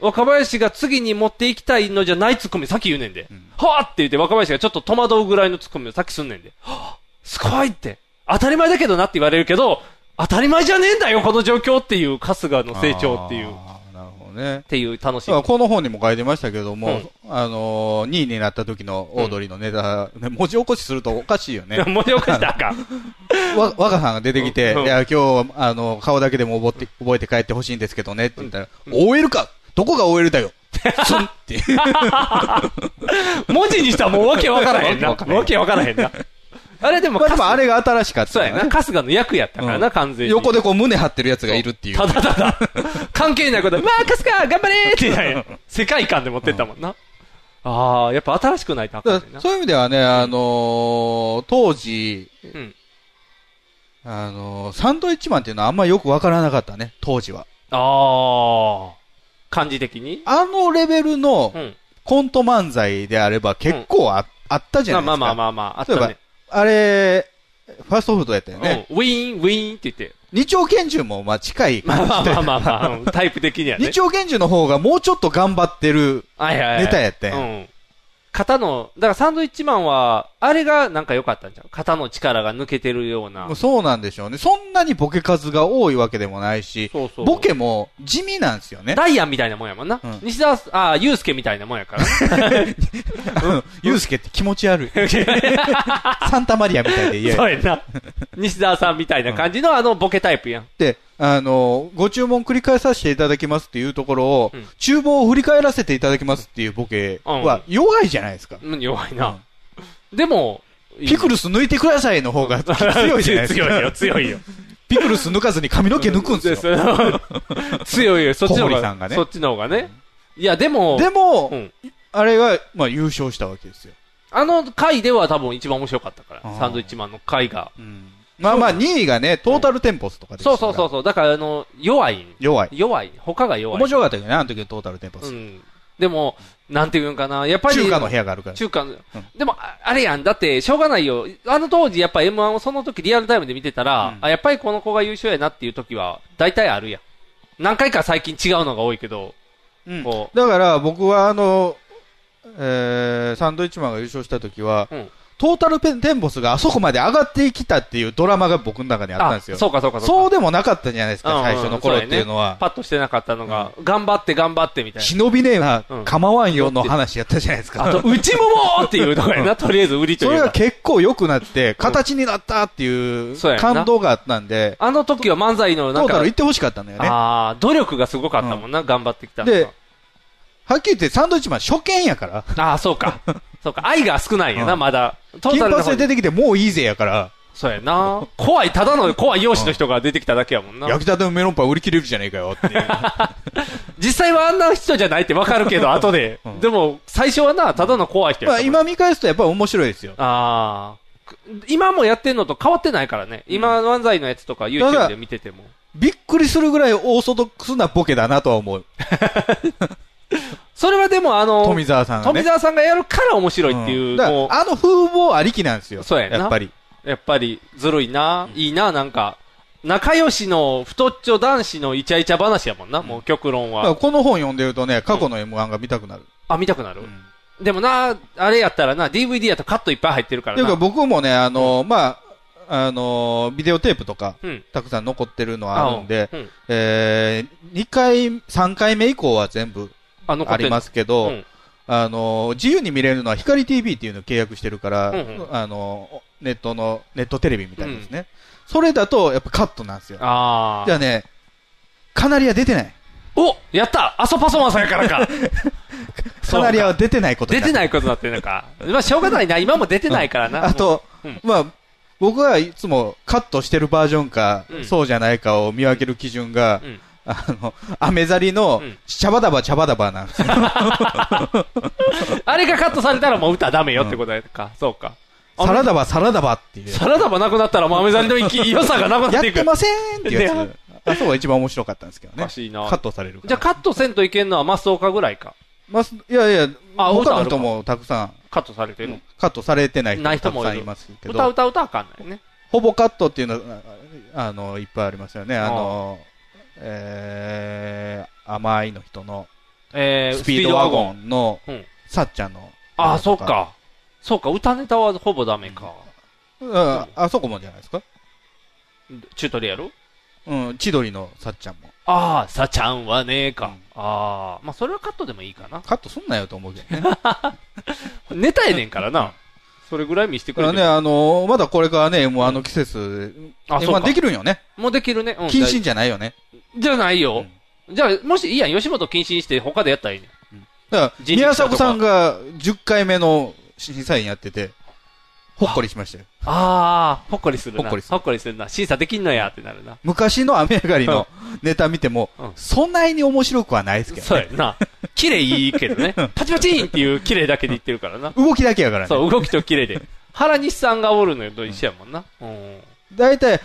Speaker 2: 若林が次に持っていきたいのじゃないツッコミさっき言うねんで。はあって言って若林がちょっと戸惑うぐらいのツッコミをさっきすんねんで。はあすごいって。当たり前だけどなって言われるけど、当たり前じゃねえんだよ、この状況っていう、春日の成長っていう、っ
Speaker 3: あーなるほどね。
Speaker 2: ていう楽し
Speaker 3: だから
Speaker 2: み。
Speaker 3: この本にも書いてましたけども、あのー、2位になった時のオードリーのネタ、ね文字起こしするとおかしいよね。
Speaker 2: 盛り起こしたらあかん。
Speaker 3: わ、若さんが出てきて、
Speaker 2: うんうん
Speaker 3: いや、今日は、あの、顔だけでも覚えて、覚えて帰ってほしいんですけどね、って言ったら、OL かどこが OL だよスンって。
Speaker 2: 文字にしたらもうわけわからへんな。
Speaker 3: わけわから
Speaker 2: わけわか
Speaker 3: へん
Speaker 2: らへんな。あれでも
Speaker 3: まあ、
Speaker 2: 春
Speaker 3: で
Speaker 2: 日、
Speaker 3: もあれが新しかった
Speaker 2: そう
Speaker 3: から
Speaker 2: や
Speaker 3: ね、
Speaker 2: な。春日の役やったから
Speaker 3: う
Speaker 2: な、
Speaker 3: ん
Speaker 2: 完全に。
Speaker 3: 横でこう胸張ってるやつがいるっていう。
Speaker 2: ただた だ、関係ないことで、まあ、春日、頑張れーって言ったんや世界観で持ってったもんな。ああ、やっぱ新しくないとあか
Speaker 3: だ
Speaker 2: ん
Speaker 3: か
Speaker 2: ねん
Speaker 3: ら
Speaker 2: な。
Speaker 3: そういう意味ではね、あのー当時、
Speaker 2: うん。
Speaker 3: あのーサンドイッチマンっていうのはあんまよくわからなかったね、当時は。
Speaker 2: ああ、感じ的に
Speaker 3: あのレベルの
Speaker 2: うん。
Speaker 3: コント漫才であれば結構あ,、あったじゃ
Speaker 2: まあ
Speaker 3: ないです
Speaker 2: まあまあ
Speaker 3: か。
Speaker 2: まあまあ、あっ
Speaker 3: 例え
Speaker 2: た
Speaker 3: ば
Speaker 2: ね。
Speaker 3: あれ、ファーストフードやったよね。
Speaker 2: うんウィーン、ウィーンって言って。
Speaker 3: 二丁拳銃もまあ近い
Speaker 2: まあ
Speaker 3: 感じ
Speaker 2: まあ
Speaker 3: で
Speaker 2: まあまあまあうん、タイプ的にはね
Speaker 3: 二。丁拳銃の方がもうちょっと頑張ってる
Speaker 2: はいはいはい
Speaker 3: ネタやってん。
Speaker 2: うん。肩の、だからサンドイッチマンは、あれがなんか良かったんじゃん。肩の力が抜けてるような
Speaker 3: もう。そうなんでしょうね。そんなにボケ数が多いわけでもないし、
Speaker 2: そうそう
Speaker 3: ボケも地味なんですよね。
Speaker 2: ダイアンみたいなもんやもんな。
Speaker 3: うん
Speaker 2: 西田、ああ、ユースケみたいなもんやから。
Speaker 3: ゆうすけって気持 ち悪い。サンタマリアみたいで嫌や
Speaker 2: そうや な。西澤さんみたいな感じのあのボケタイプやん。
Speaker 3: で、あの、ご注文繰り返させていただきますっていうところを、
Speaker 2: うん
Speaker 3: 厨房を振り返らせていただきますっていうボケは弱いじゃないですか。
Speaker 2: うん弱いな。でも、
Speaker 3: ピクルス抜いてくださいの 方が強いじゃないです か。
Speaker 2: 強いよ、強いよ。
Speaker 3: ピクルス抜かずに髪の毛抜くんですよ。
Speaker 2: 強いよ、そっちの方
Speaker 3: 小堀
Speaker 2: が。
Speaker 3: さんがね
Speaker 2: そっちの方がね。いや、でも、
Speaker 3: でも、
Speaker 2: うん
Speaker 3: あれが、まあ優勝したわけですよ。
Speaker 2: あの回では多分一番面白かったから
Speaker 3: あ、ー
Speaker 2: サンドイッチマンの回が。
Speaker 3: まあまあ2位がね、トータルテンポスとかです
Speaker 2: そうそうそう。そう。だから、あの、弱い。
Speaker 3: 弱い。
Speaker 2: 弱い。他が弱い。
Speaker 3: 面白かったけどね、あの時のトータルテンポ
Speaker 2: う
Speaker 3: ス。
Speaker 2: ん。でも、なんていうんかな。やっぱり、
Speaker 3: 中華の部屋があるから。
Speaker 2: 中間、でも、ああれやん。だって、しょうがないよ。あの当時、やっぱ M1 をその時リアルタイムで見てたら、
Speaker 3: うん
Speaker 2: あやっぱりこの子が優勝やなっていう時は、大体あるやん。何回か最近違うのが多いけど、
Speaker 3: うん
Speaker 2: こ
Speaker 3: だから僕はあの、えーサンドイッチマンが優勝した時は、
Speaker 2: うん
Speaker 3: トータルペンテンボスがあそこまで上がってきたっていうドラマが僕の中にあったんですよ。
Speaker 2: そうかそうか
Speaker 3: そう
Speaker 2: うか。
Speaker 3: でもなかったじゃないです
Speaker 2: うん
Speaker 3: か、
Speaker 2: うん
Speaker 3: 最初の頃っていうの
Speaker 2: そやね
Speaker 3: は。
Speaker 2: パッとしてなかったのが、頑張って頑張ってみたいな。
Speaker 3: 忍びねえな
Speaker 2: うん、
Speaker 3: 構わんよの話やったじゃないです
Speaker 2: あ
Speaker 3: か
Speaker 2: と、。内ももっていうのがやな、とりあえず売りと
Speaker 3: そ
Speaker 2: い
Speaker 3: れ
Speaker 2: う
Speaker 3: が
Speaker 2: か。
Speaker 3: 結構良くなって、形になったっていう
Speaker 2: そうやな
Speaker 3: 感動があったんで、
Speaker 2: あの時は漫才のな
Speaker 3: ト
Speaker 2: ん
Speaker 3: ータ
Speaker 2: か
Speaker 3: ル行、ってほしかったんだよね。は
Speaker 2: ああ、努力がすごかったもんな、頑張ってきたのが
Speaker 3: でっきり言ってサンドイッチマン初見やから、
Speaker 2: ああ、そうか。そうか。愛が少ないよな、
Speaker 3: うん
Speaker 2: まだ。ト
Speaker 3: 金
Speaker 2: ータルの
Speaker 3: 髪
Speaker 2: 方
Speaker 3: で出
Speaker 2: に
Speaker 3: てきてもういいぜやから、
Speaker 2: そうやな。怖い、ただの怖い容姿の人が出てきただけやもんな。
Speaker 3: 焼きたてのメロンパン売り切れるじゃねえかよっていう。
Speaker 2: 実際はあんな人じゃないってわかるけど、後で
Speaker 3: う。ん
Speaker 2: でも、最初はな、ただの怖い人や
Speaker 3: ま
Speaker 2: っ
Speaker 3: あ
Speaker 2: たもん
Speaker 3: 今見返すとやっぱり面白いですよ。
Speaker 2: ああ。く今もやってんのと変わってないからね。今、漫才のやつとか YouTube で見てても。
Speaker 3: びっくりするぐらいオーソドックスなボケだなとは思う。
Speaker 2: それはでも、あの、
Speaker 3: 富澤さんがね。
Speaker 2: 富澤さんがやるから面白いっていう、
Speaker 3: んだから
Speaker 2: も
Speaker 3: あの風貌ありきなんですよ。
Speaker 2: そうやな
Speaker 3: やっぱり。
Speaker 2: う、やっぱりずるいな、いいな、なんか。仲良しの太っちょ男子のイチャイチャ話やもんな、もう極論
Speaker 3: だから
Speaker 2: は。
Speaker 3: この本読んでるとね、過去の M1 が見たくなる。
Speaker 2: あ、見たくなる、
Speaker 3: ん
Speaker 2: でもな、あれやったらな、DVD やとカットいっぱい入ってるか
Speaker 3: て
Speaker 2: ら
Speaker 3: いうか
Speaker 2: な。
Speaker 3: 僕もね、あの、まあ、あの、ビデオテープとか、
Speaker 2: うん
Speaker 3: たくさん残ってるのはあるんで
Speaker 2: あ、うん
Speaker 3: えー、2回、3回目以降は全部
Speaker 2: あ、残
Speaker 3: あ
Speaker 2: って
Speaker 3: り
Speaker 2: る
Speaker 3: ますけど、
Speaker 2: うん
Speaker 3: あの、自由に見れるのは光 TV っていうのを契約してるから、
Speaker 2: うんうん
Speaker 3: あの、ネットの、ネットテレビみたいなですね。それだと、やっぱカットなんですよ。
Speaker 2: あ
Speaker 3: じゃあね、カナリア出てない。
Speaker 2: おやったアソパソマンさんやから か
Speaker 3: カナリアは出てないこと。
Speaker 2: 出てないいことになってるのか。まあ、しょうがないな。今も出てないからな。
Speaker 3: あと、
Speaker 2: うん
Speaker 3: まあ、僕はいつもカットしてるバージョンか、
Speaker 2: うん
Speaker 3: そうじゃないかを見分ける基準が、
Speaker 2: うん
Speaker 3: あの、アメザリの
Speaker 2: うん、
Speaker 3: シャバダバシャバダバなんですよ。
Speaker 2: もう、あれがカットされたらもう歌ダメよってことやか。そうか。
Speaker 3: サラダバサラダバっていう。
Speaker 2: サラダもなくなったらもうアメザリの息 良さがなくなっ
Speaker 3: やって
Speaker 2: いく。
Speaker 3: てませんっていうや
Speaker 2: ね
Speaker 3: つ。あそこが一番面白かったんですけど
Speaker 2: お
Speaker 3: ね
Speaker 2: か。しいな
Speaker 3: カットされるから
Speaker 2: じゃあカットせんといけんのはマスオカぐらいか。
Speaker 3: まあ、すいやいや、
Speaker 2: あ
Speaker 3: 他の
Speaker 2: 歌あるか
Speaker 3: 人もたくさん、
Speaker 2: カットされてるの。
Speaker 3: カットされてない人
Speaker 2: ない
Speaker 3: も
Speaker 2: 人
Speaker 3: た
Speaker 2: も
Speaker 3: く
Speaker 2: いる
Speaker 3: さんいますけ
Speaker 2: 歌
Speaker 3: ど、
Speaker 2: 歌歌あかんないね。
Speaker 3: ほぼカットっていうのは、あの、いっぱいありますよね。
Speaker 2: ああ
Speaker 3: あの、えー、甘いの人の、
Speaker 2: え
Speaker 3: スピードワゴ
Speaker 2: ン。
Speaker 3: ンの
Speaker 2: うん、
Speaker 3: さっちゃんの。
Speaker 2: ああ、そう
Speaker 3: と。
Speaker 2: か。そうか、歌ネタはほぼダメか。
Speaker 3: うんあそこもじゃないですか。
Speaker 2: チュートリアル
Speaker 3: うん、千鳥のさっちゃんも。
Speaker 2: ああ、さちゃんはねえか。
Speaker 3: うん
Speaker 2: ああ、まあそれはカットでもいいかな。
Speaker 3: カットすんなよと思うけどね。
Speaker 2: ネタやねんからな。それぐらい見せて
Speaker 3: だ
Speaker 2: く
Speaker 3: か
Speaker 2: れ
Speaker 3: ら
Speaker 2: て
Speaker 3: ね、
Speaker 2: る。
Speaker 3: あの、まだこれからね、M1 の季節、
Speaker 2: あそうか
Speaker 3: M1 できるんよね。
Speaker 2: もうできるね。うん
Speaker 3: 謹慎じゃないよね。
Speaker 2: じゃないよ。じゃあ、もしいいやん、吉本謹慎して他でやったらいいねん。
Speaker 3: だから、
Speaker 2: 人力
Speaker 3: 宮迫さんが10回目の審査員やってて、ほっこりしましたよ。
Speaker 2: ああ、ほっこりするな。
Speaker 3: ほっこりする
Speaker 2: するな。審査できんのやってなるな。
Speaker 3: 昔の雨上がりのネタ見ても
Speaker 2: うん、
Speaker 3: そんなに面白くはないですけど
Speaker 2: そう
Speaker 3: ね
Speaker 2: や。な。綺麗いいけど ね。パチパチンっていう綺麗だけで言ってるからな。
Speaker 3: 動きだけやからね。
Speaker 2: そう、動きと綺麗で。原西さんがおるのよと一緒やもんな。うん。
Speaker 3: 大体、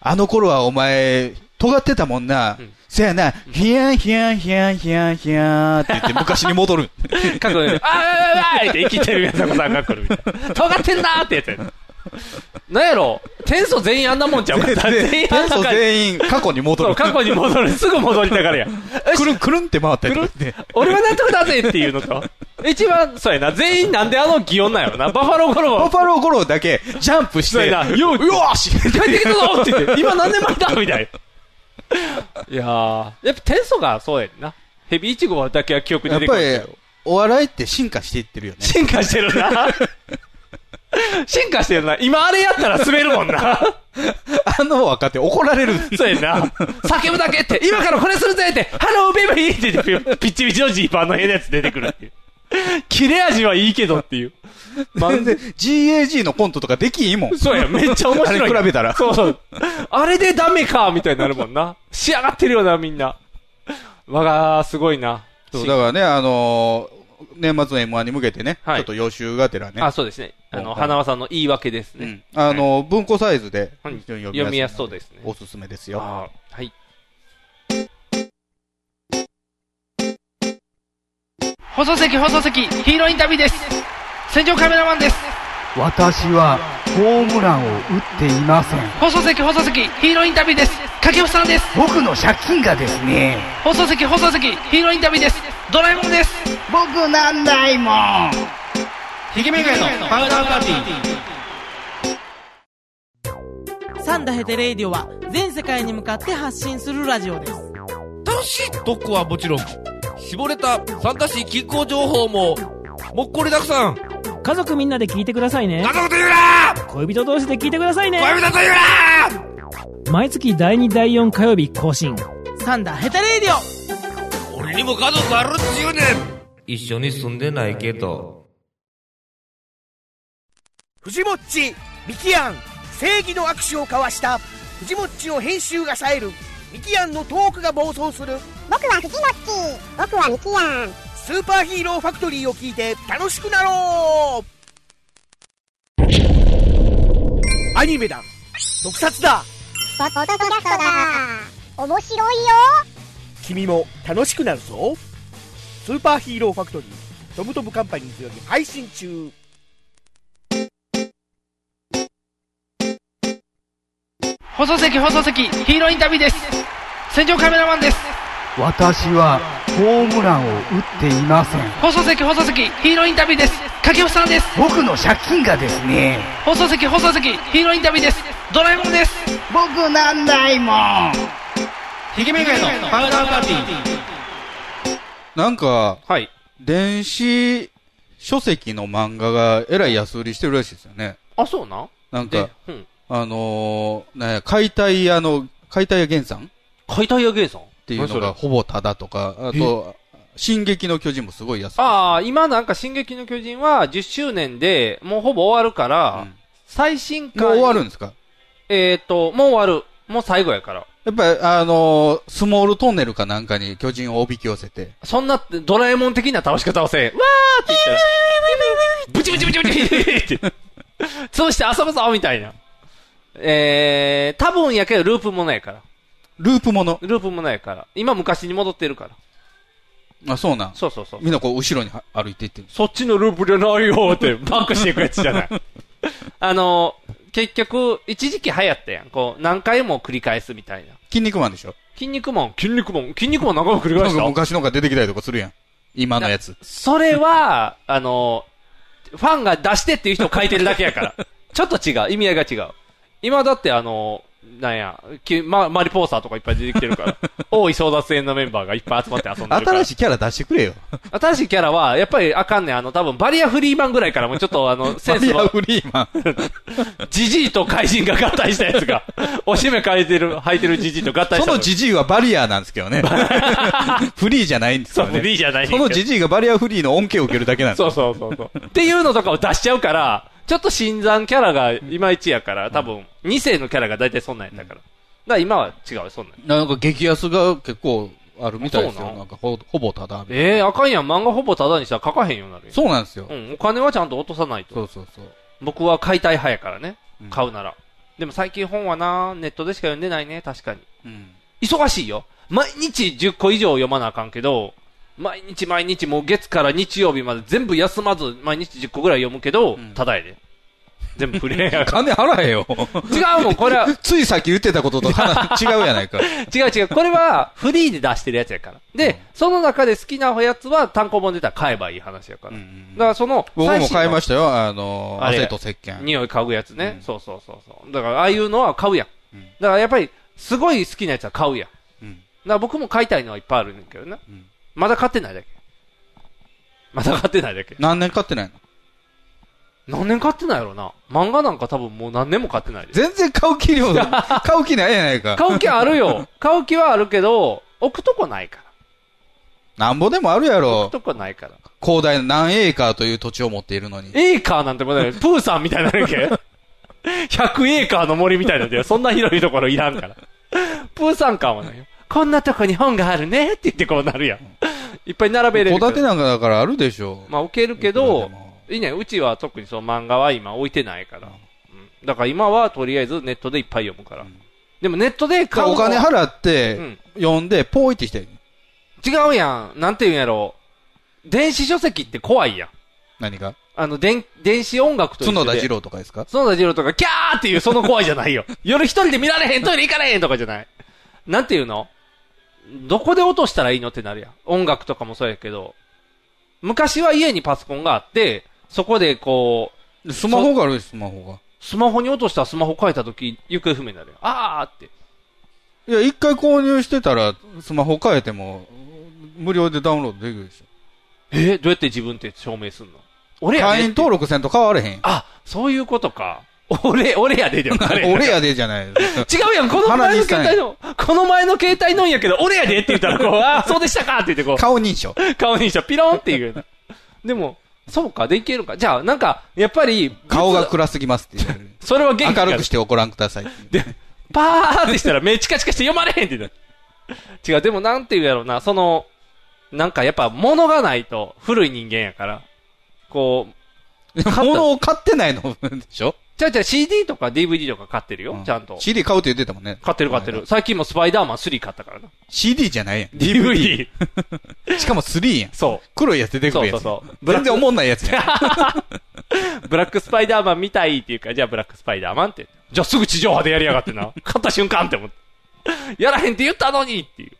Speaker 3: あの頃はお前、尖ってたもんな
Speaker 2: うん。
Speaker 3: せやな、ヒヤンヒヤンヒヤンヒヤンヒヤンって言 って昔に戻る。
Speaker 2: 過去で、あーあーあーあーって生きてるやつがさんが来るみたいな。尖ってんなーってやつやな。なんやろ天素全員あんなもんちゃうか全員あん
Speaker 3: 元
Speaker 2: な
Speaker 3: 祖
Speaker 2: 感じ。
Speaker 3: 全員過去に戻
Speaker 2: そう、
Speaker 3: る。
Speaker 2: 過去に戻る。すぐ戻りたからや。よし
Speaker 3: くるんくるんって回ったりとかして。
Speaker 2: 俺は納得だぜっていうのと。一番、そうやな。全員なんであの擬音なんやろな。バファローゴロ
Speaker 3: バ
Speaker 2: ボ。
Speaker 3: ファローゴロだけジャンプし
Speaker 2: そう
Speaker 3: て、
Speaker 2: やな。よう、
Speaker 3: よーし
Speaker 2: 帰ってきたぞって言って、今何年前だみたいな。いやー。やっぱ天素がそうやんな。ヘビイチゴだけは記憶に
Speaker 3: やっ
Speaker 2: 出てく
Speaker 3: ぱ
Speaker 2: る。
Speaker 3: り、お笑いって進化していってるよね。
Speaker 2: 進化してる な。進化してるな。今あれやったら滑るもん な。
Speaker 3: あの若手怒られる。
Speaker 2: そうやんな。叫ぶだけって、今からこれするぜって、ハローベイビーって言って、ピッチピチのジーパンの変なやつ出てくるっていう。切れ味はいいけどっていう。
Speaker 3: 全然 GAG のコントとかできんもん。
Speaker 2: そうや、めっちゃ面白い。
Speaker 3: あれ比べたら
Speaker 2: そうそう。あれでダメか、みたいになるもんな。仕上がってるよな、みんな。わが、すごいな。
Speaker 3: そう、だからね、あのー年末の M1 に向けてね、
Speaker 2: はい
Speaker 3: ちょっと予習がてらね。
Speaker 2: あ、そうですね。あ
Speaker 3: うん
Speaker 2: の、花輪さんの言い訳です
Speaker 3: う
Speaker 2: ね
Speaker 3: ん。。あの、文庫サイズで、
Speaker 2: はい
Speaker 3: 非常に
Speaker 2: 読みやすそうですね
Speaker 3: おすすめですよ。
Speaker 2: あーはい。
Speaker 7: 放送席放送席ヒーローインタビューです戦場カメラマンです
Speaker 8: 私はホームランを打っていません
Speaker 7: 放送席放送席ヒーローインタビューです掛布さんです
Speaker 8: 僕の借金がですね
Speaker 7: 放送席放送席ヒーローインタビューですドラえもんです
Speaker 8: 僕なんないもん
Speaker 7: ひげめがえのパウダーパーティー
Speaker 9: サンダヘテレイディオは全世界に向かって発信するラジオです。
Speaker 10: 楽しい特攻はもちろん、絞れたサンタシー気候情報も、もっこりたくさん。
Speaker 11: 家族みんなで聞いてくださいね
Speaker 10: 家族と言うな
Speaker 11: 恋人同士で聞いてくださいね
Speaker 10: 恋人と言うな
Speaker 11: 毎月第2第4火曜日更新
Speaker 9: サンダヘテレイディオ
Speaker 10: 俺にも家族あるっちゅうねん一緒に住んでないけど。
Speaker 1: 藤もっちミキアン正義の握手を交わした藤もっちの編集が冴えるミキアンのトークが暴走する僕は藤もっち僕はミキアンスーパーヒーローファクトリーを聞いて楽しくなろうアニメだ特撮だ
Speaker 12: ポッドキャストだ面白いよ
Speaker 1: 君も楽しくなるぞスーパーヒーローファクトリートムトムカンパニーズより配信中
Speaker 7: 放送席放送席ヒーローインタビューです戦場カメラマンです
Speaker 8: 私はホームランを打っていません
Speaker 7: 放送席放送席ヒーローインタビューです掛布さんです
Speaker 8: 僕の借金がですね
Speaker 7: 放送席放送席ヒーローインタビューですドラえもんです
Speaker 8: 僕なんないもん
Speaker 7: ひげめがえのパウダーパーティー
Speaker 3: なんか、
Speaker 2: はい。
Speaker 3: 電子書籍の漫画がえらい安売りしてるらしいですよね。
Speaker 2: あ、そうなん
Speaker 3: なんか
Speaker 2: で、、うん。
Speaker 3: あのーなんや解体屋の、解体屋源さんっ
Speaker 2: 解体屋芸さんって
Speaker 3: いうのがほぼただとか、あと、進撃の巨人もすごい安い。
Speaker 2: ああ、今なんか、進撃の巨人は10周年で、もうほぼ終わるから、
Speaker 3: うん
Speaker 2: 最新回。
Speaker 3: もう終わるんですか
Speaker 2: えっ、と、もう終わる。もう最後やから。
Speaker 3: やっぱり、あのースモールトンネルかなんかに巨人をおびき寄せて、
Speaker 2: そんな、ドラえもん的な倒し方をせえ。わーって言ったら、ブチブチブチブチブチって。そうして遊ぶぞみたいな。えー、多分やけど、ループものやから。
Speaker 3: ループもの。
Speaker 2: ループものやから。今昔に戻ってるから。
Speaker 3: あ、そうなん。
Speaker 2: そうそうそう。
Speaker 3: みんなこう、後ろには歩いていってる。
Speaker 2: そっちのループじゃないよって、 バックしていくやつじゃ ない。あの、結局、一時期流行ったやん。こう、何回も繰り返すみたいな。
Speaker 3: 筋肉マンでしょ
Speaker 2: 筋肉マン、筋肉マン、筋肉マン何回も繰り
Speaker 3: な
Speaker 2: 返
Speaker 3: ん
Speaker 2: し
Speaker 3: か
Speaker 2: た
Speaker 3: 昔のが出てきたりとかするやん。今のやつ。
Speaker 2: それは、あの、ファンが出してっていう人を書いてるだけや から。ちょっと違う。意味合いが違う。今だってあの、なんや、きま、マリポーサーとかいっぱい出てきてる から。大井争奪戦のメンバーがいっぱい集まって遊んでるから。
Speaker 3: 新しいキャラ出してくれよ。
Speaker 2: 新しいキャラは、やっぱりあかんねん。あの、多分バリアフリーマンぐらいからもうちょっとあの、センス
Speaker 3: マリア
Speaker 2: の
Speaker 3: フリーマン。
Speaker 2: ジジイと怪人が合体したやつが、おしめ変えてる、履いてるジジイと合体し
Speaker 3: そ
Speaker 2: た
Speaker 3: のジジイはバリアーなんですけ どね。フリーじゃないんです
Speaker 2: そ
Speaker 3: よ
Speaker 2: う、フリ
Speaker 3: ね。
Speaker 2: ーじゃないねん
Speaker 3: そ
Speaker 2: けど
Speaker 3: のジジイがバリアフリーの恩恵を受けるだけなんで す
Speaker 2: そう
Speaker 3: よ。
Speaker 2: そうそうそう。っていうのとかを出しちゃうから、ちょっと新参キャラがいまいちやから、多分、2世のキャラが大体そんなんやったから。だから今は違う、そんなん。
Speaker 3: なんか激安が結構あるみたいです
Speaker 2: そう
Speaker 3: よ。
Speaker 2: なん
Speaker 3: なんかほほぼただ。
Speaker 2: ええー、あかんやん。漫画ほぼタダにしたら書かへんようになるやん。
Speaker 3: そうなんですよ
Speaker 2: う。ん、お金はちゃんと落とさないと。
Speaker 3: そうそうそう。
Speaker 2: 僕は解体派やからね
Speaker 3: うん。
Speaker 2: 買うなら。でも最近本はな、ネットでしか読んでないね、確かに。
Speaker 3: うん
Speaker 2: 忙しいよ。毎日10個以上読まなあかんけど、毎日毎日もう月から日曜日まで全部休まず毎日10個ぐらい読むけど、
Speaker 3: ん
Speaker 2: ただやで。全部プレイヤー
Speaker 3: 金払え よ。
Speaker 2: 違うもん、これ は、
Speaker 3: ついさっき言ってたことと話違うやないか。
Speaker 2: 違 う違う、これはフリーで出してるやつやから。で、その中で好きなやつは単行本出たら買えばいい話やから。
Speaker 3: うん
Speaker 2: だ
Speaker 3: うん
Speaker 2: からその、
Speaker 3: 僕も買いま
Speaker 2: し
Speaker 3: したよ。あのー、
Speaker 2: あれ
Speaker 3: 汗と石鹸。
Speaker 2: 匂い嗅ぐやつね。そうそうそうそう。だからああいうのは買うやん。だからやっぱり、すごい好きなやつは買うやん。だか
Speaker 3: うん
Speaker 2: ら僕も買いたいのはいっぱいあるんだけどね
Speaker 3: ん。
Speaker 2: まだ買ってないだけ。まだ買ってないだけ。
Speaker 3: 何年買ってないの
Speaker 2: 何年買ってないやろな。漫画なんか多分もう何年も買ってないで。
Speaker 3: 全然買う気 量、買う気ないやないか。
Speaker 2: 買う気あるよ。買う気はあるけど、置くとこないから。
Speaker 3: なんぼでもあるや
Speaker 2: 置
Speaker 3: ろ
Speaker 2: く。とこないから。
Speaker 3: 広大な何エーカーという土地を持っているのに。
Speaker 2: エーカーなんてことない。プーさんみたいになるけ。100エーカーの森みたいなんだよ。そんな広いところいらんから。プーさん感はないよ。こんなとこに本があるねって言ってこうなるやん。いっぱい並べれる
Speaker 3: 戸
Speaker 2: から
Speaker 3: 建てなんかだからあるでしょ。
Speaker 2: まあ、置けるけど、いいね、うちは特にその漫画は今置いてないから。うんだから今はとりあえずネットでいっぱい読むから。でもネットで買う
Speaker 3: お
Speaker 2: の
Speaker 3: 金払って、読んで、ポイってして。
Speaker 2: 違うやん。なんて言うんやろ。電子書籍って怖いやん。
Speaker 3: 何が
Speaker 2: あの、電、電子音楽と一緒で。
Speaker 3: 角田二郎とかですか
Speaker 2: 園田二郎とか、キャーっていうその怖いじゃ ないよ。夜一人で見られへん、トイレ行かれへんとかじゃない。なんていうのどこで落としたらいいのってなるやん。音楽とかもそうやけど。昔は家にパソコンがあって、そこでこう。
Speaker 3: スマホがあるスマホが。
Speaker 2: スマホに落としたらスマホ変えた時、行方不明になるやん。あーって。
Speaker 3: いや、一回購入してたら、スマホ変えても、無料でダウンロードできるでしょ。
Speaker 2: えどうやって自分って証明すんの俺やで
Speaker 3: 会員登録せんと変われへん。
Speaker 2: あ、そういうことか。俺、俺やででもあれや
Speaker 3: 俺やでじ ゃない。違
Speaker 2: 違うやん、この前の携帯の、この前の携帯のんやけど、俺やでって言ったら、こう、あーそうでしたかって言ってこう。
Speaker 3: 顔認証。
Speaker 2: 顔認証、ピローンっていう。でも、そうか、できるか。じゃあ、なんか、やっぱり、
Speaker 3: 顔が暗すぎますって言われる。
Speaker 2: それは元気
Speaker 3: 明るくしてご覧ください。
Speaker 2: パーってしたら目チカチカして読まれへんって言った。違う、でもなんて言うやろうな、その、なんかやっぱ物がないと古い人間やから、こう、
Speaker 3: 物を買ってないのでしょ
Speaker 2: じゃじゃ CD とか DVD とか買ってるよ、ちゃんと。
Speaker 3: ?CD 買うって言ってたもんね。
Speaker 2: 買ってる買ってる。最近もスパイダーマン3買ったからな。
Speaker 3: CD じゃないやん。
Speaker 2: DVD。
Speaker 3: しかも3やん。
Speaker 2: そう。
Speaker 3: 黒いやつ出てくるやつ。
Speaker 2: そうそうそう
Speaker 3: 全然おもんないやつやん。
Speaker 2: ブラックスパイダーマン見たいっていうから、じゃあブラックスパイダーマンって。じゃあすぐ地上波でやりやがってな。勝った瞬間って思って。やらへんって言ったのにっていう。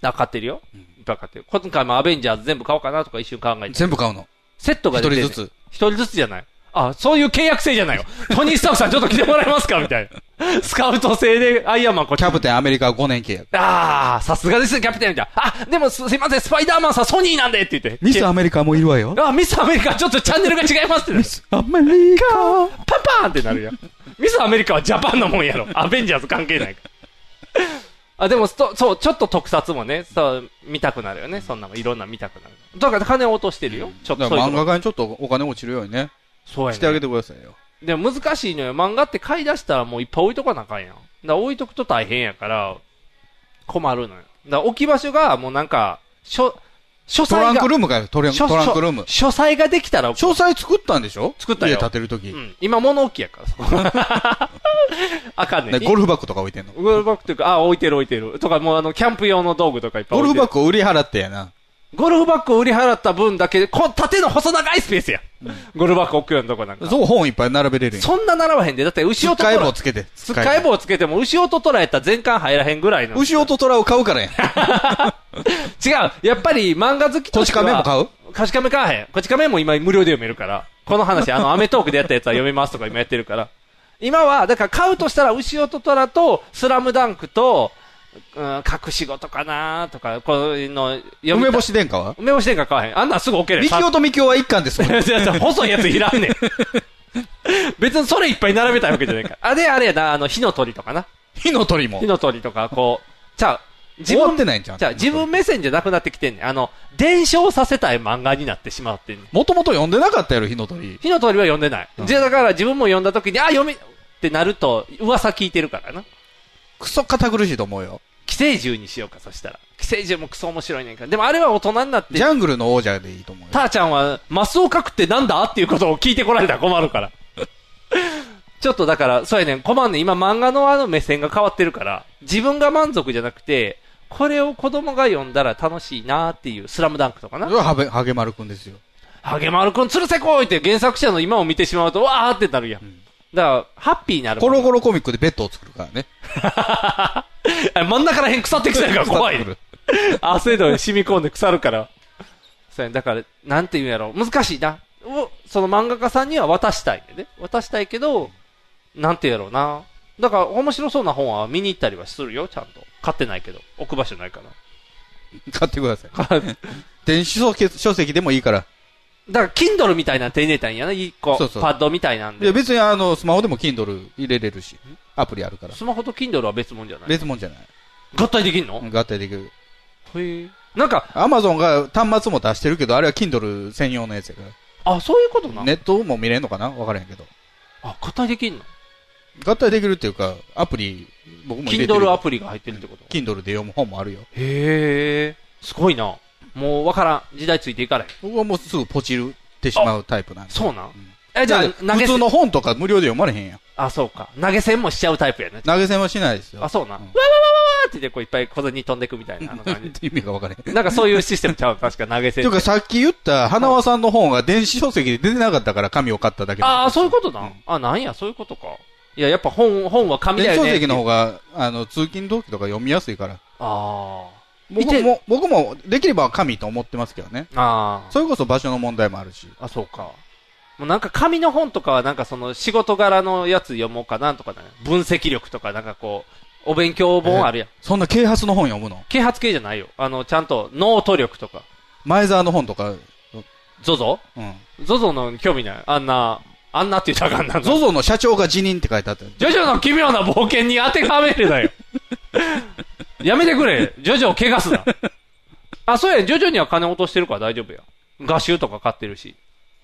Speaker 2: だから買ってるよ。いっぱい買ってる。今回もアベンジャーズ全部買おうかなとか一瞬考えて。
Speaker 3: 全部買うの。
Speaker 2: セットが出てる
Speaker 3: 一人ずつ。
Speaker 2: 一人ずつじゃない。あ、そういう契約制じ ゃないよ。トニー・スタッフさんちょっと来てもらえますかみたいな。スカウト制でアイアンマンこっち
Speaker 3: キャプテンアメリカ5年契約。
Speaker 2: ああ、さすがですね、キャプテンみたいな。あ、でもすすいません、スパイダーマンさんソニーなんでって言って。
Speaker 3: ミスアメリカもいるわよ。
Speaker 2: あ、ミスアメリカ、ちょっとチャンネルが違いますってなる。ミス
Speaker 3: アメリカ
Speaker 2: パパーンってなるやん。ミスアメリカはジャパンのもんやろ。アベンジャーズ関係ないから。あ、でもそ、そう、ちょっと特撮もね、そう、見たくなるよね。そんなの、いろんなの見たくなる。だから金を落としてるよ。ちょっと
Speaker 3: だ
Speaker 2: そ
Speaker 3: か
Speaker 2: うい
Speaker 3: ら
Speaker 2: うとこ
Speaker 3: 漫画家にちょっとお金落ちるようにね。
Speaker 2: そうやね
Speaker 3: してあげてくださいよ。
Speaker 2: でも難しいのよ。漫画って買い出したらもういっぱい置いとかなあかんやん。だから置いとくと大変やから、困るのよ。だから置き場所がもうなんか、書、書
Speaker 3: ト
Speaker 2: 斎が。
Speaker 3: ランクルームかよ、トラン
Speaker 2: 書
Speaker 3: トランクルーム。
Speaker 2: 書斎ができたら。
Speaker 3: 書斎作ったんでしょ
Speaker 2: 作ったよ
Speaker 3: 家建てるとき。
Speaker 2: うん。今物置やから、そこ あかんね
Speaker 3: で
Speaker 2: ん。
Speaker 3: ゴルフバッグとか置いてんの
Speaker 2: ゴルフバッグというか、あ、置いてる置いてる。とか、もうあの、キャンプ用の道具とかいっぱい
Speaker 3: ゴ
Speaker 2: 置
Speaker 3: ル
Speaker 2: いてる。
Speaker 3: フバッグを売り払ってやな。
Speaker 2: ゴルフバッグを売り払った分だけで、こ縦の細長いスペースや。ゴルフバッグ置くようなとこなんか。
Speaker 3: そう、本いっぱい並べれるやん。
Speaker 2: そんな並ばへんで。だって、牛音
Speaker 3: 使え棒つけて。
Speaker 2: つっかえ棒つけても、牛音捉えたら全巻入らへんぐらいの。違う。
Speaker 3: 牛音虎を買うからやん。
Speaker 2: やっぱり漫画好きとしては。
Speaker 3: こち亀も買
Speaker 2: うこち亀買わへん。こち亀も今無料で読めるから。この話、あの、アメトークでやったやつは読めますとか今やってるから。今は、だから買うとしたら、牛音虎と、スラムダンクと、うん、隠し事かなとか、こういうの、読みた
Speaker 3: 梅干し殿下は
Speaker 2: 梅干し殿下買わへん。あんなんすぐ置ける
Speaker 3: ミキオとミキオは一巻ですもん。
Speaker 2: いやいや細いやついらんねん。別にそれいっぱい並べたいわけじゃないから。あれ、あれやな、あの、火の鳥とかな。
Speaker 3: 火の鳥も
Speaker 2: 火。の鳥とか、こう、じゃあ、
Speaker 3: 終わってないんちゃう
Speaker 2: じゃあ自分目線じゃなくなってきてんねん。あの、伝承させたい漫画になってしまってんねん。
Speaker 3: もともと読んでなかったやろ、火の鳥。
Speaker 2: 火の鳥は読んでない。じゃあだから自分も読んだ時に、あ、読み、ってなると、噂聞いてるからな。
Speaker 3: クソ堅苦しいと思うよ。
Speaker 2: 寄生獣にしようか、そしたら。寄生獣もクソ面白いねんから。でもあれは大人になって
Speaker 3: ジ、ャングルの王者でいいと思うよ。
Speaker 2: ターちゃんは、マスを書くってなんだっていうことを聞いてこられたら困る から。ちょっとだから、そうやねん、困んねん。今漫画のあの目線が変わってるから、自分が満足じゃなくて、これを子供が読んだら楽しいなっていう、スラムダンクとかな
Speaker 3: そ。れはハベハゲマルくんですよ。
Speaker 2: ハゲマルくん、つるせこいって原作者の今を見てしまうと、わーってなるやん。だから、ハッピーになる。
Speaker 3: コロコロコミックでベッドを作るからね。
Speaker 2: あ 真ん中らへん腐ってきたやんから怖い。汗で染み込んで腐るから。そうやねだから、なんて言うんやろ。難しいな。を、その漫画家さんには渡したいんでね。渡したいけど、なんて言うやろうな。だから、面白そうな本は見に行ったりはするよ、ちゃんと。買ってないけど。置く場所ないから。
Speaker 3: 買ってください。電子書籍書籍でもいいから。
Speaker 2: だから、Kindle みたいな手に入れたんやな、一個。
Speaker 3: そうそう
Speaker 2: パッドみたいなん
Speaker 3: い
Speaker 2: で
Speaker 3: や、。別にあの、スマホでも Kindle 入れれるし。アプリあるから。
Speaker 2: スマホと Kindle は別物じゃない
Speaker 3: 別物じゃない。
Speaker 2: 合体できんの
Speaker 3: 合体できる。
Speaker 2: へえ。なんか、
Speaker 3: アマゾンが端末も出してるけど、あれは Kindle 専用のやつやか
Speaker 2: あ、そういうことな
Speaker 3: ら。。ネットも見れんのかなわからへんけど。
Speaker 2: あ、合体できんの
Speaker 3: 合体できるっていうか、アプリ、僕も入れてる。
Speaker 2: Kindle アプリが入ってるってこと
Speaker 3: Kindle で読む本もあるよ。
Speaker 2: へえ。すごいな。もうわからん。時代ついていかない。
Speaker 3: 僕はもうすぐポチるってしまうタイプなんで。
Speaker 2: そうなん、え、
Speaker 3: え、じ
Speaker 2: じ
Speaker 3: ゃ
Speaker 2: ゃ
Speaker 3: あ、
Speaker 2: あ、投
Speaker 3: 普
Speaker 2: げ
Speaker 3: 通
Speaker 2: 銭。
Speaker 3: の本とか無料で読まれへんやん。
Speaker 2: あ、そうか。投げ銭もしちゃうタイプやね。
Speaker 3: 投げ銭はしないですよ。
Speaker 2: あ、そうな。わわわわわーってでこういっぱい小銭飛んでくみたいな。あの感
Speaker 3: 意味が わからへ
Speaker 2: じ。なんかそういうシステムちゃう。確か投げ
Speaker 3: て
Speaker 2: 銭。
Speaker 3: いうかさっき言った花輪さんの本が電子書籍で出てなかったから紙を買っただけ
Speaker 2: ああ、そういうことな。あ、なんや、そういうことか。いや、やっぱ本、本は紙だ
Speaker 3: 電
Speaker 2: よ
Speaker 3: 子
Speaker 2: ね。
Speaker 3: 書籍の方が、あの、通勤同期とか読みやすいから。
Speaker 2: ああ。
Speaker 3: 僕も、僕もできれば紙と思ってますけどね。
Speaker 2: ああ。
Speaker 3: それこそ場所の問題もあるし。
Speaker 2: あ、そうか。もうなんか紙の本とかはなんかその仕事柄のやつ読もうかなとかね。分析力とかなんかこう、お勉強本あるやん。
Speaker 3: そんな啓発の本読むの
Speaker 2: 啓発系じゃないよ。あの、ちゃんとノート力とか。
Speaker 3: 前澤の本とか、
Speaker 2: ゾゾ
Speaker 3: うん。
Speaker 2: ゾゾの興味ない。あんな、あんなって言ったらあかんな。
Speaker 3: ゾゾの社長が辞任って書いてあったよ。
Speaker 2: ジョジョの奇妙な冒険に当てはめるな よ。やめてくれ。ジョジョを怪我すな。 あ、そうや、ジョジョには金落としてるから大丈夫や。画集とか買ってるし。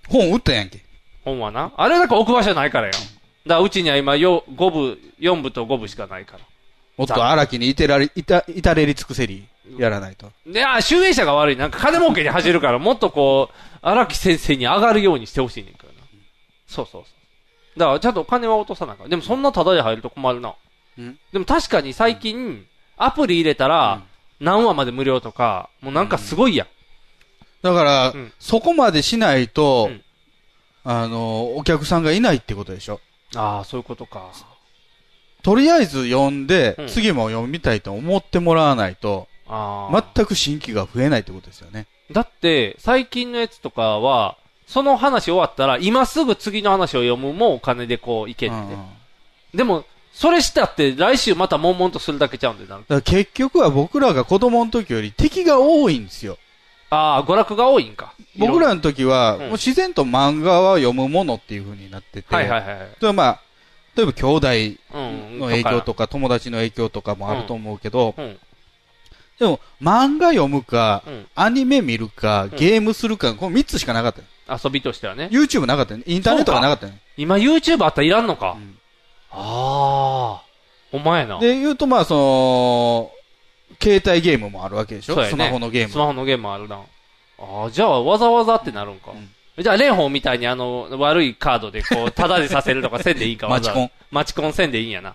Speaker 3: 本売ったやんけ。
Speaker 2: 本はな。あれなんか置く場所ないからや。だからうちには今よ、5部、4部と5部しかないから。
Speaker 3: もっと荒木に至られ、至至れり尽くせり、やらないと。
Speaker 2: で、あ、集英者が悪い。なんか金儲けに走るから、もっとこう、荒木先生に上がるようにしてほしいねんからな。そうそうそう。だから、ちゃんとお金は落とさないから。でも、そんなタダで入ると困るな。
Speaker 3: うん
Speaker 2: でも、確かに最近、アプリ入れたら、何話まで無料とか、もうなんかすごいやん。
Speaker 3: だから、そこまでしないと、あの、お客さんがいないってことでしょ。
Speaker 2: ああ、そういうことか。
Speaker 3: とりあえず読んで、
Speaker 2: うん
Speaker 3: 次も読みたいと思ってもらわないと、
Speaker 2: ああ。
Speaker 3: 全く新規が増えないってことですよね。
Speaker 2: だって、最近のやつとかは、その話終わったら、今すぐ次の話を読むもお金でこういけるんで。でも、それしたって、来週また悶々とするだけちゃうんで、なんか
Speaker 3: だから結局は僕らが子供の時より敵が多いんですよ。
Speaker 2: ああ、娯楽が多いんか。
Speaker 3: 僕らの時は、
Speaker 2: ん
Speaker 3: もう自然と漫画は読むものっていう風になってて、
Speaker 2: はいはいはい
Speaker 3: 例えばまあ、例えば兄弟
Speaker 2: うん
Speaker 3: の影響とか、友達の影響とかもあると思うけど、
Speaker 2: うん
Speaker 3: でも漫画読むか、
Speaker 2: うん
Speaker 3: アニメ見るか、
Speaker 2: うん
Speaker 3: ゲームするか、この3つしかなかったよ。
Speaker 2: 遊びとしてはね。
Speaker 3: YouTube なかったよね。インターネットがなかったよね。
Speaker 2: 今 YouTube あったらいらんのか。ああ、お前な。
Speaker 3: で、言うとまあ、その、携帯ゲームもあるわけでしょ、
Speaker 2: そうやね
Speaker 3: スマホのゲーム。
Speaker 2: スマホのゲームあるな。ああ、じゃあわざわざってなるんか。じゃあ、蓮舫みたいにあの、悪いカードでこう、タダでさせるとかせんでいいんか、わざわざ
Speaker 3: マチコン。
Speaker 2: マチコンせんでいいんやな。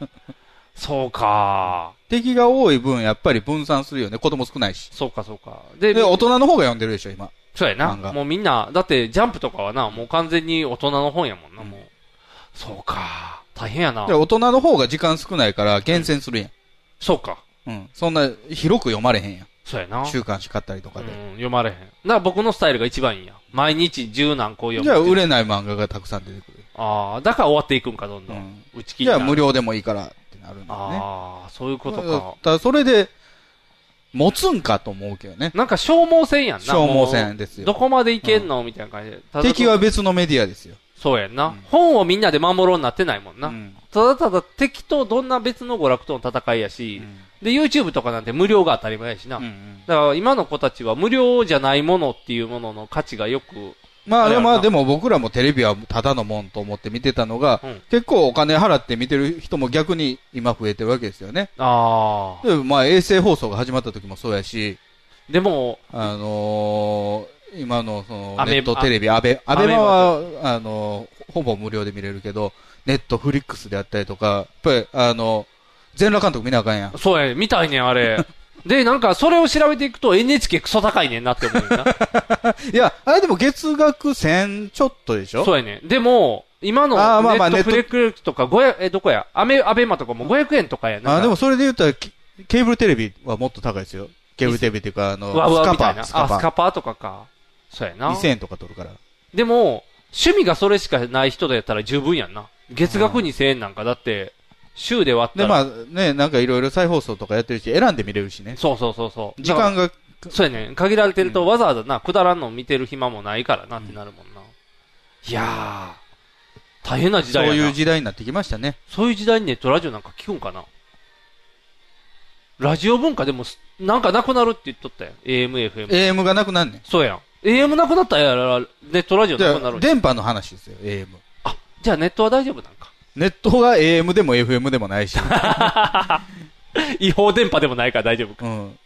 Speaker 2: そうか。
Speaker 3: 敵が多い分、やっぱり分散するよね。子供少ないし。
Speaker 2: そうか、そうか。
Speaker 3: で、大人の方が読んでるでしょ、今。
Speaker 2: そうやな。
Speaker 3: 漫画
Speaker 2: もうみんな、だってジャンプとかはな、もう完全に大人の本やもんな、もう。そうか。大変やな
Speaker 3: で、。大人の方が時間少ないから厳選するやん。
Speaker 2: そうか。
Speaker 3: うん。そんな、広く読まれへんやん。
Speaker 2: そうやな。
Speaker 3: 週刊誌買ったりとかで。
Speaker 2: うん、読まれへん。だから僕のスタイルが一番いいんや。毎日十何個読む。
Speaker 3: じゃあ、
Speaker 2: れ。
Speaker 3: 売れない漫画がたくさん出てくる。
Speaker 2: ああ、だから終わっていくんか、どんどん。打ち切り
Speaker 3: じゃあ、無料で
Speaker 2: も。
Speaker 3: もいいからってなるんだよね。
Speaker 2: ああ、そういうこと
Speaker 3: だ
Speaker 2: か。
Speaker 3: からそれで、持つんかと思うけどね。
Speaker 2: なんか消耗戦やんな。
Speaker 3: 消耗戦ですよ
Speaker 2: もうどこまでいけんのみたいな感じで。ただ
Speaker 3: 敵は別のメディアですよ。
Speaker 2: そうやんな。本をみんなで守ろうになってないもんな。ただただ敵とどんな別の娯楽との戦いやし、で、YouTube とかなんて無料が当たり前やしな。だから今の子たちは無料じゃないものっていうものの価値がよく、
Speaker 3: まあ、
Speaker 2: れ
Speaker 3: で
Speaker 2: やん
Speaker 3: も
Speaker 2: な
Speaker 3: まあ、でも僕らもテレビはただのもんと思って見てたのが、結構お金払って見てる人も逆に今増えてるわけですよね。
Speaker 2: あ
Speaker 3: で、まあ、衛星放送が始まった時もそうやし、
Speaker 2: でも、
Speaker 3: あのー今のその
Speaker 2: ア
Speaker 3: ネ
Speaker 2: ベ
Speaker 3: ットテレビ、アベ、
Speaker 2: ア
Speaker 3: ア
Speaker 2: ベ
Speaker 3: ベマは、あのーほぼ無料で見れるけど、ネットフリックスであったりとか、やっぱり、あの全裸監督見なあかんやん。
Speaker 2: そうやね、見たいねん、あ れ。で、なんか、それを調べていくと NHK クソ高いねんなって思うよな。
Speaker 3: いや、あれでも月額1000ちょっとでしょ
Speaker 2: そうやね。でも、今の
Speaker 3: あーまあ
Speaker 2: ネ
Speaker 3: まあ
Speaker 2: ットフレックスとか、500え、どこやアメ、アベマとかも500円とかやな。
Speaker 3: あ、でもそれで言ったら、ケケーブルテレビはもっと高いですよ。ケーブルテレビっていうか、あの、
Speaker 2: わう
Speaker 3: ス
Speaker 2: わ
Speaker 3: カ
Speaker 2: みたいな。あ、
Speaker 3: パ、
Speaker 2: スカ
Speaker 3: パ。
Speaker 2: パーとかか。そうやな。
Speaker 3: 2000円とか取るから。
Speaker 2: でも、趣味がそれしかない人だったら十分やんな。月額2000円なんか、だって、週で割った
Speaker 3: で、
Speaker 2: ら。
Speaker 3: まあね、なんかいろいろ再放送とかやってるし、選んで見れるしね。
Speaker 2: そうそうそうそう。
Speaker 3: 時間が
Speaker 2: だから。そうやね。限られてると、わざわざな、くだらんの見てる暇もないからなってなるもんな。いやー、大変な時代や
Speaker 3: そ
Speaker 2: な。
Speaker 3: ういう時代になってきましたね。
Speaker 2: そういう時代にネットラジオなんか聞くんかなラジオ文化でもす、なんかなくなるって言っとったやん。AM、FM。
Speaker 3: AM がなくなんねん。
Speaker 2: そうやん。AM なくなったら、ネットラジオ
Speaker 3: じ
Speaker 2: な
Speaker 3: ゃ
Speaker 2: くなる
Speaker 3: あ
Speaker 2: んや
Speaker 3: 電波の話ですよ、AM。
Speaker 2: じゃあネットは大丈夫なんか。
Speaker 3: ネットが AM でも FM でもないし。
Speaker 2: 違法電波でもないから大丈夫
Speaker 3: か。うん。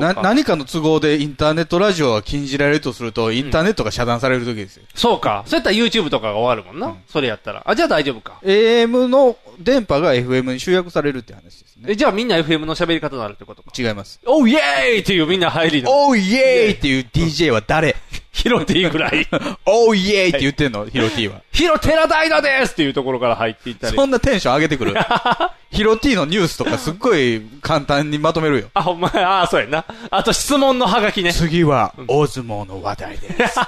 Speaker 3: な何かの都合でインターネットラジオが禁じられるとすると、インターネットが遮断される時ですよ。
Speaker 2: そうか。そうやったら YouTube とかが終わるもんな。それやったら。あ、じゃあ大丈夫か。
Speaker 3: AM の電波が FM に集約されるって話ですね。
Speaker 2: え、じゃあみんな FM の喋り方になるってことか。
Speaker 3: 違います。
Speaker 2: おうイエーイっていうみんな入りの。
Speaker 3: おうイエーイっていう DJ は 誰
Speaker 2: ヒロティぐら い。
Speaker 3: おうイエーイって言ってんの、ヒロティは。
Speaker 2: ヒロテラダイナですっていうところから入っていったり。
Speaker 3: そんなテンション上げて くる。ヒロティのニュースとかすっごい簡単にまとめるよ。
Speaker 2: あ、お前、ああ、そうやな。あと質問のハガキね。
Speaker 3: 次は、大相撲の話題です。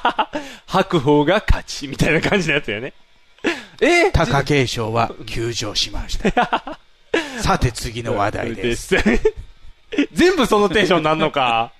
Speaker 2: 白鵬が勝ち、みたいな感じのやつやね。え
Speaker 3: 貴景勝は休場しま した。さて次の話題です。
Speaker 2: 全部そのテンションなんの か。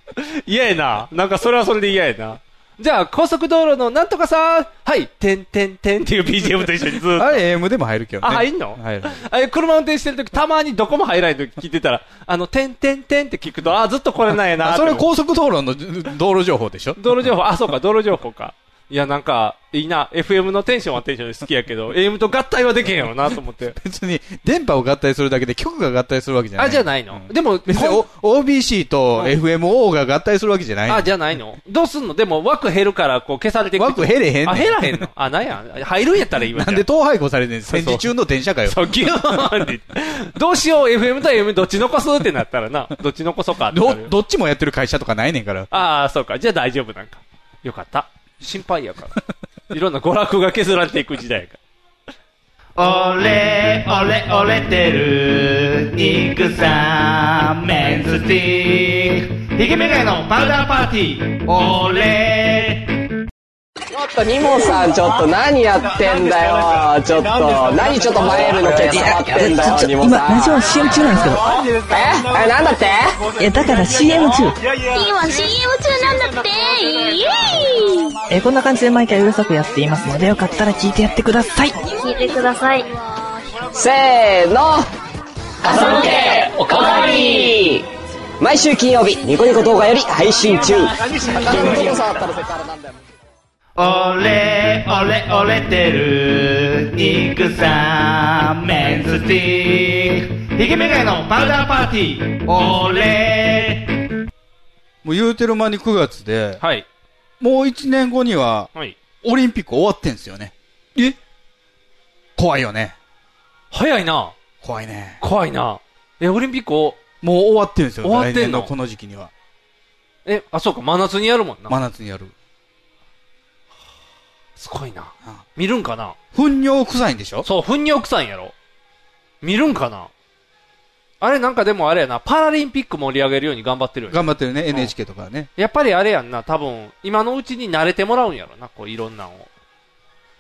Speaker 2: 嫌やな。なんかそれはそれで嫌やな。じゃあ、高速道路のなんとかさんはい、てんてんてんっていう BGM と一緒にずっと。
Speaker 3: あれ AM でも入るけどね。
Speaker 2: あ、入んの
Speaker 3: 入る。
Speaker 2: あれ車運転してるとき、たまにどこも入らないとき聞いてたら、あの、てんてんてんって聞くと、あ、ずっとこれなんやな
Speaker 3: あ
Speaker 2: って。
Speaker 3: それ高速道路の道路情報でしょ
Speaker 2: 道路情報、あ、そうか、道路情報か。いや、なんか、いいな、FM のテンションはテンションで好きやけど、AM と合体はできへんよな、と思 って。
Speaker 3: 別に電波を合体するだけで局が合体するわけじゃない。
Speaker 2: あ、じゃないの。でも、
Speaker 3: 別に
Speaker 2: こん
Speaker 3: O- OBC と FMO が合体するわけじゃない。
Speaker 2: あ、じゃないの。どうすんのでも枠減るから、こう消されていく。
Speaker 3: 枠減れへんねん
Speaker 2: あ、減らへんの。あ、なんや。入るんやったら今。
Speaker 3: なんで統廃合されてんの戦時中の電車かよ。
Speaker 2: そう、ギューンって。どうしよう、FM と AM どっち残すってなったらな。どっち残そうかってなるよ
Speaker 3: ど、どっちもやってる会社とかないねんから。
Speaker 2: ああ、そうか。じゃあ大丈夫なんか。よかった。心配やから。いろんな娯楽が削られていく時代やから。
Speaker 13: 俺、俺、俺てる、肉さん、メンズティック、ヒゲメガネのパウダーパーティー、俺、
Speaker 14: ちょっとニモさんちょっと何やってんだよちょっと何ちょっと前るの手触ってんだよニモ
Speaker 15: 今、ラジ
Speaker 14: さん
Speaker 15: オ CM 中なんですけど。
Speaker 14: えなんだって
Speaker 15: え、だから CM 中。
Speaker 12: 今 CM 中なんだってイエーイ
Speaker 15: え、こんな感じで毎回うるさくやっていますので、よかったら聞いてやってください。
Speaker 12: 聞いてください
Speaker 14: せーの朝向けおかわり毎週金曜日ニコニコ動画より配信中
Speaker 13: 俺、俺、俺てる、肉さん、メンズティック、ヒゲメガネのパウダーパーティー、俺、
Speaker 3: もう言うてる間に9月で、もう1年後には、
Speaker 2: はい
Speaker 3: オリンピック終わってんすよね。
Speaker 2: え
Speaker 3: 怖いよね。
Speaker 2: 早いな。
Speaker 3: 怖いね。
Speaker 2: 怖いな。え、オリンピックを、
Speaker 3: もう終わってるんですよ。
Speaker 2: 終わっ
Speaker 3: 来
Speaker 2: てん
Speaker 3: 年
Speaker 2: の
Speaker 3: のこの時期には。
Speaker 2: え、あ、そうか、真夏にやるもんな。
Speaker 3: 真夏にやる。
Speaker 2: すごいな。見るんかな
Speaker 3: 糞尿臭いんでしょ
Speaker 2: そう、糞尿臭いんやろ。見るんかなあれなんかでもあれやな、パラリンピック盛り上げるように頑張ってるよね。
Speaker 3: 頑張ってるね、NHK とかね。
Speaker 2: やっぱりあれやんな、多分、今のうちに慣れてもらうんやろな、こういろんなんを。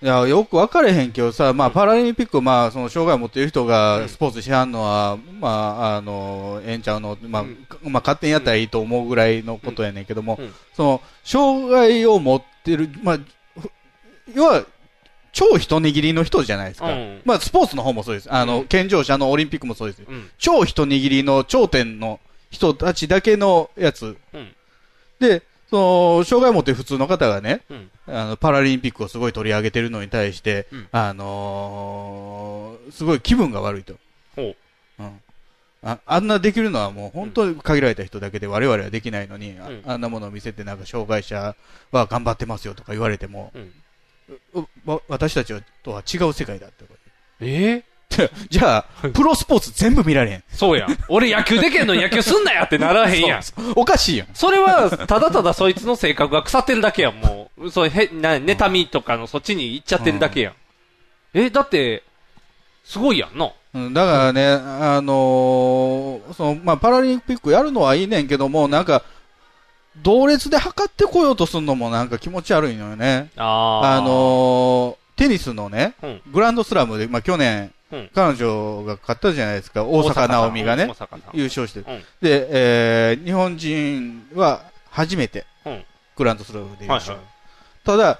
Speaker 3: いや、よく分かれへんけどさ、まあ、パラリンピック、まあ、その、障害を持っている人が、スポーツしはんのは、まあ、あの、ええんちゃうの、まあ、かまあ、勝手にやったらいいと思うぐらいのことやねんけども、その、障害を持ってる、まあ、ふ要は、超一握りの人じゃないですか。
Speaker 2: うん
Speaker 3: まあ、スポーツの方もそうです。あの、健常者のオリンピックもそうですよ。
Speaker 2: うん
Speaker 3: 超一握りの頂点の人たちだけのやつ。
Speaker 2: うん。
Speaker 3: で、その、障害を持ってる普通の方がね、
Speaker 2: うん。
Speaker 3: あの、パラリンピックをすごい取り上げてるのに対して、
Speaker 2: うん
Speaker 3: あのーすごい気分が悪いと。
Speaker 2: ほう。
Speaker 3: うん。あ、あんなできるのはもう本当に限られた人だけで我々はできないのに、ああんなものを見せてなんか障害者は頑張ってますよとか言われても、うわ私たちとは違う世界だって。
Speaker 2: え
Speaker 3: じゃあ、プロスポーツ全部見られへん。
Speaker 2: そうやん。俺野球できへんのに野球すんなやってならへんやん。
Speaker 3: そうそうおかしいやん。
Speaker 2: それは、ただただそいつの性格が腐ってるだけやん、もう。そう、へ、な、妬みとかのそっちに行っちゃってるだけやん。え、だって、すごいやんの。
Speaker 3: うんだからね、あのーそのまあ、パラリンピックやるのはいいねんけども、なんか、同列で測ってこようとするのもなんか気持ち悪いのよね。
Speaker 2: あ
Speaker 3: あのーテニスのね、
Speaker 2: うん
Speaker 3: グランドスラムで、まあ、去年、
Speaker 2: うん
Speaker 3: 彼女が勝ったじゃないですか、
Speaker 2: 大阪
Speaker 3: 大
Speaker 2: さん
Speaker 3: 坂なおみがね
Speaker 2: 大坂さん、
Speaker 3: 優勝して、
Speaker 2: うん
Speaker 3: で、えー日本人は初めて
Speaker 2: うん
Speaker 3: グランドスラムで優勝。
Speaker 2: はいはい
Speaker 3: ただ、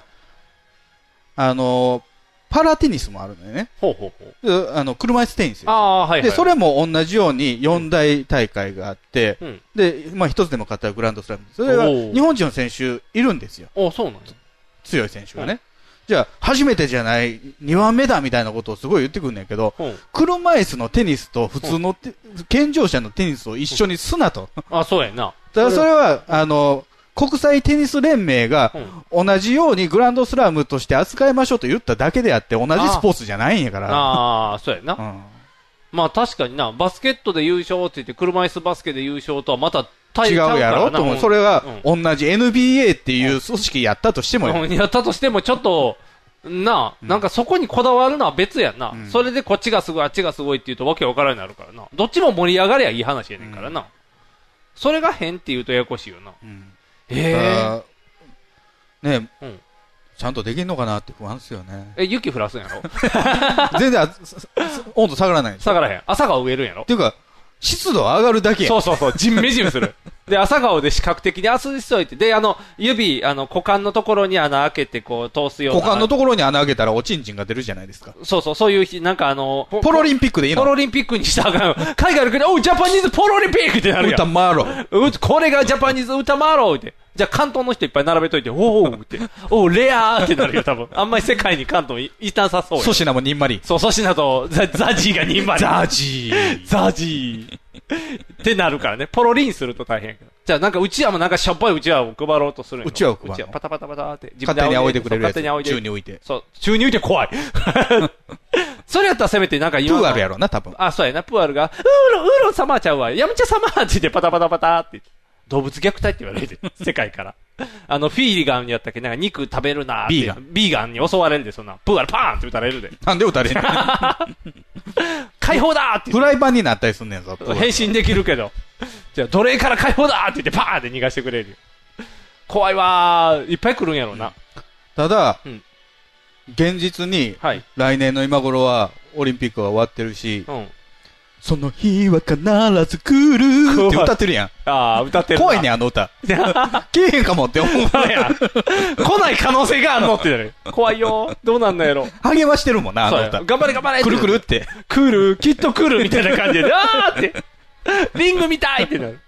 Speaker 3: あのーパラテニスもあるのよね。
Speaker 2: ほうほうほう。
Speaker 3: であの車椅子テニスです
Speaker 2: ああー、はいはい。
Speaker 3: で、それも同じように4大大会があって、
Speaker 2: うん
Speaker 3: で、まあ一つでも勝ったらグランドスラム。それ
Speaker 2: お
Speaker 3: が
Speaker 2: ー
Speaker 3: 日本人の選手いるんですよ。
Speaker 2: おそうなんです
Speaker 3: 強い選手がね。じゃあ、初めてじゃない、2番目だみたいなことをすごい言ってくるんだけど、車椅子のテニスと普通のて健常者のテニスを一緒にすなと。
Speaker 2: あ、そうやんな。
Speaker 3: ただそれは、あの、国際テニス連盟が同じようにグランドスラムとして扱いましょうと言っただけであって、同じスポーツじゃないんやから。
Speaker 2: ああ、そうやな。まあ確かにな、バスケットで優勝って言って、車椅子バスケで優勝とはまた大
Speaker 3: 違うやろと思う。それは
Speaker 2: ん
Speaker 3: 同じ NBA っていう組織やったとしてもよ
Speaker 2: うんやったとしても、ちょっと、なあ、なんかそこにこだわるのは別やんな、それでこっちがすごい、あっちがすごいって言うとわけわからんようになるからな。どっちも盛り上がりゃいい話やねんからな。それが変って言うとややこしいよな。
Speaker 3: だ
Speaker 2: え
Speaker 3: からね、
Speaker 2: うん
Speaker 3: ちゃんとできんのかなって不安ですよね。
Speaker 2: え、雪降らすんやろ
Speaker 3: 全然あすす温度下がらないでしょ。
Speaker 2: 下がらへん。朝顔植えるんやろ
Speaker 3: っていうか、湿度上がるだけやん
Speaker 2: そうそうそう、じんめじんする。で、朝顔で視覚的にあすしといて、で、あの、指、あの、股間のところに穴開けて、こう、通すような。
Speaker 3: 股間のところに穴開けたらおちんちんが出るじゃないですか。
Speaker 2: そうそう、そういう日、なんかあの、ポ
Speaker 3: ポロリンピックでいいの
Speaker 2: ポロリンピックにしたらあかんよ海外の国、おう、ジャパニーズポロリンピックってなるやん。
Speaker 3: 歌マーロ
Speaker 2: うこれがジャパニーズ歌マーローって。じゃあ関東の人いっぱい並べといて、おおーって、 おうレアーってなるよ、多 分。あんまり世界に関東いいたさそうよ
Speaker 3: 粗。品もにんまり。
Speaker 2: そう、粗品とザザジーが2枚。
Speaker 3: ザジ
Speaker 2: ー。ザジー。ってなるからね。ポロリンすると大変やけど。じゃあなんかうちわもなんかしょっぱいうちわを配ろうとするんよ
Speaker 3: うちわを配るの
Speaker 2: うちわパタパタパタって
Speaker 3: 勝手に仰いでくれるやつ。
Speaker 2: そう勝手に仰いで
Speaker 3: 宙に置いて。
Speaker 2: そう。宙に浮いて 怖い。それやったらせめてなんか今の。
Speaker 3: プーアルやろな、多分。
Speaker 2: あ、そうやな。プーアルが、ウーロン、ウーロン様ちゃうわ。ヤムチャ様って言ってパタパタパタって。動物虐待って言われて る、世界から。あの、フィーガンにやったっけなんか肉食べるなーって。
Speaker 3: ビーガン。
Speaker 2: ビーガンに襲われるで、そんな。プーアルパーンって撃たれるで。
Speaker 3: なんで歌れへんの
Speaker 2: 解放だーって言って
Speaker 3: フライパンになったりすんねんぞ。
Speaker 2: 変身できるけど。じゃあ、奴隷から解放だって言って、パーンって逃がしてくれるよ。怖いわー。いっぱい来るんやろうな。
Speaker 3: ただ、
Speaker 2: うん
Speaker 3: 現実に、
Speaker 2: はい
Speaker 3: 来年の今頃は、オリンピックは終わってるし、
Speaker 2: うん。
Speaker 3: その日は必ず来るって歌ってるやん。
Speaker 2: ああ、歌ってるな。
Speaker 3: 怖いね、あの 歌。来えへんかもって思う。
Speaker 2: そう や。来ない可能性があるのってなる。怖いよー。どうなんのやろ。
Speaker 3: 励ましてるもんな、あ
Speaker 2: そう
Speaker 3: の
Speaker 2: や。
Speaker 3: 歌。
Speaker 2: 頑張れ頑張れ
Speaker 3: くるくるって。
Speaker 2: 来る、きっと来るみたいな感じで、 あーって、リング見たいってなる。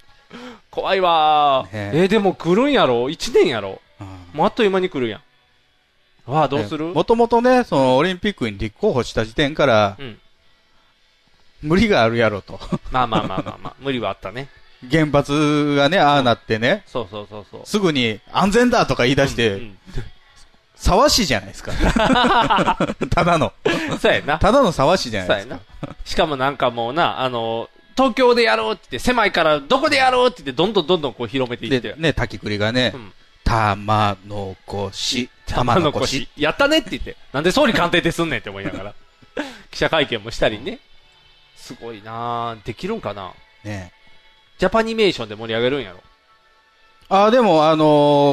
Speaker 2: 怖いわー。
Speaker 3: ね
Speaker 2: えーでも来るんやろ ?1 年やろもうあっという間に来るやん。わあ、どうする
Speaker 3: もともとね、そのオリンピックに立候補した時点から、
Speaker 2: うん
Speaker 3: 無理があるやろと。
Speaker 2: まあまあまあまあまあ、無理はあったね。
Speaker 3: 原発がね、ああなってね、
Speaker 2: そうそうそうそう。
Speaker 3: すぐに安全だとか言い出して、沢市じゃない ですか。ただの。
Speaker 2: そうやな。
Speaker 3: ただの沢市じゃ
Speaker 2: そ
Speaker 3: な
Speaker 2: う
Speaker 3: いで
Speaker 2: や
Speaker 3: すか。
Speaker 2: な。しかもなんかもうな、あの、東京でやろうって言って、狭いからどこでやろうって言って、どんどんどんどんこう広めていって
Speaker 3: で、。ね、滝栗がね、玉のこし、
Speaker 2: 玉の腰。やったねって言って。なんで総理官邸ですんねんって思いながら。 記者会見もしたりね。すごいなぁ。できるんかな
Speaker 3: ね
Speaker 2: ジャパニメーションで盛り上げるんやろ。
Speaker 3: あ、でも、あの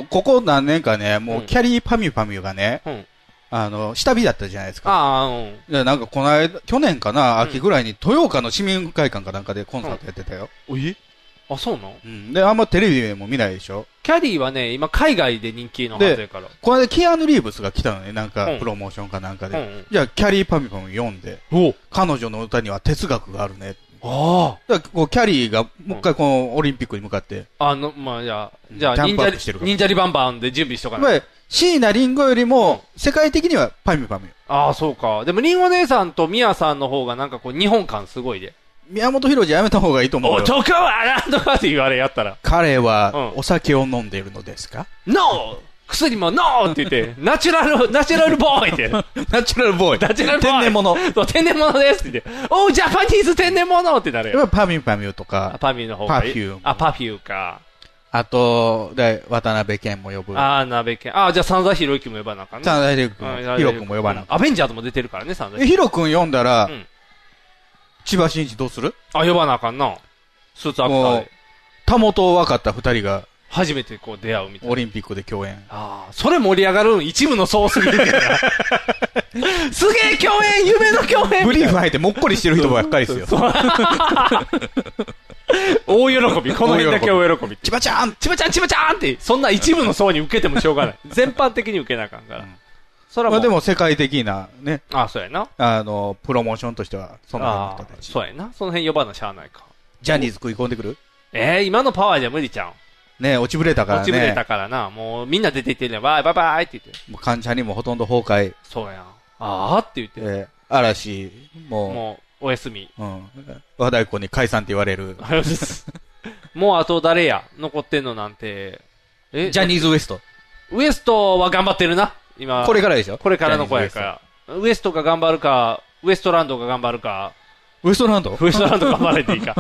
Speaker 3: ーここ何年かね、もうキャリーパミュパミュがね、
Speaker 2: うん
Speaker 3: あの、下火だったじゃないですか。
Speaker 2: ああ、うん。
Speaker 3: でなんかこの間、去年かな、秋ぐらいに豊岡の市民会館かなんかでコンサートやってたよ。
Speaker 2: えあ、そうなの
Speaker 3: うんで、あんまテレビでも見ないでしょ。
Speaker 2: キャリーはね、今海外で人気のはずや
Speaker 3: で
Speaker 2: から。、
Speaker 3: この間キアヌ・リーブスが来たのね、なんか
Speaker 2: うん
Speaker 3: プロモーションかなんか
Speaker 2: うんう
Speaker 3: で
Speaker 2: ん。
Speaker 3: じゃあ、キャリーパミュパミュ読んで、彼女の歌には哲学があるね。
Speaker 2: あ
Speaker 3: だからこうキャリーがもう一回このオリンピックに向かって、
Speaker 2: あ。あの、まあ、じゃあ、じゃあ、
Speaker 3: ジャ
Speaker 2: 忍
Speaker 3: ンプア
Speaker 2: 者
Speaker 3: ッ
Speaker 2: リ
Speaker 3: プしてる、から
Speaker 2: 忍者リバンバンで準備しとか
Speaker 3: やっ
Speaker 2: な
Speaker 3: ぱ
Speaker 2: い
Speaker 3: り。椎名林檎よりも世界的にはパミュパミュ。
Speaker 2: ああ、そうか。でも、リンゴ姉さんとミヤさんの方がなんかこう、日本感すごいで。
Speaker 3: 宮本浩次やめた方がいいと思うよ。
Speaker 2: 男はなんとかって言われやったら。
Speaker 3: 彼はお酒を飲んでいるのですか、
Speaker 2: ノー薬もノーって言って、ナチュラル、ナチュラルボーイ って。
Speaker 3: ナチュラルボーイ。
Speaker 2: ナチュラルボーイ
Speaker 3: 天然物。
Speaker 2: そう天然物ですって言って、おう、ジャパニーズ天然物ってなる
Speaker 3: や
Speaker 2: よ。
Speaker 3: っぱパミュパミュとか、
Speaker 2: パミュの方がいい。
Speaker 3: パフューム
Speaker 2: あ、パフューか。
Speaker 3: あと、で渡辺謙も呼ぶ。
Speaker 2: あー、鍋犬。あー、じゃあ、三田博之も呼ばなあかんね。
Speaker 3: 真田広之君
Speaker 2: うん
Speaker 3: ヒロ君も呼ばなあか
Speaker 2: アベンジャーズも出てるからね、三田
Speaker 3: えヒロ君読んだら、
Speaker 2: うん
Speaker 3: 千葉真一どうする
Speaker 2: あ、呼ばなあかんな。スーツアクター
Speaker 3: もう
Speaker 2: で。、
Speaker 3: たもと分かった二人が
Speaker 2: 初めてこう出会うみたいな。
Speaker 3: オリンピックで共演。
Speaker 2: あーそれ盛り上がるん、一部の層すぎてて。 すげえ共演夢の共演
Speaker 3: ブリーフ履いてもっこりしてる人ばっかりですよ。
Speaker 2: 大喜び、この辺だけ大喜び。
Speaker 3: ちばちゃん
Speaker 2: ちばちゃんちばちゃんって、そんな一部の層に受けてもしょう がない。全般的に受けなあかんから。そらも
Speaker 3: まあ
Speaker 2: う
Speaker 3: でも世界的なね、
Speaker 2: あ、そうやな。
Speaker 3: あの、プロモーションとしては、その
Speaker 2: ああ、そうやな。その辺呼ばなしゃあないか。
Speaker 3: ジャニーズ食い込んでくる
Speaker 2: えー、今のパワーじゃ無理ちゃう
Speaker 3: ね落ちぶれたからね。
Speaker 2: 落ちぶれたからな。もうみんな出ていってるやん。バイバイバイって言って。
Speaker 3: もう関ジャニもほとんど崩壊。
Speaker 2: そうやん。ああって言って。
Speaker 3: えー嵐も、
Speaker 2: もう、おやすみ。
Speaker 3: うん。和太鼓に解散って言われる。
Speaker 2: あれですもうあと誰や残ってんのなんて。え
Speaker 3: ジャニーズ WEST。
Speaker 2: ウエストは頑張ってるな。今。
Speaker 3: これからでしょ
Speaker 2: これからの子やから。ウエストが頑張るか、ウエストランドが頑張る か、
Speaker 3: ウエストランド
Speaker 2: ウエストランド頑張れていい か。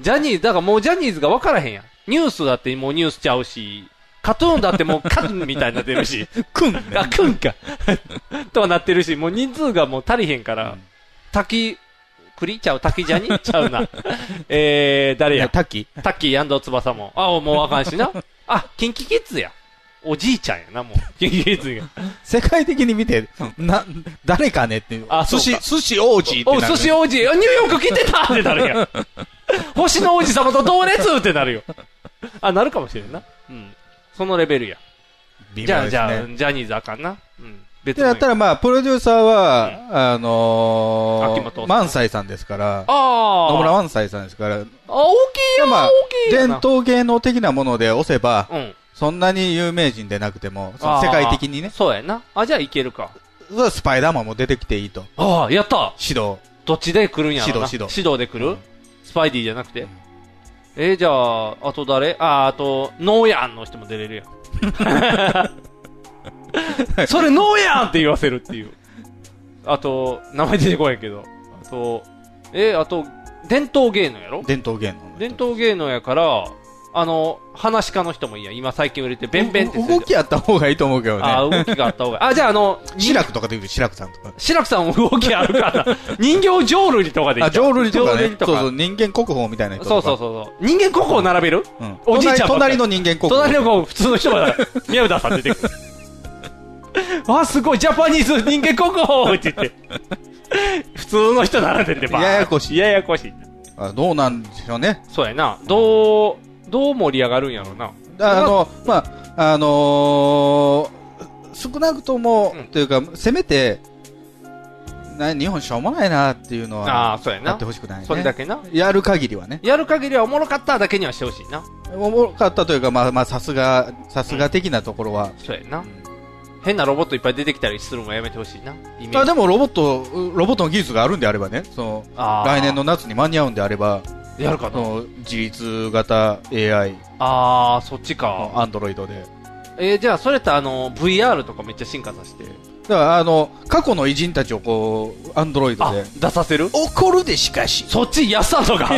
Speaker 2: ジャニーズ、だからもうジャニーズが分からへんやん。ニュースだってもうニュースちゃうし、カトゥーンだってもうカトゥーンみたいになってる し。
Speaker 3: くん
Speaker 2: あ、くんか。 とはなってるし、もう人数がもう足りへんから、滝、栗ちゃう、滝ジャニちゃう な。えー、誰や
Speaker 3: 滝
Speaker 2: 滝安藤翼も。あ、もうあかんしな。あ、キンキキッズや。おじいちゃんやな、もう。キンキキッズが。
Speaker 3: 世界的に見て、な、誰かねっていう。
Speaker 2: あそ
Speaker 3: 寿
Speaker 2: うか
Speaker 3: 司、寿司王子って
Speaker 2: お
Speaker 3: なる
Speaker 2: 寿司王子、あニューヨーク来てたってなるやん。 星の王子様と同列ってな るよ。あ、なるかもしれんな。うん。そのレベルや。
Speaker 3: 微
Speaker 2: じ
Speaker 3: 妙
Speaker 2: ゃ
Speaker 3: です
Speaker 2: あ、
Speaker 3: ね
Speaker 2: じゃあ、ジャニーズあかんな。うん。
Speaker 3: っ
Speaker 2: 別
Speaker 3: てな
Speaker 2: の
Speaker 3: ったら、まあ、プロデューサーは、あの
Speaker 2: 秋元さ
Speaker 3: ー、
Speaker 2: ん
Speaker 3: 萬斎さんですから、
Speaker 2: あー
Speaker 3: 野村萬斎さんですから、
Speaker 2: あ、大きいよ、
Speaker 3: ま
Speaker 2: 大
Speaker 3: あ
Speaker 2: きいよ
Speaker 3: 伝
Speaker 2: な。
Speaker 3: 統芸能的なもので押せば、
Speaker 2: うん
Speaker 3: そんなに有名人でなくても、その
Speaker 2: あー
Speaker 3: 世界的にね、
Speaker 2: そうやな。あ、じゃあいけるか。
Speaker 3: それはスパイダーマンも出てきていいと。
Speaker 2: ああ、やった
Speaker 3: 指導。
Speaker 2: どっちで来るんやろな。
Speaker 3: 指導指導
Speaker 2: 指導で来る、スパイディじゃなくて。えーじゃあ、あと誰あー、あと、ノーヤンの人も出れるやん。 それノーヤンって言わせるっていう。あと、名前出てこないけど。あと、えーあと、伝統芸能やろ
Speaker 3: 伝統芸能。
Speaker 2: 伝統芸能やから、あの、話し家の人もいいやん。今最近売れて、ベンベンってするじゃん
Speaker 3: 動きあった方がいいと思うけどね。
Speaker 2: あー動きがあった方がいいあじゃああの、
Speaker 3: シラクとかできる、シラクさんとか。
Speaker 2: 白くさんも動きあるから、人形浄瑠璃とかでいい
Speaker 3: あ、
Speaker 2: じゃ
Speaker 3: 浄
Speaker 2: ん
Speaker 3: 瑠璃とか
Speaker 2: 浄瑠
Speaker 3: ね。そうそう、人間国宝みたいな人
Speaker 2: そう
Speaker 3: と
Speaker 2: そ
Speaker 3: か。
Speaker 2: うそう。人間国宝並べる、
Speaker 3: ん
Speaker 2: おじいちゃんばっかり
Speaker 3: 隣隣の人間国宝
Speaker 2: 隣の国宝、普通の人が、宮浦さん出てくる。 あ、すごい、ジャパニーズ人間国宝って言って。 普通の人並んでて、ばーン
Speaker 3: ややこしい。
Speaker 2: ややこしい。
Speaker 3: あどうなんでしょうね。
Speaker 2: そうやな。どう、どう盛り上がるんやろうな。
Speaker 3: あの、まあ、あのー少なくとも、というか、せめて、な日本しょうもないなっていうのは、
Speaker 2: あーそうやな
Speaker 3: ってほしくないね。
Speaker 2: それだけな
Speaker 3: やる限りはね。
Speaker 2: やる限りはおもろかっただけにはしてほしいな。
Speaker 3: おもろかったというか、まあ、まあ、さすが、さすが的なところは。
Speaker 2: そうやな。変なロボットいっぱい出てきたりするのもやめてほしいな。イメージ
Speaker 3: あでも、ロボット、うロボットの技術があるんであればね、その、
Speaker 2: あー
Speaker 3: 来年の夏に間に合うんであれば、
Speaker 2: やるかな
Speaker 3: その自立型 AI、
Speaker 2: あー、そっちか。
Speaker 3: アンドロイドで。
Speaker 2: えーじゃあ、それとあの、VR とかめっちゃ進化させて。
Speaker 3: だから、あの、過去の偉人たちをこう、アンドロイドで。
Speaker 2: 出させる
Speaker 3: 怒るでしかし。
Speaker 2: そっち、安さんと か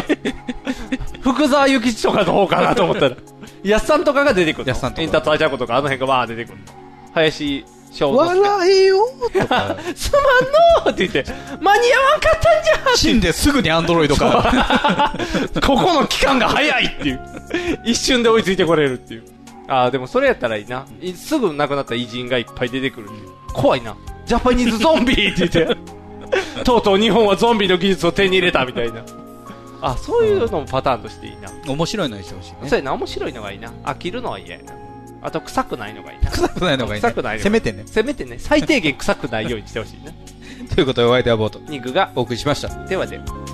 Speaker 2: 福沢諭吉とかの方かなと思ったら。 安さんとかが出てくるの。安さんとか。インターツアジャコとか、あの辺がわー出てくるの。林翔吾。
Speaker 3: 笑えよと
Speaker 2: か。 すまんのーって言って、間に合わんかったんじゃー
Speaker 3: 死んですぐにアンドロイドか。
Speaker 2: ここの期間が早いっていう。一瞬で追いついてこれるっていう。ああ、でもそれやったらいいな。いすぐ亡くなった偉人がいっぱい出てくるっていう。怖いな。ジャパニーズゾンビって言って。とうとう日本はゾンビの技術を手に入れたみたいな。あ、そういうのもパターンとしていいな。
Speaker 3: 面白いのにしてほしいね。
Speaker 2: そうやな、面白いのがいいな。飽きるのは嫌やな。あと、臭くないのがいいな。臭
Speaker 3: くないのがいいね
Speaker 2: 臭くないのが
Speaker 3: せめてね
Speaker 2: せめてね。最低限臭くないようにしてほしいな。
Speaker 3: ということで、お相手はボート。
Speaker 2: 肉が
Speaker 3: お送りしました。
Speaker 2: ではでは。